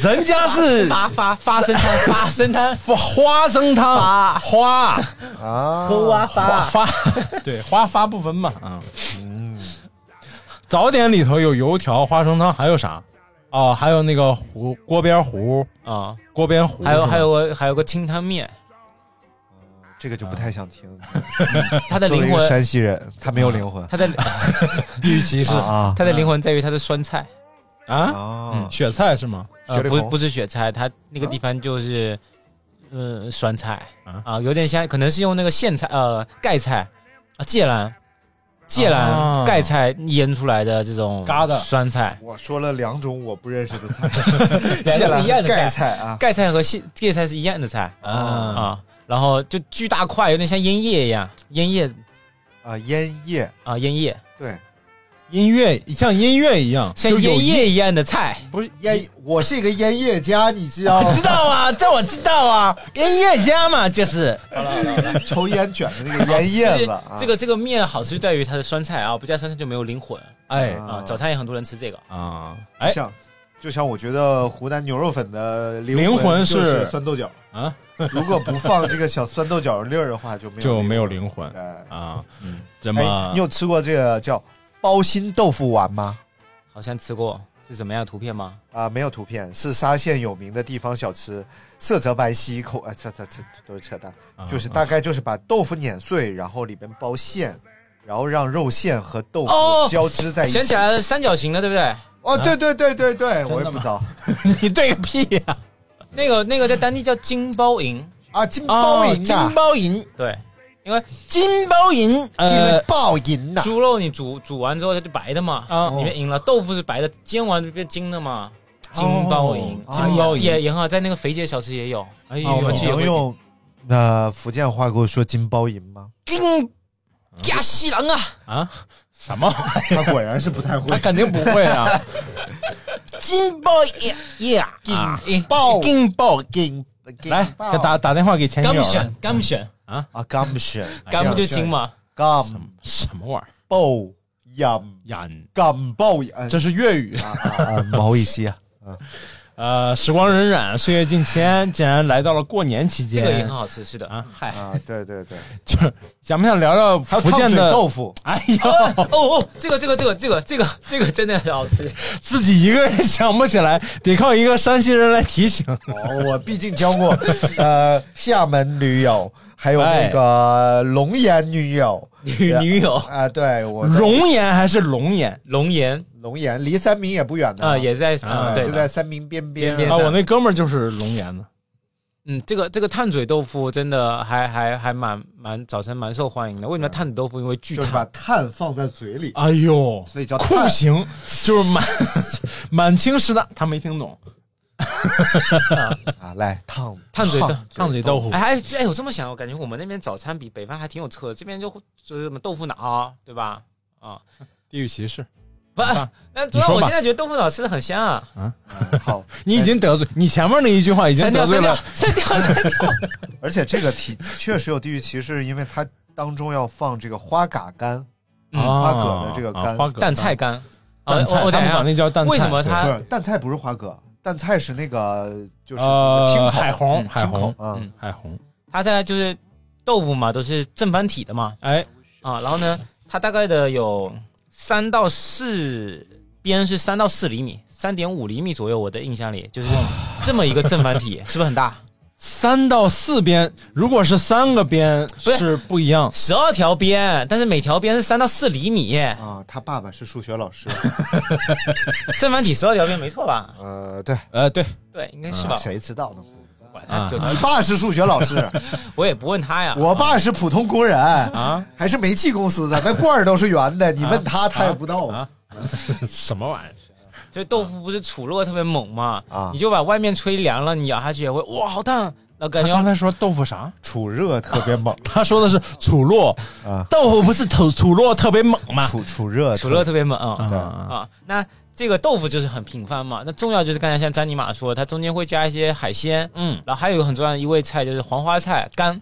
Speaker 7: 人家是
Speaker 8: 发发花生汤，花生汤，
Speaker 7: [laughs] 花生汤，花
Speaker 4: 啊，
Speaker 8: 花
Speaker 7: 花 [laughs] 发，对花发不分嘛啊。早点里头有油条、花生汤，还有啥？哦，还有那个糊锅边糊，
Speaker 8: 啊，
Speaker 7: 锅边糊，
Speaker 8: 还有还
Speaker 7: 有
Speaker 8: 有个还有个清汤
Speaker 7: [laughs]
Speaker 8: 面，
Speaker 4: 这个就不太想听。
Speaker 8: 他的
Speaker 4: 作为
Speaker 8: 灵
Speaker 4: 一个
Speaker 8: 魂，
Speaker 4: 山西人，他没有灵魂
Speaker 8: 他的
Speaker 7: 地域歧视
Speaker 4: 啊
Speaker 8: 他的灵魂在于他的酸菜，嗯
Speaker 7: 啊！
Speaker 4: 啊！
Speaker 7: 雪菜是吗？
Speaker 8: 呃，
Speaker 4: 雪里
Speaker 8: 不是
Speaker 4: 红
Speaker 8: 不是雪菜，它那个地方就是，呃，酸菜
Speaker 7: 啊
Speaker 8: 啊，有点像，可能是用那个苋菜呃盖菜啊芥兰。芥
Speaker 7: 啊
Speaker 8: 兰盖菜腌出来的这种
Speaker 7: 疙瘩
Speaker 8: 酸菜，
Speaker 4: 我说了两种我不认识的菜，
Speaker 8: [laughs]
Speaker 4: 芥
Speaker 8: 两种
Speaker 4: 兰
Speaker 8: 一样的菜
Speaker 4: 盖菜啊，
Speaker 8: 盖菜和苋芥菜是一样的菜
Speaker 7: 啊
Speaker 8: 啊，然后就巨大块，有点像烟叶一样，烟叶
Speaker 4: 啊烟叶，
Speaker 8: 啊烟叶，
Speaker 4: 对，
Speaker 7: 音乐像音乐一样，
Speaker 8: 像
Speaker 7: 就有
Speaker 8: 烟
Speaker 7: 一
Speaker 8: 叶一样的菜，
Speaker 4: 不是烟，我是一个烟叶家，你知道吗
Speaker 8: [laughs]
Speaker 7: 我？知道 [laughs] 啊，这我知道啊，音乐家嘛，就是
Speaker 4: 抽烟卷的那个
Speaker 8: [laughs]
Speaker 4: 烟叶
Speaker 8: 这
Speaker 4: 子啊，
Speaker 8: 这个这个面好吃就在于它的酸菜啊，不加酸菜就没有灵魂
Speaker 7: 哎
Speaker 8: 啊。早餐也很多人吃这个，
Speaker 7: 啊，哎
Speaker 4: 像就像我觉得湖南牛肉粉的
Speaker 7: 灵魂
Speaker 4: 就是是酸豆角，
Speaker 7: 啊，
Speaker 4: [laughs] 如果不放这个小酸豆角粒儿的话，就没有
Speaker 7: 就没有
Speaker 4: 魂
Speaker 7: 灵魂
Speaker 4: 哎
Speaker 7: 啊，怎
Speaker 4: 哎，
Speaker 7: 么
Speaker 4: 你有吃过这个叫包心豆腐丸吗？
Speaker 8: 好像吃过，是什么样的图片吗？
Speaker 4: 啊，没有图片，是沙县有名的地方小吃，色泽白皙，口啊，这这这这都是扯淡，
Speaker 7: 啊
Speaker 4: 就是大概就是把豆腐碾碎，然后里边包馅，然后让肉馅和豆
Speaker 8: 哦
Speaker 4: 腐交织在一起。
Speaker 8: 想起来了，三角形的，对不对？
Speaker 4: 哦，对对对对对，
Speaker 7: 啊的
Speaker 4: 我也不知道
Speaker 7: 你对个屁呀！
Speaker 8: 那个那个在当地叫金包银，
Speaker 4: 啊，金包银呐、
Speaker 7: 哦金包银，
Speaker 8: 对，因为
Speaker 7: 金包银，呃
Speaker 4: 金包银呐、
Speaker 8: 猪肉你煮煮完之后它就白的嘛，
Speaker 7: 啊
Speaker 8: 里面银了，豆腐是白的，煎完就变金的嘛。金包银，
Speaker 7: 哦金包银
Speaker 8: 也也很好，在那个肥姐小吃也有。
Speaker 4: 啊，
Speaker 7: 哎呦
Speaker 4: 我
Speaker 8: 哦我记
Speaker 4: 能用呃福建话给我说金包银吗？
Speaker 8: 金加西郎啊，
Speaker 7: 啊，什么？
Speaker 4: [laughs] 他果然是不太
Speaker 7: 他
Speaker 4: 会。
Speaker 7: 肯定不会啊！ [laughs] 金包银呀，
Speaker 8: 银
Speaker 4: 爆
Speaker 7: 金包
Speaker 4: 金金
Speaker 7: 来
Speaker 4: 包
Speaker 7: 给打打电话给前女友
Speaker 8: 干
Speaker 7: 了
Speaker 8: 不选，干不选，
Speaker 4: 啊，干不
Speaker 8: [laughs]
Speaker 4: 是
Speaker 8: 干不就金？嘛？
Speaker 4: 干
Speaker 7: 什么玩意
Speaker 4: 爆银，
Speaker 7: 儿？银，
Speaker 4: 干爆银，
Speaker 7: [laughs] 这是粤语。
Speaker 4: 啊啊 [laughs] 啊，不好意思啊。
Speaker 7: 呃，时光荏苒，岁月静迁，竟然来到了过年期
Speaker 8: 这
Speaker 7: 间。
Speaker 8: 个也很好吃，是的啊。嗨，
Speaker 4: 啊，对对 [laughs] 对，
Speaker 7: 就是想不想聊聊
Speaker 4: 还有
Speaker 7: 福
Speaker 4: 烫
Speaker 7: 建
Speaker 4: 嘴
Speaker 7: 的
Speaker 4: 豆？腐，
Speaker 7: 哎呦，
Speaker 8: 哦哦，这个这个这个这个这个这个真的很好吃，
Speaker 7: 自己一个人想不起来，得靠一个山西人来提醒。
Speaker 4: 哦，我毕竟交过 [laughs] 呃厦门女友，还有
Speaker 8: 哎
Speaker 4: 那个龙岩女友
Speaker 8: 女女友
Speaker 4: 啊，对我在
Speaker 7: 熔岩还是龙岩？
Speaker 8: 龙岩
Speaker 4: 龙岩离三明也不远的
Speaker 8: 啊，也在
Speaker 7: 啊
Speaker 8: 啊，对
Speaker 4: 就
Speaker 8: 的
Speaker 4: 在三明边
Speaker 8: 边边哦
Speaker 7: 啊，
Speaker 4: 啊
Speaker 7: 我那哥们儿就是龙岩的。
Speaker 8: 嗯，这个这个碳水豆腐真的还还还蛮蛮早晨蛮受欢迎的。为什么碳水豆腐？因为巨
Speaker 4: 就是把
Speaker 8: 碳，
Speaker 4: 碳放在嘴里，
Speaker 7: 哎呦，
Speaker 4: 所以叫
Speaker 7: 酷
Speaker 4: 碳
Speaker 7: 刑就是满 [laughs] 满清十大，他没听懂。
Speaker 4: 啊，来烫
Speaker 8: 烫嘴豆
Speaker 7: 烫嘴豆腐
Speaker 8: 哎哎哎，我这么想，我感觉我们那边早餐比北方还挺有特色，这边就就是什么豆腐脑，对吧？啊，
Speaker 7: 地域歧视，
Speaker 8: 不
Speaker 7: 啊，
Speaker 8: 那主要
Speaker 7: 说
Speaker 8: 我
Speaker 7: 吧
Speaker 8: 现在觉得豆腐脑吃的很香啊，
Speaker 4: 腐嗯好，
Speaker 7: 你已经得罪你前面那一句话已经
Speaker 8: 删掉
Speaker 7: 得罪
Speaker 8: 删掉
Speaker 7: 了。
Speaker 8: 删掉删掉，
Speaker 4: 而且这个题确实有地域歧视，因为它当中要放这个花蛤干，
Speaker 8: 嗯
Speaker 4: 花蛤的这个
Speaker 7: 啊
Speaker 4: 干
Speaker 7: 花蛤哦
Speaker 8: 蛋菜，干，啊
Speaker 7: 蛋菜，
Speaker 8: 我我
Speaker 7: 他
Speaker 8: 等一
Speaker 7: 们
Speaker 8: 下
Speaker 7: 管那叫蛋菜。
Speaker 8: 为什么
Speaker 7: 对
Speaker 8: 它
Speaker 4: 不是蛋菜不是花蛤，蛋菜是那个就是
Speaker 7: 呃
Speaker 4: 青口
Speaker 7: 海虹
Speaker 4: 嗯
Speaker 7: 海
Speaker 4: 青
Speaker 7: 虹
Speaker 4: 口嗯
Speaker 8: 嗯
Speaker 7: 海虹？
Speaker 8: 它在就是豆腐嘛，都是正方体的嘛
Speaker 7: 哎，
Speaker 8: 啊，然后呢，它大概的有三到四边是三到四厘米，三点五厘米左右，我的印象里就是这么一个正方
Speaker 7: [laughs]
Speaker 8: 体，是不是很大？
Speaker 7: 三到四边，如果是三个边
Speaker 8: 不是
Speaker 7: 是不一样。
Speaker 8: 十二条边，但是每条边是三到四厘米，
Speaker 4: 啊，他爸爸是数学老
Speaker 7: [laughs]
Speaker 4: 师，
Speaker 8: 正方体十二条边没错吧？
Speaker 4: 呃，对，
Speaker 7: 呃，对，
Speaker 8: 对，应该是吧？
Speaker 7: 啊
Speaker 4: 谁知道呢？
Speaker 8: 管他就
Speaker 4: 你爸是数学老师，
Speaker 8: 我也不问他呀。
Speaker 4: 我爸是普通工人
Speaker 8: 啊，
Speaker 4: 还是煤气公司的，那罐儿都是圆的，
Speaker 7: 啊
Speaker 4: 你问他他也不知道。
Speaker 7: 什么玩意儿？
Speaker 8: 所以豆腐不是储热特别猛嘛？
Speaker 4: 啊
Speaker 8: 你就把外面吹凉了，你咬下去也会哇，好烫！那感觉
Speaker 7: 他刚才说豆腐啥？
Speaker 4: 储热特别猛。
Speaker 7: 他说的是储落，
Speaker 4: 啊
Speaker 7: 豆腐不是土储落特别猛吗？
Speaker 4: 储储
Speaker 7: [laughs]
Speaker 4: 热，
Speaker 8: 除了特别猛啊
Speaker 4: 对
Speaker 8: 啊，那这个豆腐就是很平凡嘛。那重要就是刚才像詹妮玛说，它中间会加一些海鲜，
Speaker 7: 嗯
Speaker 8: 然后还有一个很重要的一味菜就是黄花菜干，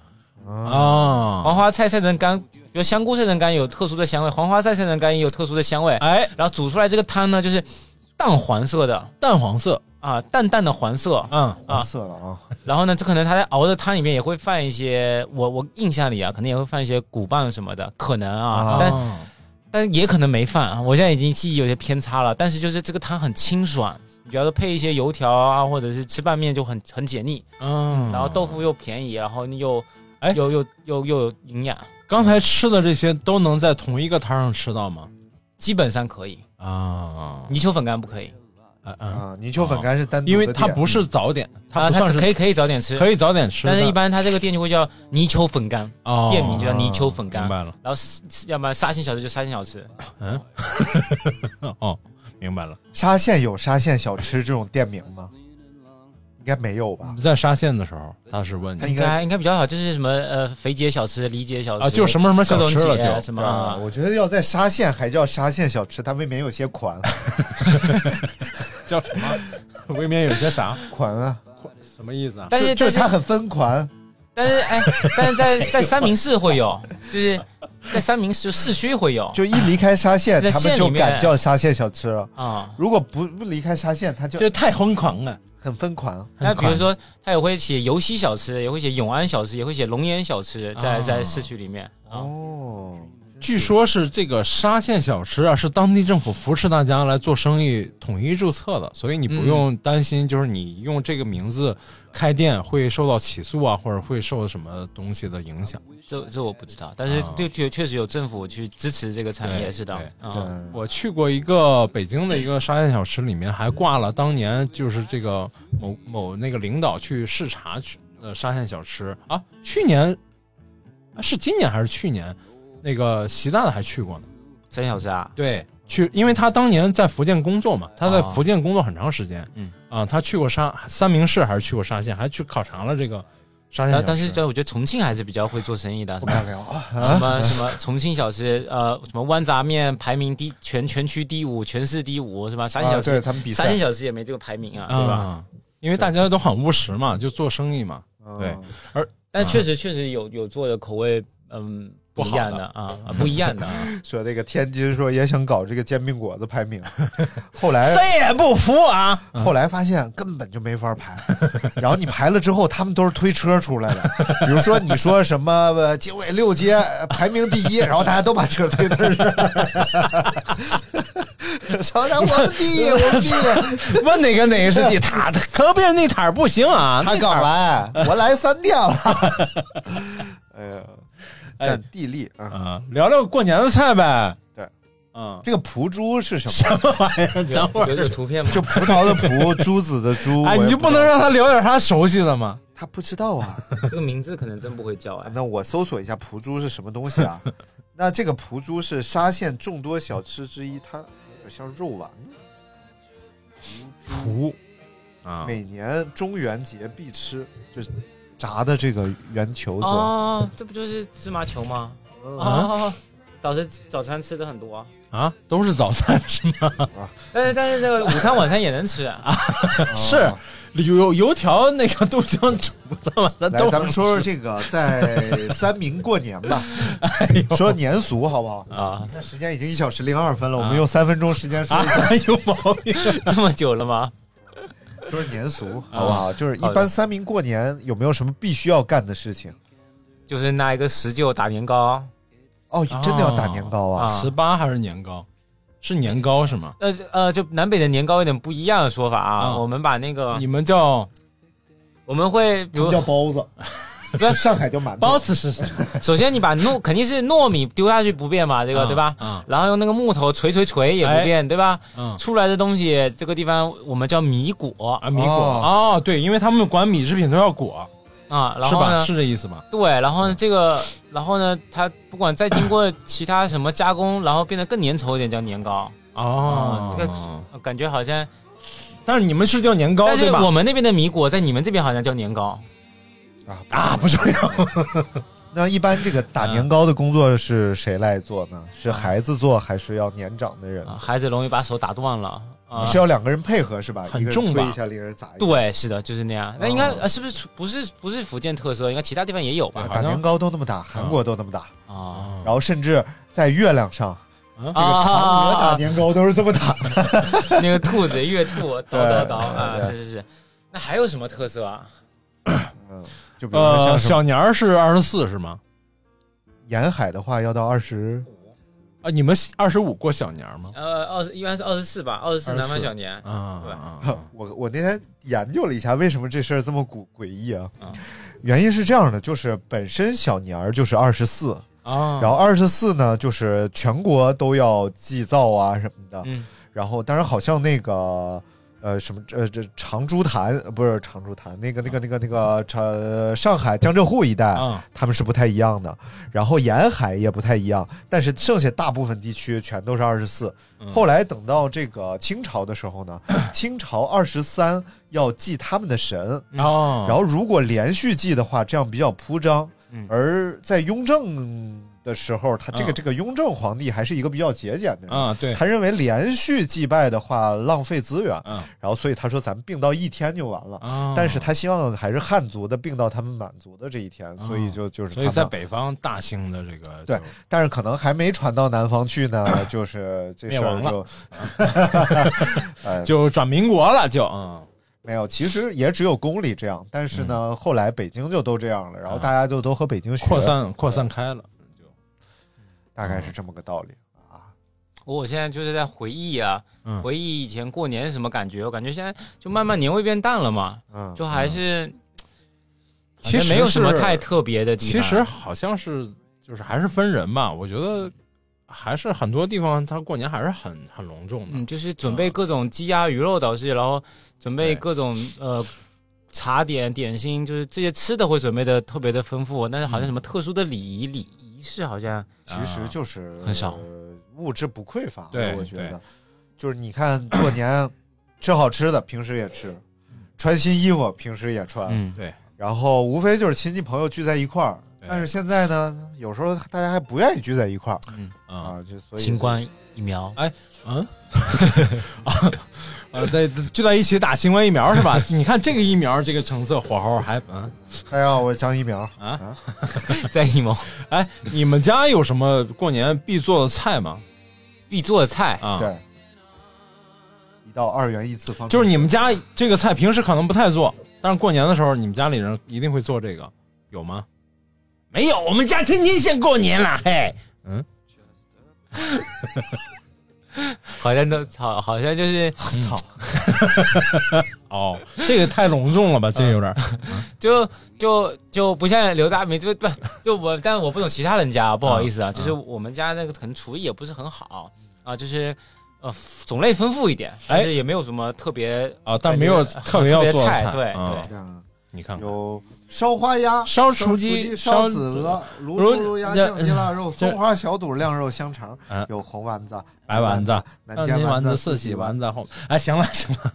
Speaker 4: 嗯
Speaker 7: 啊，
Speaker 8: 黄花菜晒成干，比如香菇晒成干有特殊的香味，黄花菜晒成干也有特殊的香味。
Speaker 7: 哎，
Speaker 8: 然后煮出来这个汤呢，就是淡黄色的
Speaker 7: 淡黄色，
Speaker 8: 啊，淡淡的黄色。
Speaker 7: 嗯，
Speaker 4: 黄色了啊，
Speaker 8: 然后呢，这可能他在熬的汤里面也会放一些，我我印象里啊，可能也会放一些骨棒什么的，可能啊，
Speaker 4: 啊
Speaker 8: 但但也可能没放啊。我现在已经记忆有些偏差了，但是就是这个汤很清爽，你比方说配一些油条啊，或者是吃拌面就很很解腻，
Speaker 7: 嗯，
Speaker 8: 然后豆腐又便宜，然后你又
Speaker 7: 哎
Speaker 8: 又又又又有营养，
Speaker 7: 刚才吃的这些都能在同一个摊上吃到吗？
Speaker 8: 基本上可以。
Speaker 7: 啊，
Speaker 8: 泥鳅粉干不可以，
Speaker 7: 啊啊，
Speaker 4: 啊，泥鳅粉干是单独的
Speaker 7: 因为它
Speaker 4: 店
Speaker 7: 不是早点，
Speaker 8: 啊，
Speaker 7: 它不
Speaker 8: 它
Speaker 7: 算是
Speaker 8: 可以可以早点吃，
Speaker 7: 可以早点吃的，
Speaker 8: 但是一般它这个店就会叫泥鳅粉干，
Speaker 7: 哦
Speaker 8: 店名就叫泥鳅粉干
Speaker 7: 明白了，嗯
Speaker 8: 然后是是要么沙县小吃就沙县小吃，
Speaker 7: [laughs] 哦，明白了，
Speaker 4: 沙县有沙县小吃这种店名吗？应该没有吧？
Speaker 7: 在沙县的时候，他是问
Speaker 4: 他
Speaker 7: 你
Speaker 4: 应
Speaker 8: 应
Speaker 4: 该
Speaker 8: 该应该比较好，就是什么呃肥姐小吃、李姐小吃
Speaker 7: 啊就是什么什么小吃了
Speaker 8: 各种姐
Speaker 7: 就
Speaker 8: 什么
Speaker 4: 啊，
Speaker 8: 啊
Speaker 4: 我觉得要在沙县还叫沙县小吃，它未免有些款 [laughs]
Speaker 7: 叫什么， [laughs] 未免有些啥，
Speaker 4: 款啊，
Speaker 7: 什么意思啊？
Speaker 8: 但是
Speaker 4: 就就
Speaker 8: 但
Speaker 4: 是它很分款
Speaker 8: 但是哎，但是在在三明市会
Speaker 4: [laughs]
Speaker 8: 有，就是在三明市市区会有
Speaker 4: 就一离开沙县，
Speaker 8: 在
Speaker 4: 他们
Speaker 8: 县
Speaker 4: 就
Speaker 8: 里面
Speaker 4: 敢叫沙县小吃了。
Speaker 8: 啊。
Speaker 4: 如果不不离开沙县，他就
Speaker 7: 这太疯狂啊了，
Speaker 4: 很分款。
Speaker 8: 那比如说，他也会写游溪小吃，也会写永安小吃，也会写龙岩小吃，在在市区里面啊。
Speaker 4: 哦，
Speaker 7: 据说是这个沙县小吃啊，是当地政府扶持大家来做生意统一注册的，所以你不用担心，就是你用这个名字开店会受到起诉啊，或者会受什么东西的影响。
Speaker 8: 这这我不知道，但是
Speaker 7: 啊
Speaker 8: 就确确实有政府去支持这个产业，
Speaker 7: 对
Speaker 8: 是的
Speaker 7: 对
Speaker 4: 哦对
Speaker 8: 啊。
Speaker 7: 我去过一个北京的一个沙县小吃，里面还挂了当年就是这个某某那个领导去视察去呃沙县小吃啊，去年啊是今年还是去年，那个习大大还去过呢。
Speaker 8: 三小时啊，
Speaker 7: 对，去，因为他当年在福建工作嘛，他在
Speaker 8: 啊
Speaker 7: 福建工作很长时间，
Speaker 8: 嗯
Speaker 7: 啊，他去过沙三明市，还是去过沙县，还去考察了这个沙县
Speaker 8: 然后
Speaker 7: 小吃。
Speaker 8: 但是但我觉得重庆还是比较会做生意的，
Speaker 4: 不敢聊啊，
Speaker 8: [laughs] 什么什么重庆小吃，呃，什么豌杂面排名第全全区第五，全市第五，是吧？沙县
Speaker 4: 啊
Speaker 8: 小
Speaker 4: 对
Speaker 8: 吃，
Speaker 4: 他们比
Speaker 8: 沙县
Speaker 4: 赛，
Speaker 8: 小吃也没这个排名啊，
Speaker 7: 啊
Speaker 8: 对吧？
Speaker 7: 因为大家都很务实嘛，就做生意嘛，
Speaker 8: 啊
Speaker 7: 对
Speaker 4: 嗯，
Speaker 8: 但确实确实有有做的口味，嗯，
Speaker 7: 不
Speaker 8: 不
Speaker 7: 好
Speaker 8: 一
Speaker 7: 的
Speaker 8: 样的啊，啊不一样的啊。 [laughs]
Speaker 4: 说这个天津说也想搞这个煎饼果子排名，后
Speaker 8: 哎
Speaker 4: 来
Speaker 7: 谁也不服啊！
Speaker 4: 后来发现根本就没法排， [laughs] 然后你排了之后，他们都是推车出来的。 [laughs] 比如说你说什么呃经纬六街呃排名第一， [laughs] 然后大家都把车推那 [laughs] 儿去。瞧瞧我们第一，我们
Speaker 7: [laughs]
Speaker 4: 第一，
Speaker 7: 问哪个哪个是地摊儿，隔壁那摊儿不行啊，
Speaker 4: 他刚来，我来三天了。 [laughs] 哎呀，占地利啊！
Speaker 7: 啊，聊聊过年的菜呗。
Speaker 4: 对，
Speaker 7: 嗯，
Speaker 4: 这个蒲猪是什
Speaker 7: 什
Speaker 4: 么？
Speaker 7: 么玩意儿？等会
Speaker 8: 有有
Speaker 7: 儿，
Speaker 8: 图片吗？
Speaker 4: 就葡萄的
Speaker 7: [laughs]
Speaker 4: 葡，珠子的珠。
Speaker 7: 哎，
Speaker 4: 我也
Speaker 7: 你就
Speaker 4: 不
Speaker 7: 不
Speaker 4: 知
Speaker 7: 能
Speaker 4: 道
Speaker 7: 让他聊点他熟悉的吗？
Speaker 4: 他不知道啊？
Speaker 8: 这个名字可能真不会叫哎。
Speaker 4: 那我搜索一下蒲猪是什么东西啊？那这个蒲猪是沙县众多小吃之一，它有点像肉丸子，
Speaker 7: 图啊，
Speaker 4: 每年中元节必吃，就是炸的这个圆球子。
Speaker 8: 哦，这不就是芝麻球吗？哦，早晨早餐吃的很多，
Speaker 7: 啊，都是早餐是吗？
Speaker 8: 但是但是这个午餐晚餐也能吃 [laughs] 啊。
Speaker 4: 哦
Speaker 7: 是油油条那个豆浆煮的嘛，咱
Speaker 4: 来，
Speaker 7: 都
Speaker 4: 咱们说说这个在三明过年吧，说年俗好不好？
Speaker 8: 啊，
Speaker 4: 那时间已经一小时零二分了，我们
Speaker 8: 啊
Speaker 4: 用三分钟时间
Speaker 7: [laughs]
Speaker 4: 说一下，
Speaker 7: 有毛
Speaker 4: [laughs]
Speaker 7: 病。
Speaker 8: 这么久了吗？
Speaker 4: 说是年俗好不好？就是一般三明过年有没有什么必须要干的事情？
Speaker 8: 就是拿一个石臼打年糕，
Speaker 4: 哦，真的要打年糕
Speaker 8: 啊
Speaker 4: 啊！
Speaker 7: 糍粑还是年糕？是年糕是吗？
Speaker 8: 呃呃，就南北的年糕有点不一样的说法啊。
Speaker 7: 嗯
Speaker 8: 我们把那个
Speaker 7: 你们叫
Speaker 8: 我们会，比
Speaker 4: 什么
Speaker 8: 如
Speaker 4: 叫包
Speaker 8: [laughs]
Speaker 4: 子
Speaker 8: 对？
Speaker 4: 上海叫馒头。
Speaker 7: 包子是什么？
Speaker 8: 首先你把糯肯定是糯米丢下去不变嘛，这个、
Speaker 7: 嗯
Speaker 8: 对吧？
Speaker 7: 嗯
Speaker 8: 然后用那个木头锤锤锤也不变，对吧？
Speaker 7: 嗯
Speaker 8: 出来的东西这个地方我们叫米果
Speaker 7: 啊，米果
Speaker 4: 哦
Speaker 7: 哦，对，因为他们管米制品都要果，
Speaker 8: 啊，然
Speaker 7: 是
Speaker 8: 后
Speaker 7: 吧？
Speaker 8: 呢？
Speaker 7: 是这意思吧？
Speaker 8: 对，然后呢这个，然后呢，它不管再经过其他什么加工，然后变得更粘稠一点叫年糕，
Speaker 7: 哦
Speaker 8: 啊这个呃感觉好像。
Speaker 7: 但是你们是叫年糕
Speaker 8: 但
Speaker 7: 对
Speaker 8: 是
Speaker 7: 吧？
Speaker 8: 我们那边的米果在你们这边好像叫年糕
Speaker 4: 啊
Speaker 7: 啊，不重要。
Speaker 8: [laughs]
Speaker 4: 那一般这个打年糕的工作是谁来做呢？是孩子做，还是要年长的人？
Speaker 8: 嗯啊孩子容易把手打断了啊。
Speaker 4: 是要两个人配合是吧？
Speaker 8: 很
Speaker 4: 一个人
Speaker 8: 重吧
Speaker 4: 推一下，另一个人砸一下。
Speaker 8: 对，是的，就是那样。那应该
Speaker 4: 哦
Speaker 8: 呃，是不是不是不是福建特色？应该其他地方也有吧？
Speaker 4: 啊打年糕都那么打，韩
Speaker 8: 嗯
Speaker 4: 国都那么打，
Speaker 8: 啊
Speaker 4: 然后甚至在月亮上，这
Speaker 8: 啊！
Speaker 4: 个嫦娥打年糕都是这么打的。
Speaker 8: 那个兔子月兔，叨叨叨
Speaker 4: 对
Speaker 8: 啊！
Speaker 4: 对
Speaker 8: 是是是。那还有什么特色啊？
Speaker 4: 嗯，就比如说
Speaker 7: 呃，
Speaker 4: 像什么
Speaker 7: 小年儿是二十四是吗？
Speaker 4: 沿海的话，要到二十
Speaker 7: 啊，你们二十五过小年儿吗？
Speaker 8: 呃，二十一般是二十四吧，二十四南方小年。
Speaker 7: 啊
Speaker 8: 对
Speaker 7: 啊，啊
Speaker 4: 我 [laughs] 我那天研究了一下，为什么这事儿这么古诡异啊
Speaker 8: 嗯？
Speaker 4: 原因是这样的，就是本身小年儿就是二十四，
Speaker 8: 啊
Speaker 4: 然后二十四呢，就是全国都要祭灶啊什么的。
Speaker 8: 嗯
Speaker 4: 然后，当然好像那个呃什么呃这长株潭呃不是长株潭，那个那个那个那个长、呃上海江浙沪一带、
Speaker 7: 啊
Speaker 4: 他们是不太一样的，然后沿海也不太一样，但是剩下大部分地区全都是二十四。
Speaker 7: 嗯
Speaker 4: 后来等到这个清朝的时候
Speaker 7: [coughs]
Speaker 4: 呢，清朝二十三要祭他们的神，
Speaker 7: 哦，
Speaker 4: 然后如果连续祭的话，这样比较铺张。
Speaker 8: 嗯
Speaker 4: 而在雍正的时候，他这个、
Speaker 7: 嗯
Speaker 4: 这个雍正皇帝还是一个比较节俭的人。
Speaker 7: 啊对，
Speaker 4: 他认为连续祭拜的话浪费资源，
Speaker 7: 嗯
Speaker 4: 然后所以他说咱们并到一天就完了。
Speaker 7: 啊，
Speaker 4: 但是他希望还是汉族的并到他们满族的这一天，所以就就是
Speaker 7: 嗯所以
Speaker 4: 他
Speaker 7: 在
Speaker 4: 们
Speaker 7: 北方大兴的这个
Speaker 4: 对
Speaker 7: 就
Speaker 4: 但是可能还没传到南方去
Speaker 7: [coughs]
Speaker 4: 呢，就是这
Speaker 7: 灭
Speaker 4: 事儿
Speaker 7: 亡了
Speaker 4: 就
Speaker 7: 就转民国了，就嗯
Speaker 4: 没有。其实也只有宫里这样，但是呢，后来北京就都这样了，然后大家就都和北京学，
Speaker 7: 嗯扩散扩散开了。
Speaker 4: 大概是这么个道理。
Speaker 8: 我现在就是在回忆啊，
Speaker 7: 嗯
Speaker 8: 回忆以前过年是什么感觉？我感觉现在就慢慢年味变淡了嘛，
Speaker 4: 嗯，
Speaker 8: 就还是好
Speaker 7: 其
Speaker 8: 像
Speaker 7: 实
Speaker 8: 没有什么
Speaker 7: 是
Speaker 8: 太特别的地
Speaker 7: 其
Speaker 8: 方。
Speaker 7: 实好像是就是还是分人吧，我觉得还是很多地方他过年还是很很隆重的。
Speaker 8: 嗯，就是准备各种鸡鸭鱼肉导致，然后准备
Speaker 7: 对
Speaker 8: 各种呃茶点、点心，就是这些吃的会准备的特别的丰富，但是好像什么特殊的礼仪、礼仪式好像
Speaker 4: 其实就是
Speaker 8: 很少
Speaker 4: 呃物质不匮乏。
Speaker 7: 啊对
Speaker 4: 我觉
Speaker 7: 对
Speaker 4: 得就是你看过年吃好吃的，平时也吃；穿新衣服，平时也穿。
Speaker 8: 嗯
Speaker 7: 对，
Speaker 4: 然后无非就是亲戚朋友聚在一块儿。
Speaker 7: 对
Speaker 4: 但是现在呢，有时候大家还不愿意聚在一块儿
Speaker 7: 啊
Speaker 4: 啊，就所以
Speaker 8: 新冠疫苗
Speaker 7: 嗯啊 [laughs] 啊，对，聚在一起打新冠疫苗是吧？ [laughs] 你看这个疫苗这个成色火候还 [laughs] 嗯。
Speaker 4: 大家好，哎我是张一鸣。
Speaker 8: 在疫苗
Speaker 7: 哎，你们家有什么过年必做的菜吗？
Speaker 8: 必做的菜，
Speaker 7: 啊，，
Speaker 4: 对，一到二元一次方程式，
Speaker 7: 就是你们家这个菜平时可能不太做，但是过年的时候你们家里人一定会做这个，有吗？没有，我们家天天现过年了，嘿，
Speaker 8: 好像都好，好像就是
Speaker 7: 操、哦，这个太隆重了吧，这有点儿，
Speaker 8: 就就就不像刘大明，就不就我，但我不懂其他人家，不好
Speaker 4: 嗯
Speaker 8: 意思啊，就是我们家那个可能厨艺也不是很好啊，就是呃种类丰富一点，
Speaker 4: 哎
Speaker 8: 但是也没有什么特别
Speaker 7: 啊但没有特别要做的菜
Speaker 8: 菜，对
Speaker 7: 啊
Speaker 8: 对。
Speaker 4: 嗯
Speaker 7: 你看看，
Speaker 4: 有烧花鸭、
Speaker 7: 烧雏
Speaker 4: 雏
Speaker 7: 鸡
Speaker 4: 烧
Speaker 7: 烧
Speaker 4: 子
Speaker 7: 子
Speaker 4: 鹅、卤
Speaker 7: 如
Speaker 4: 猪、卤鸭、
Speaker 7: 这
Speaker 4: 酱鸡腊
Speaker 7: [laughs]
Speaker 4: 肉、
Speaker 7: 这
Speaker 4: 松花小肚、晾肉香肠
Speaker 7: 嗯，
Speaker 4: 有红丸子、
Speaker 7: 白丸子、
Speaker 4: 南
Speaker 7: 煎
Speaker 4: 煎
Speaker 7: 丸
Speaker 4: 子、
Speaker 7: 四喜丸
Speaker 4: 子。
Speaker 7: 子后，哎，行了行了，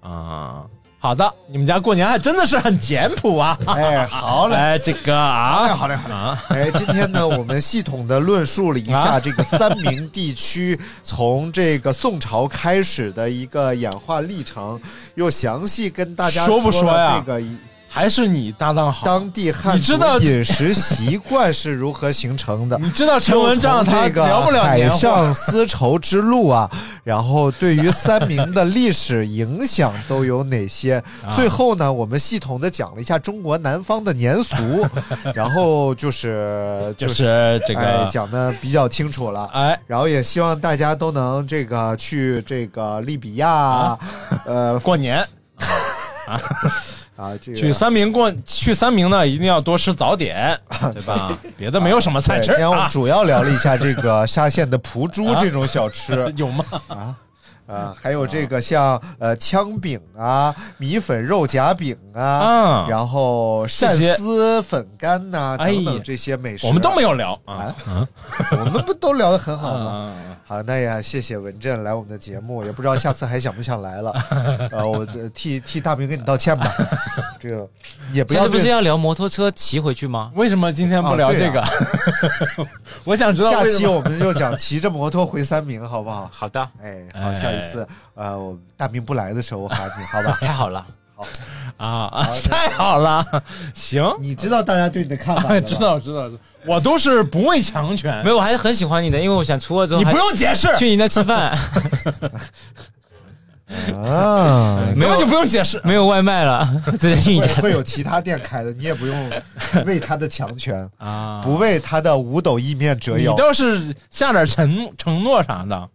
Speaker 7: [laughs] 啊，好的，你们家过年还真的是很简朴啊，
Speaker 4: 哎，好嘞，
Speaker 7: 哎，这个
Speaker 4: 好嘞，
Speaker 7: 啊，
Speaker 4: 好嘞，好嘞。
Speaker 7: 啊，
Speaker 4: 哎，今天呢，我们系统的论述了一下
Speaker 7: 啊
Speaker 4: 这个三明地区从这个宋朝开始的一个演化历程，又详细跟大家
Speaker 7: 说不说
Speaker 4: 了
Speaker 7: 呀
Speaker 4: 这个
Speaker 7: 还是你搭档好，
Speaker 4: 当地汉
Speaker 7: 你
Speaker 4: 族
Speaker 7: 知道
Speaker 4: 饮食习惯是如何形成的。
Speaker 7: [laughs] 你知道陈文章他
Speaker 4: 这个
Speaker 7: 聊不了
Speaker 4: 海
Speaker 7: 年货，
Speaker 4: 上丝绸之路啊， [laughs] 然后对于三明的历史影响都有哪些？
Speaker 7: 啊
Speaker 4: 最后呢，我们系统的讲了一下中国南方的年
Speaker 7: [laughs]
Speaker 4: 俗，然后就是
Speaker 7: 就
Speaker 4: 就是
Speaker 7: 这
Speaker 4: 哎
Speaker 7: 个，
Speaker 4: 讲的比较清楚了。
Speaker 7: 哎，
Speaker 4: 然后也希望大家都能这个去这个利比亚，啊、呃
Speaker 7: 过年
Speaker 4: 啊这个
Speaker 7: 去三明过去三明呢，一定要多吃早 [laughs] 点，对吧？别的没有什么菜
Speaker 4: 对
Speaker 7: 吃
Speaker 4: 今天我们
Speaker 7: 啊，
Speaker 4: 主要聊了一下这个沙县的蒲猪这种小吃，
Speaker 7: 有吗？
Speaker 4: 啊，还有这个像呃枪饼啊、米粉肉夹饼啊，
Speaker 7: 啊
Speaker 4: 然后鳝
Speaker 7: 这些
Speaker 4: 丝粉干呐、
Speaker 7: 哎呀
Speaker 4: 等等这些美食，
Speaker 7: 我们都没有聊啊，
Speaker 4: 啊，我们不都聊得很好吗？
Speaker 7: 啊，
Speaker 4: 好，那也谢谢文振来我们的节目，也不
Speaker 7: [laughs]
Speaker 4: 知道下次还想不想来了。呃，我呃替替大明给你道歉吧。这个也不
Speaker 8: 现
Speaker 4: 要
Speaker 8: 在不
Speaker 4: 对
Speaker 8: 是要聊摩托车骑回去吗？
Speaker 10: 为什么今天不聊这个？
Speaker 4: 啊
Speaker 7: [laughs]
Speaker 10: 我想知道
Speaker 4: 下
Speaker 10: 为什么
Speaker 4: 期我们就讲骑着摩托回三明，好不好？
Speaker 8: [laughs] 好的，
Speaker 4: 哎，好，下一次
Speaker 7: 哎
Speaker 4: 呃，我大明不来的时候我喊你，好吧？
Speaker 8: 太
Speaker 7: [laughs]
Speaker 8: 好了，
Speaker 10: 啊啊，太好了，行，
Speaker 4: 你知道大家对你的看法
Speaker 10: [laughs] 哎，
Speaker 4: 了
Speaker 7: [laughs]
Speaker 4: 吧
Speaker 10: 知道知道，知道我都是不畏强权
Speaker 4: 哎
Speaker 8: 没，有，我还是很喜欢你的，因为我想除了之后
Speaker 10: 你
Speaker 8: 还
Speaker 10: 不用解释，
Speaker 8: 去你那吃
Speaker 4: [laughs]
Speaker 8: 饭，
Speaker 4: 啊？
Speaker 8: 没
Speaker 10: 根
Speaker 8: 有
Speaker 10: 本就不用解释。
Speaker 8: 没有外卖了， [laughs] 直接去你家
Speaker 4: [laughs] 会会有其他店开的，你也不用为他的强权，
Speaker 10: [laughs] 啊
Speaker 4: 不为他的五斗意面折
Speaker 10: 你
Speaker 4: 腰。
Speaker 10: 倒是下点承承诺啥的，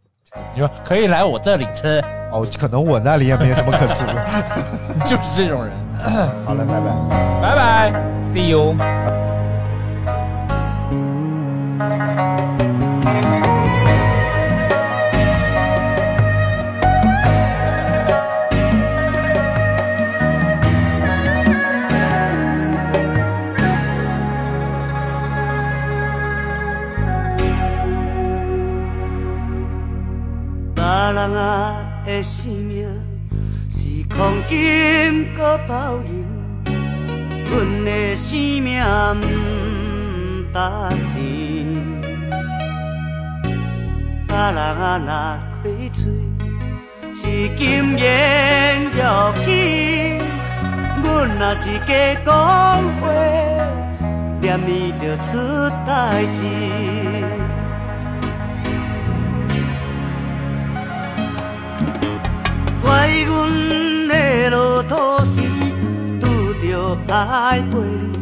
Speaker 10: 你说可以来我这里吃， [laughs]
Speaker 4: 哦，可能我那里也没什么可吃的。
Speaker 10: 就是这种人。
Speaker 4: 好了，拜拜。
Speaker 10: 拜拜。
Speaker 8: ，see you。
Speaker 7: 大人啊的生命是黄金搁包银，阮的生命毋值钱。大人啊若开嘴，是金言要紧，阮若是加讲话，念伊着出代志。怪阮的落土时，拄着歹陪你。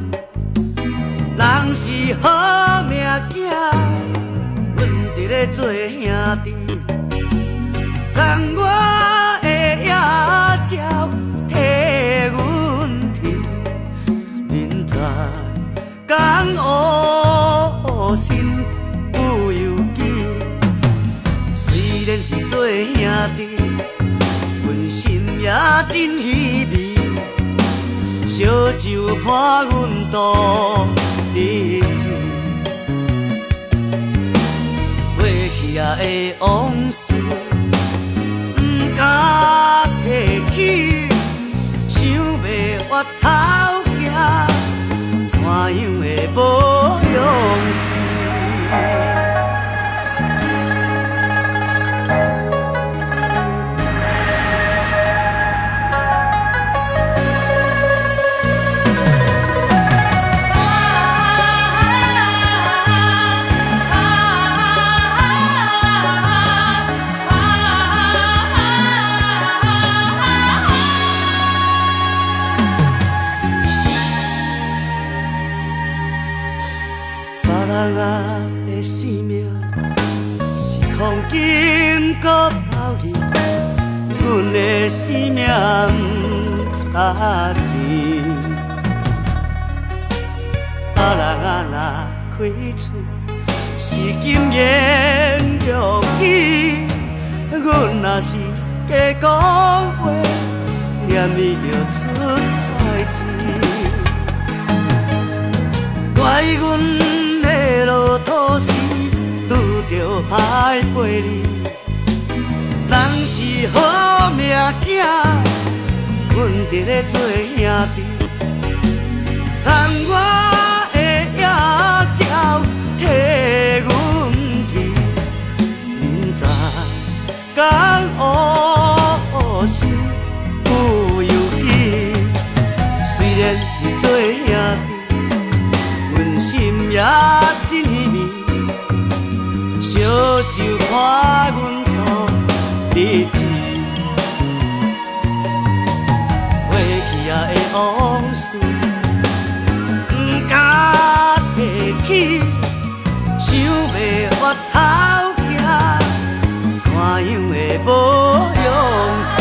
Speaker 7: 人是好命囝，阮伫咧做兄弟。共我的野鸟替阮啼，明知江湖心不由己。虽然是做兄弟。阮心也真稀微，烧酒伴阮度日子。过去啊的往事，不敢提起，想袂越头行，怎样会无勇气？别人啊的生命是黄金搁泡影，阮的生命毋值钱。别人啊若开嘴是金言玉语，阮若是加讲话，念伊着出代志。怪阮的落土时，拄着歹陪你。人是好命囝，阮伫咧做兄弟。同我的野鸟替阮啼，明知江湖心不由己。虽然是做兄弟。阮心也真稀微，烧酒看阮度日子。过去啊的往事，不敢提起，想袂越头行，怎样会无勇气？